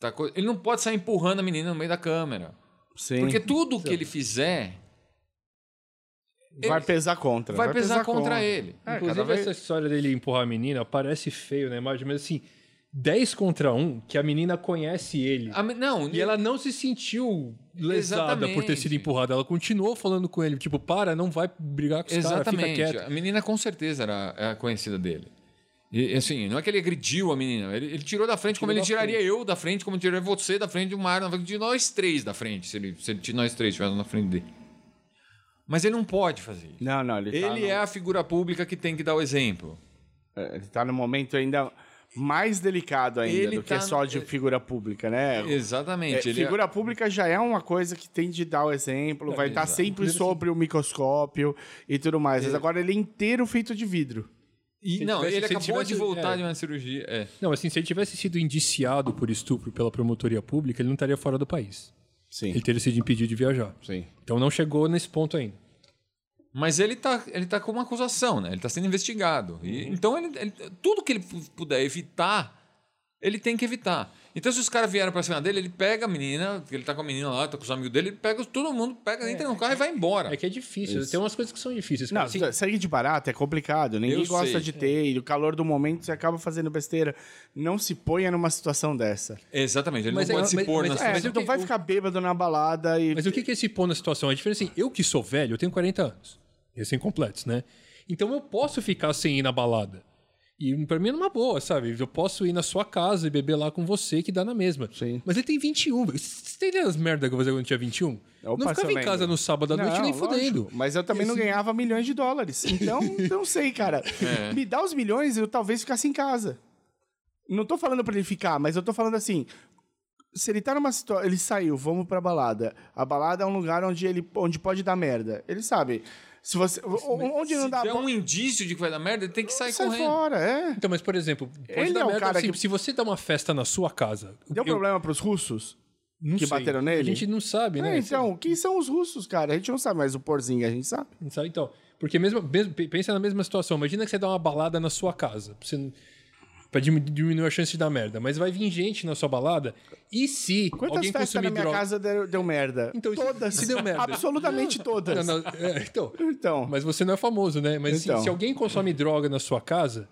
Speaker 2: tá co- ele não pode sair empurrando a menina no meio da câmera.
Speaker 4: Sim.
Speaker 2: Porque tudo que ele fizer
Speaker 4: vai
Speaker 2: ele-
Speaker 4: pesar contra.
Speaker 2: vai pesar contra ele.
Speaker 4: É,
Speaker 3: Inclusive,
Speaker 4: cada vez-
Speaker 3: essa história dele empurrar a menina parece feio na imagem, mas assim, 10 contra 1, que a menina conhece ele.
Speaker 2: A me- não,
Speaker 3: E ela não se sentiu lesada por ter sido
Speaker 2: Exatamente.
Speaker 3: empurrada. Ela continuou falando com ele, tipo, para, não vai brigar com os caras, fica
Speaker 2: Exatamente.
Speaker 3: quieto.
Speaker 2: a menina com certeza era era conhecida dele. E assim, não é que ele agrediu a menina, ele, ele tirou da frente como ele
Speaker 3: da
Speaker 2: tiraria eu da frente, como tiraria você da frente, o Mário na frente, de nós três da frente, se, ele, se ele, se nós três estivermos na frente dele. Mas ele não pode fazer isso.
Speaker 4: Não, não, ele, tá
Speaker 2: Ele
Speaker 4: no,
Speaker 2: é a figura pública que tem que dar o exemplo.
Speaker 4: é, Ele tá no momento ainda mais delicado ainda
Speaker 2: Ele
Speaker 4: do
Speaker 2: tá
Speaker 4: que é só
Speaker 2: no-
Speaker 4: de figura pública, né? É,
Speaker 2: Exatamente. ele é-
Speaker 4: figura pública já é uma coisa que tem de dar o exemplo, vai estar
Speaker 2: exato. assim,
Speaker 4: sempre sobre o microscópio e tudo mais. Mas agora ele é inteiro feito de vidro.
Speaker 2: e,
Speaker 3: se
Speaker 2: não,
Speaker 3: tivesse-
Speaker 2: ele
Speaker 3: se
Speaker 2: acabou de
Speaker 3: tivesse-
Speaker 2: voltar
Speaker 3: é.
Speaker 2: de uma cirurgia. É.
Speaker 3: Não, assim, se ele tivesse sido indiciado por estupro pela promotoria pública, ele não estaria fora do país.
Speaker 4: Sim,
Speaker 3: Ele teria sido impedido de viajar.
Speaker 4: sim.
Speaker 3: Então não chegou nesse ponto ainda.
Speaker 2: Mas ele tá, ele tá com uma acusação, né? Ele tá sendo investigado. E,
Speaker 3: Uhum.
Speaker 2: então, ele, ele- tudo que ele pu- puder evitar, ele tem que evitar. Então, se os caras vieram pra cima dele, ele pega a menina, porque ele tá com a menina lá, tá com os amigos dele, ele pega todo mundo, pega, entra no carro e vai embora.
Speaker 3: É que é difícil. Tem umas coisas que são difíceis.
Speaker 4: Não,
Speaker 3: cara. Assim,
Speaker 4: sair de barato é complicado. Ninguém
Speaker 2: Eu
Speaker 4: gosta
Speaker 2: sei.
Speaker 4: de ter. E o calor do momento você acaba fazendo besteira. Não se ponha numa situação dessa.
Speaker 2: Exatamente, ele
Speaker 3: Mas
Speaker 2: não
Speaker 3: é-
Speaker 2: pode se
Speaker 3: mas-
Speaker 2: pôr
Speaker 3: mas-
Speaker 2: na
Speaker 3: é,
Speaker 4: É,
Speaker 2: situação.
Speaker 3: mas o
Speaker 4: então
Speaker 3: que-
Speaker 4: vai
Speaker 3: o-
Speaker 4: ficar bêbado na balada e.
Speaker 3: Mas o que, que é esse pôr na situação? A diferença é assim, eu que sou velho, eu tenho 40 anos. Recém-completos, né? Então eu posso ficar sem ir na balada. E pra mim é uma boa, sabe? Eu posso ir na sua casa e beber lá com você, que dá na mesma.
Speaker 4: Sim.
Speaker 3: Mas ele tem 21. velho. Você tem ideia das merda que eu fazia quando eu tinha 21?
Speaker 4: Opa,
Speaker 3: não ficava
Speaker 4: seu
Speaker 3: em casa
Speaker 4: lembro.
Speaker 3: no sábado à noite nem
Speaker 4: lógico,
Speaker 3: fudendo.
Speaker 4: Mas eu também não ganhava milhões de dólares. Então, não sei, cara.
Speaker 3: É.
Speaker 4: Me dá os milhões eu talvez ficasse em casa. Não tô falando pra ele ficar, mas eu tô falando assim. Se ele tá numa situação. Ele saiu, vamos pra balada. A balada é um lugar onde ele onde pode dar merda. Ele sabe. Se você. o- Onde
Speaker 2: Se
Speaker 4: não dá
Speaker 2: der
Speaker 4: bo-
Speaker 2: um indício de que vai dar merda, ele tem que sair
Speaker 4: sai
Speaker 2: correndo.
Speaker 4: fora, é.
Speaker 3: Então, mas por exemplo, pode
Speaker 4: Ele
Speaker 3: dar
Speaker 4: é o
Speaker 3: merda
Speaker 4: cara
Speaker 3: se,
Speaker 4: que-
Speaker 3: se você dá uma festa na sua casa.
Speaker 4: Deu
Speaker 3: eu-
Speaker 4: problema pros russos?
Speaker 3: não
Speaker 4: que
Speaker 3: sei.
Speaker 4: bateram nele?
Speaker 3: A gente não sabe, né?
Speaker 4: É, então, quem são os russos, cara? A gente não sabe, mas o Porzinho a gente sabe.
Speaker 3: Não sabe? Então, porque mesmo, mesmo- pe- pensa na mesma situação. Imagina que você dá uma balada na sua casa. Você, não- pra dimi- diminuir a chance de dar merda. Mas vai vir gente na sua balada. E se
Speaker 4: Quantas
Speaker 3: alguém
Speaker 4: festas na
Speaker 3: consumir
Speaker 4: minha
Speaker 3: droga?
Speaker 4: casa deu, deu merda?
Speaker 3: Então, se-
Speaker 4: todas.
Speaker 3: se deu merda.
Speaker 4: Absolutamente todas.
Speaker 3: Não, não, é, então,
Speaker 4: Então,
Speaker 3: mas você não é famoso, né? Mas assim,
Speaker 4: Então.
Speaker 3: se alguém consome droga na sua casa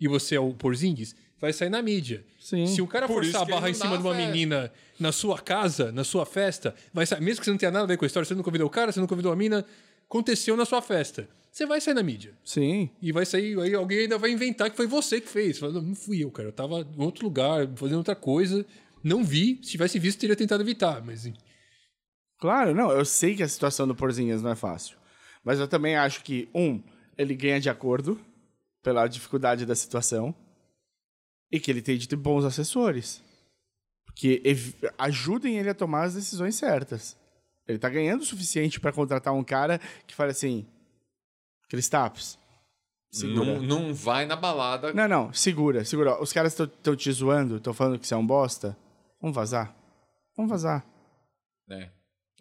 Speaker 3: e você é o Porzingis, vai sair na mídia.
Speaker 4: Sim.
Speaker 3: Se o cara
Speaker 2: Por isso
Speaker 3: forçar a
Speaker 2: que ele
Speaker 3: barra em
Speaker 2: não
Speaker 3: cima
Speaker 2: dá
Speaker 3: de uma
Speaker 2: festa.
Speaker 3: menina na sua casa, na sua festa, vai sair, mesmo que você não tenha nada a ver com a história, você não convidou o cara, você não convidou a mina, aconteceu na sua festa. Você vai sair na mídia.
Speaker 4: sim.
Speaker 3: E vai sair, aí alguém ainda vai inventar que foi você que fez. Fala, não não fui eu, cara. Eu tava em outro lugar, fazendo outra coisa. Não vi. Se tivesse visto, teria tentado evitar. Mas
Speaker 4: Claro, não, eu sei que a situação do Porzinhas não é fácil. Mas eu também acho que, um, ele ganha de acordo pela dificuldade da situação e que ele tem de ter bons assessores que ev- ajudem ele a tomar as decisões certas. Ele tá ganhando o suficiente para contratar um cara que fale assim: Cristapos, segura.
Speaker 2: Não, não vai na balada.
Speaker 4: Não, não, segura, segura. Os caras estão te zoando, estão falando que você é um bosta. Vamos vazar. Vamos vazar.
Speaker 2: É.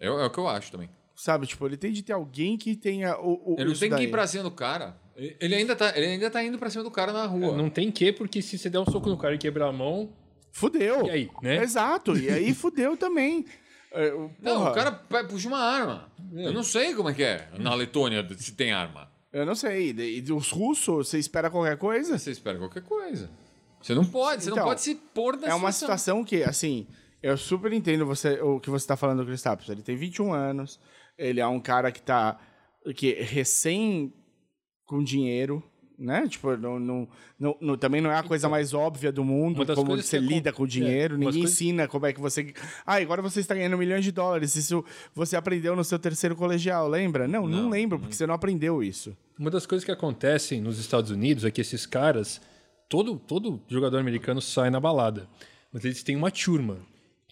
Speaker 2: É, o- é o que eu acho também.
Speaker 4: Sabe, tipo, ele tem de ter alguém que tenha o. o
Speaker 2: Ele não
Speaker 4: isso
Speaker 2: tem que
Speaker 4: daí.
Speaker 2: ir pra cima do cara. E- Ele ainda tá, ele ainda tá indo pra cima do cara na rua.
Speaker 3: É, não tem que, porque se você der um soco no cara e quebrar a mão,
Speaker 4: Fudeu.
Speaker 3: E aí, né?
Speaker 4: Exato, e aí fudeu também. É, o-
Speaker 2: Não,
Speaker 4: porra,
Speaker 2: o cara pe- puxa uma arma. Eu não sei como é que é na Letônia se tem arma.
Speaker 4: Eu não sei, e- e os russos, você espera qualquer coisa?
Speaker 2: Você espera qualquer coisa. Você não pode, você
Speaker 4: Então,
Speaker 2: não pode se pôr nessa
Speaker 4: É uma situação que, assim, eu super entendo você, o que você tá falando do Kristaps. Ele tem 21 anos, ele é um cara que tá que recém com dinheiro, né? Tipo, não, não, não- não- também não é a coisa mais óbvia do mundo,
Speaker 3: Então, Uma das
Speaker 4: como
Speaker 3: coisas
Speaker 4: você
Speaker 3: que é com-
Speaker 4: lida com o
Speaker 3: é,
Speaker 4: dinheiro,
Speaker 3: umas
Speaker 4: ninguém
Speaker 3: coisas-
Speaker 4: ensina como é que você... Ah, agora você está ganhando milhões de dólares, isso você aprendeu no seu terceiro colegial, lembra? Não, não, lembro, porque você não aprendeu isso.
Speaker 3: Uma das coisas que acontecem nos Estados Unidos é que esses caras, todo, todo jogador americano sai na balada, mas eles têm uma turma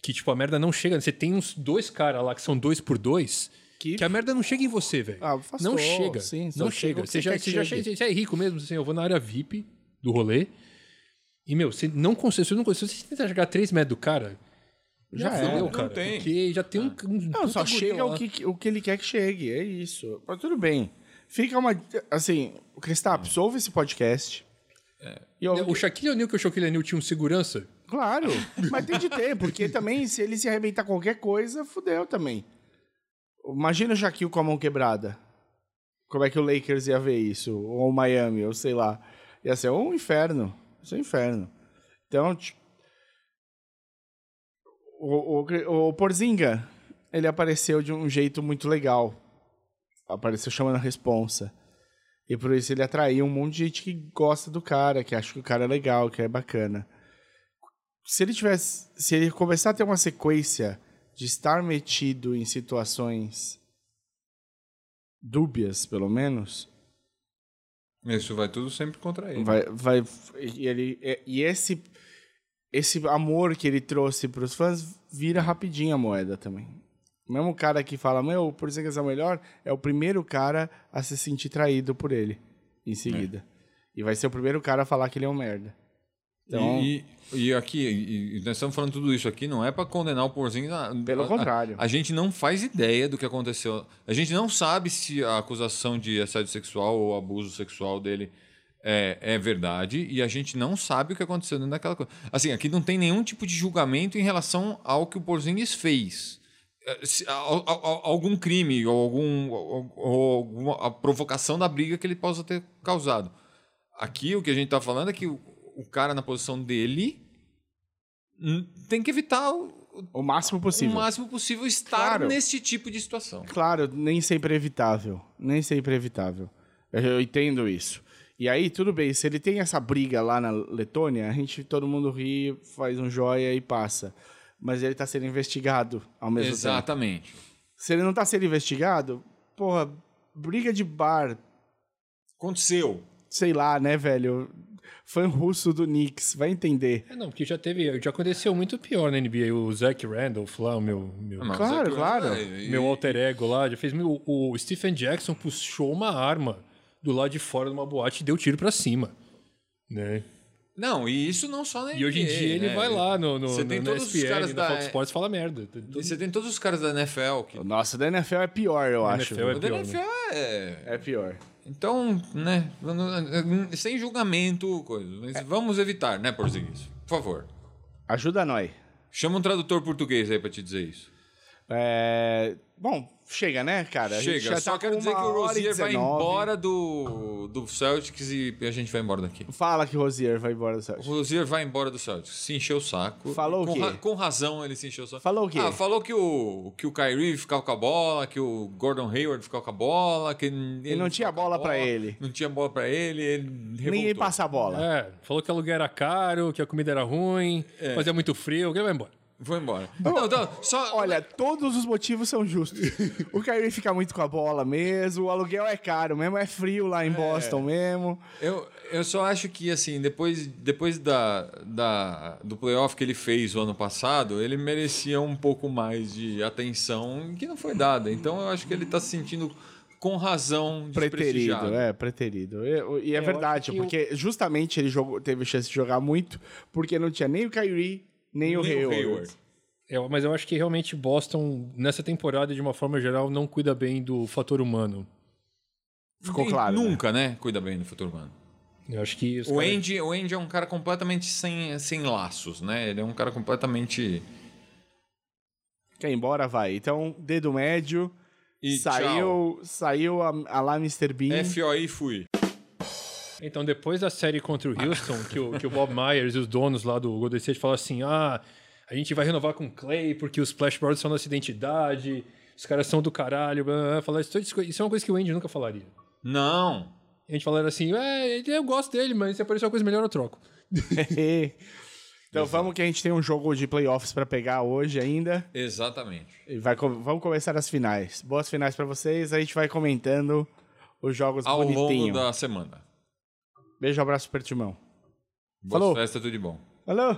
Speaker 3: que, tipo, a merda não chega. Você tem uns dois caras lá que são dois por dois.
Speaker 4: Que-
Speaker 3: Que... a merda não chega em você, velho.
Speaker 4: Ah, afastou,
Speaker 3: não chega.
Speaker 4: sim, só
Speaker 3: não chega.
Speaker 4: chega o que
Speaker 3: Você,
Speaker 4: você
Speaker 3: já,
Speaker 4: quer
Speaker 3: você,
Speaker 4: que
Speaker 3: já
Speaker 4: chegue.
Speaker 3: che- você é rico mesmo, assim, eu vou na área VIP do rolê. E, meu, você não consegue. Você não consegue. Se você tentar jogar três metros do cara, já
Speaker 4: Já era.
Speaker 3: fudeu,
Speaker 2: Não
Speaker 3: cara.
Speaker 2: tem.
Speaker 3: Porque já tem um. um
Speaker 4: Não,
Speaker 3: puta
Speaker 4: só
Speaker 3: gorila
Speaker 4: chega o
Speaker 3: lá.
Speaker 4: que, o que ele quer que chegue, é isso. Mas tudo bem. Fica uma. Assim, o Cristapos, ouve esse podcast. E ouve-
Speaker 3: É, O Shaquille O'Neal que o Shaquille O'Neal tinha um segurança.
Speaker 4: Claro, mas tem de ter, porque também se ele se arrebentar qualquer coisa, fudeu também. Imagina o Shaquille com a mão quebrada. Como é que o Lakers ia ver isso? Ou o Miami, ou sei lá. Ia ser um inferno. Ia ser um inferno. Então, ti- o, o, Gre- o Porzinga, ele apareceu de um jeito muito legal. Apareceu chamando a responsa. E por isso ele atraiu um monte de gente que gosta do cara, que acha que o cara é legal, que é bacana se ele tivesse, se ele começar a ter uma sequência de estar metido em situações dúbias, pelo menos,
Speaker 2: situação. Isso vai tudo sempre contra ele.
Speaker 4: vai, vai e ele e- e esse esse amor que ele trouxe para os fãs vira rapidinho a moeda também. O mesmo cara que fala, meu, por ser que esse é o melhor, é o primeiro cara a se sentir traído por ele em seguida. E vai ser o primeiro cara a falar que ele é um merda. Então,
Speaker 2: É. E, e- e aqui, e- e nós estamos falando tudo isso aqui, não é para condenar o Porzinho. na-
Speaker 4: Pelo
Speaker 2: a-
Speaker 4: contrário.
Speaker 2: A, a gente não faz ideia do que aconteceu. A gente não sabe se a acusação de assédio sexual ou abuso sexual dele é, é verdade e a gente não sabe o que aconteceu dentro daquela coisa. Assim, aqui não tem nenhum tipo de julgamento em relação ao que o Porzingis fez. Eh, se- a- a- a- algum crime ou, algum, ou- ou alguma a provocação da briga que ele possa ter causado. Aqui o que a gente tá falando é que o, o cara na posição dele hum, tem que evitar o,
Speaker 4: o máximo
Speaker 2: o
Speaker 4: possível.
Speaker 2: máximo possível estar
Speaker 4: Claro.
Speaker 2: nesse tipo de situação.
Speaker 4: Claro, nem sempre é evitável. Nem sempre é evitável. Eu- Eu entendo isso. E aí, tudo bem, se ele tem essa briga lá na Letônia, a gente, todo mundo ri, faz um joia e passa. Mas ele tá sendo investigado ao mesmo tempo.
Speaker 2: Exatamente.
Speaker 4: Se ele não tá sendo investigado, porra, briga de bar,
Speaker 2: Aconteceu.
Speaker 4: sei lá, né, velho? Fã russo do Knicks, vai entender.
Speaker 3: É, não, porque já teve, já aconteceu muito pior na NBA. O Zach Randolph lá, o meu, meu,
Speaker 2: Não,
Speaker 4: Claro,
Speaker 2: Zé-
Speaker 4: claro.
Speaker 2: Ah, É, e-
Speaker 3: meu alter ego lá, já fez. mil- o Stephen Jackson puxou uma arma do lado de fora de uma boate e deu tiro pra cima. Né?
Speaker 2: Não, e isso não só na
Speaker 3: E hoje em
Speaker 2: NBA,
Speaker 3: dia ele
Speaker 2: né?
Speaker 3: vai lá no, no,
Speaker 2: Você
Speaker 3: no,
Speaker 2: tem
Speaker 3: no
Speaker 2: todos os
Speaker 3: ESPN,
Speaker 2: caras
Speaker 3: na
Speaker 2: da-
Speaker 3: Fox Sports e fala merda. Tem todo-
Speaker 2: Você tem todos os caras da NFL que.
Speaker 4: Nossa, da NFL é pior, eu acho.
Speaker 3: NFL é
Speaker 2: O da
Speaker 3: pior, né?
Speaker 2: NFL é.
Speaker 4: É pior.
Speaker 2: Então, né, é, sem julgamento, coisa. Mas Vamos evitar, né, português? Por favor.
Speaker 4: Ajuda nós.
Speaker 2: Chama um tradutor português aí pra te dizer isso.
Speaker 4: É, Bom, chega, né, cara? A gente
Speaker 2: Chega,
Speaker 4: já
Speaker 2: só
Speaker 4: tá
Speaker 2: quero
Speaker 4: com
Speaker 2: dizer que
Speaker 4: uma
Speaker 2: o
Speaker 4: hora e
Speaker 2: Rosier vai
Speaker 4: 19.
Speaker 2: embora do, do Celtics e a gente vai embora daqui.
Speaker 4: Fala que o Rosier vai embora do
Speaker 2: O
Speaker 4: Celtics.
Speaker 2: Rosier vai embora do Celtics. Se encheu o saco.
Speaker 4: Falou o
Speaker 2: com
Speaker 4: quê?
Speaker 2: com razão ele se encheu o saco.
Speaker 4: Falou o quê?
Speaker 2: Ah, falou que o, que o Kyrie ficava com a bola, que o Gordon Hayward ficava com a bola, que ele, ele
Speaker 4: não tinha
Speaker 2: ficava com a
Speaker 4: bola pra ele.
Speaker 2: Não tinha bola pra ele, ele
Speaker 4: Ninguém
Speaker 2: revoltou.
Speaker 4: passa a bola.
Speaker 3: É, falou que o aluguel era caro, que a comida era ruim,
Speaker 2: É.
Speaker 3: fazia muito frio, ele vai embora.
Speaker 2: Foi embora. Não, não, só...
Speaker 4: Olha, todos os motivos são justos. o Kyrie fica muito com a bola mesmo, o aluguel é caro mesmo, é frio lá em Boston mesmo.
Speaker 2: Eu, eu só acho que, assim, depois, depois da, da, do playoff que ele fez o ano passado, ele merecia um pouco mais de atenção que não foi dada. Então eu acho que ele tá se sentindo com razão
Speaker 4: Preterido,
Speaker 2: desprestigiado.
Speaker 4: é, preterido. E, e é
Speaker 3: eu acho
Speaker 4: verdade,
Speaker 3: que o-
Speaker 4: porque justamente ele jogou, teve chance de jogar muito, porque não tinha nem o Kyrie, nem, o
Speaker 2: Nem
Speaker 4: Hayward.
Speaker 3: Eu- É, mas eu acho que realmente Boston, nessa temporada, de uma forma geral, não cuida bem do fator humano.
Speaker 4: Ficou
Speaker 2: Nem-
Speaker 4: claro, né?
Speaker 2: Nunca, né? Cuida bem do futuro humano.
Speaker 3: Eu acho que os
Speaker 2: O
Speaker 3: caras-
Speaker 2: Andy, o Andy é um cara completamente sem, sem laços, né? Ele é um cara completamente.
Speaker 4: Quer ir embora, vai. Então, dedo médio,
Speaker 2: E tchau. um
Speaker 4: saiu, saiu a, a lá Mr. Bean.
Speaker 2: FOI fui.
Speaker 3: Então, depois da série contra o Houston, que o, que o Bob Myers e os donos lá do Golden State falaram assim: ah, a gente vai renovar com o Clay porque os Splash Brothers são nossa identidade, os caras são do caralho. Blá, blá, blá. Falaram, isso, isso é uma coisa que o Andy nunca falaria.
Speaker 2: Não.
Speaker 3: A gente falaram assim: é, eu gosto dele, mas se aparecer uma coisa melhor, eu troco.
Speaker 4: então, vamos que a gente tem um jogo de playoffs pra pegar hoje ainda.
Speaker 2: Exatamente.
Speaker 4: E vai, co- vamos começar as finais. Boas finais pra vocês. A gente vai comentando os jogos
Speaker 2: Ao longo
Speaker 4: bonitinho.
Speaker 2: da semana.
Speaker 4: Beijo, abraço, super timão.
Speaker 2: Boa
Speaker 4: Falou.
Speaker 2: festa, tudo de bom.
Speaker 4: Alô?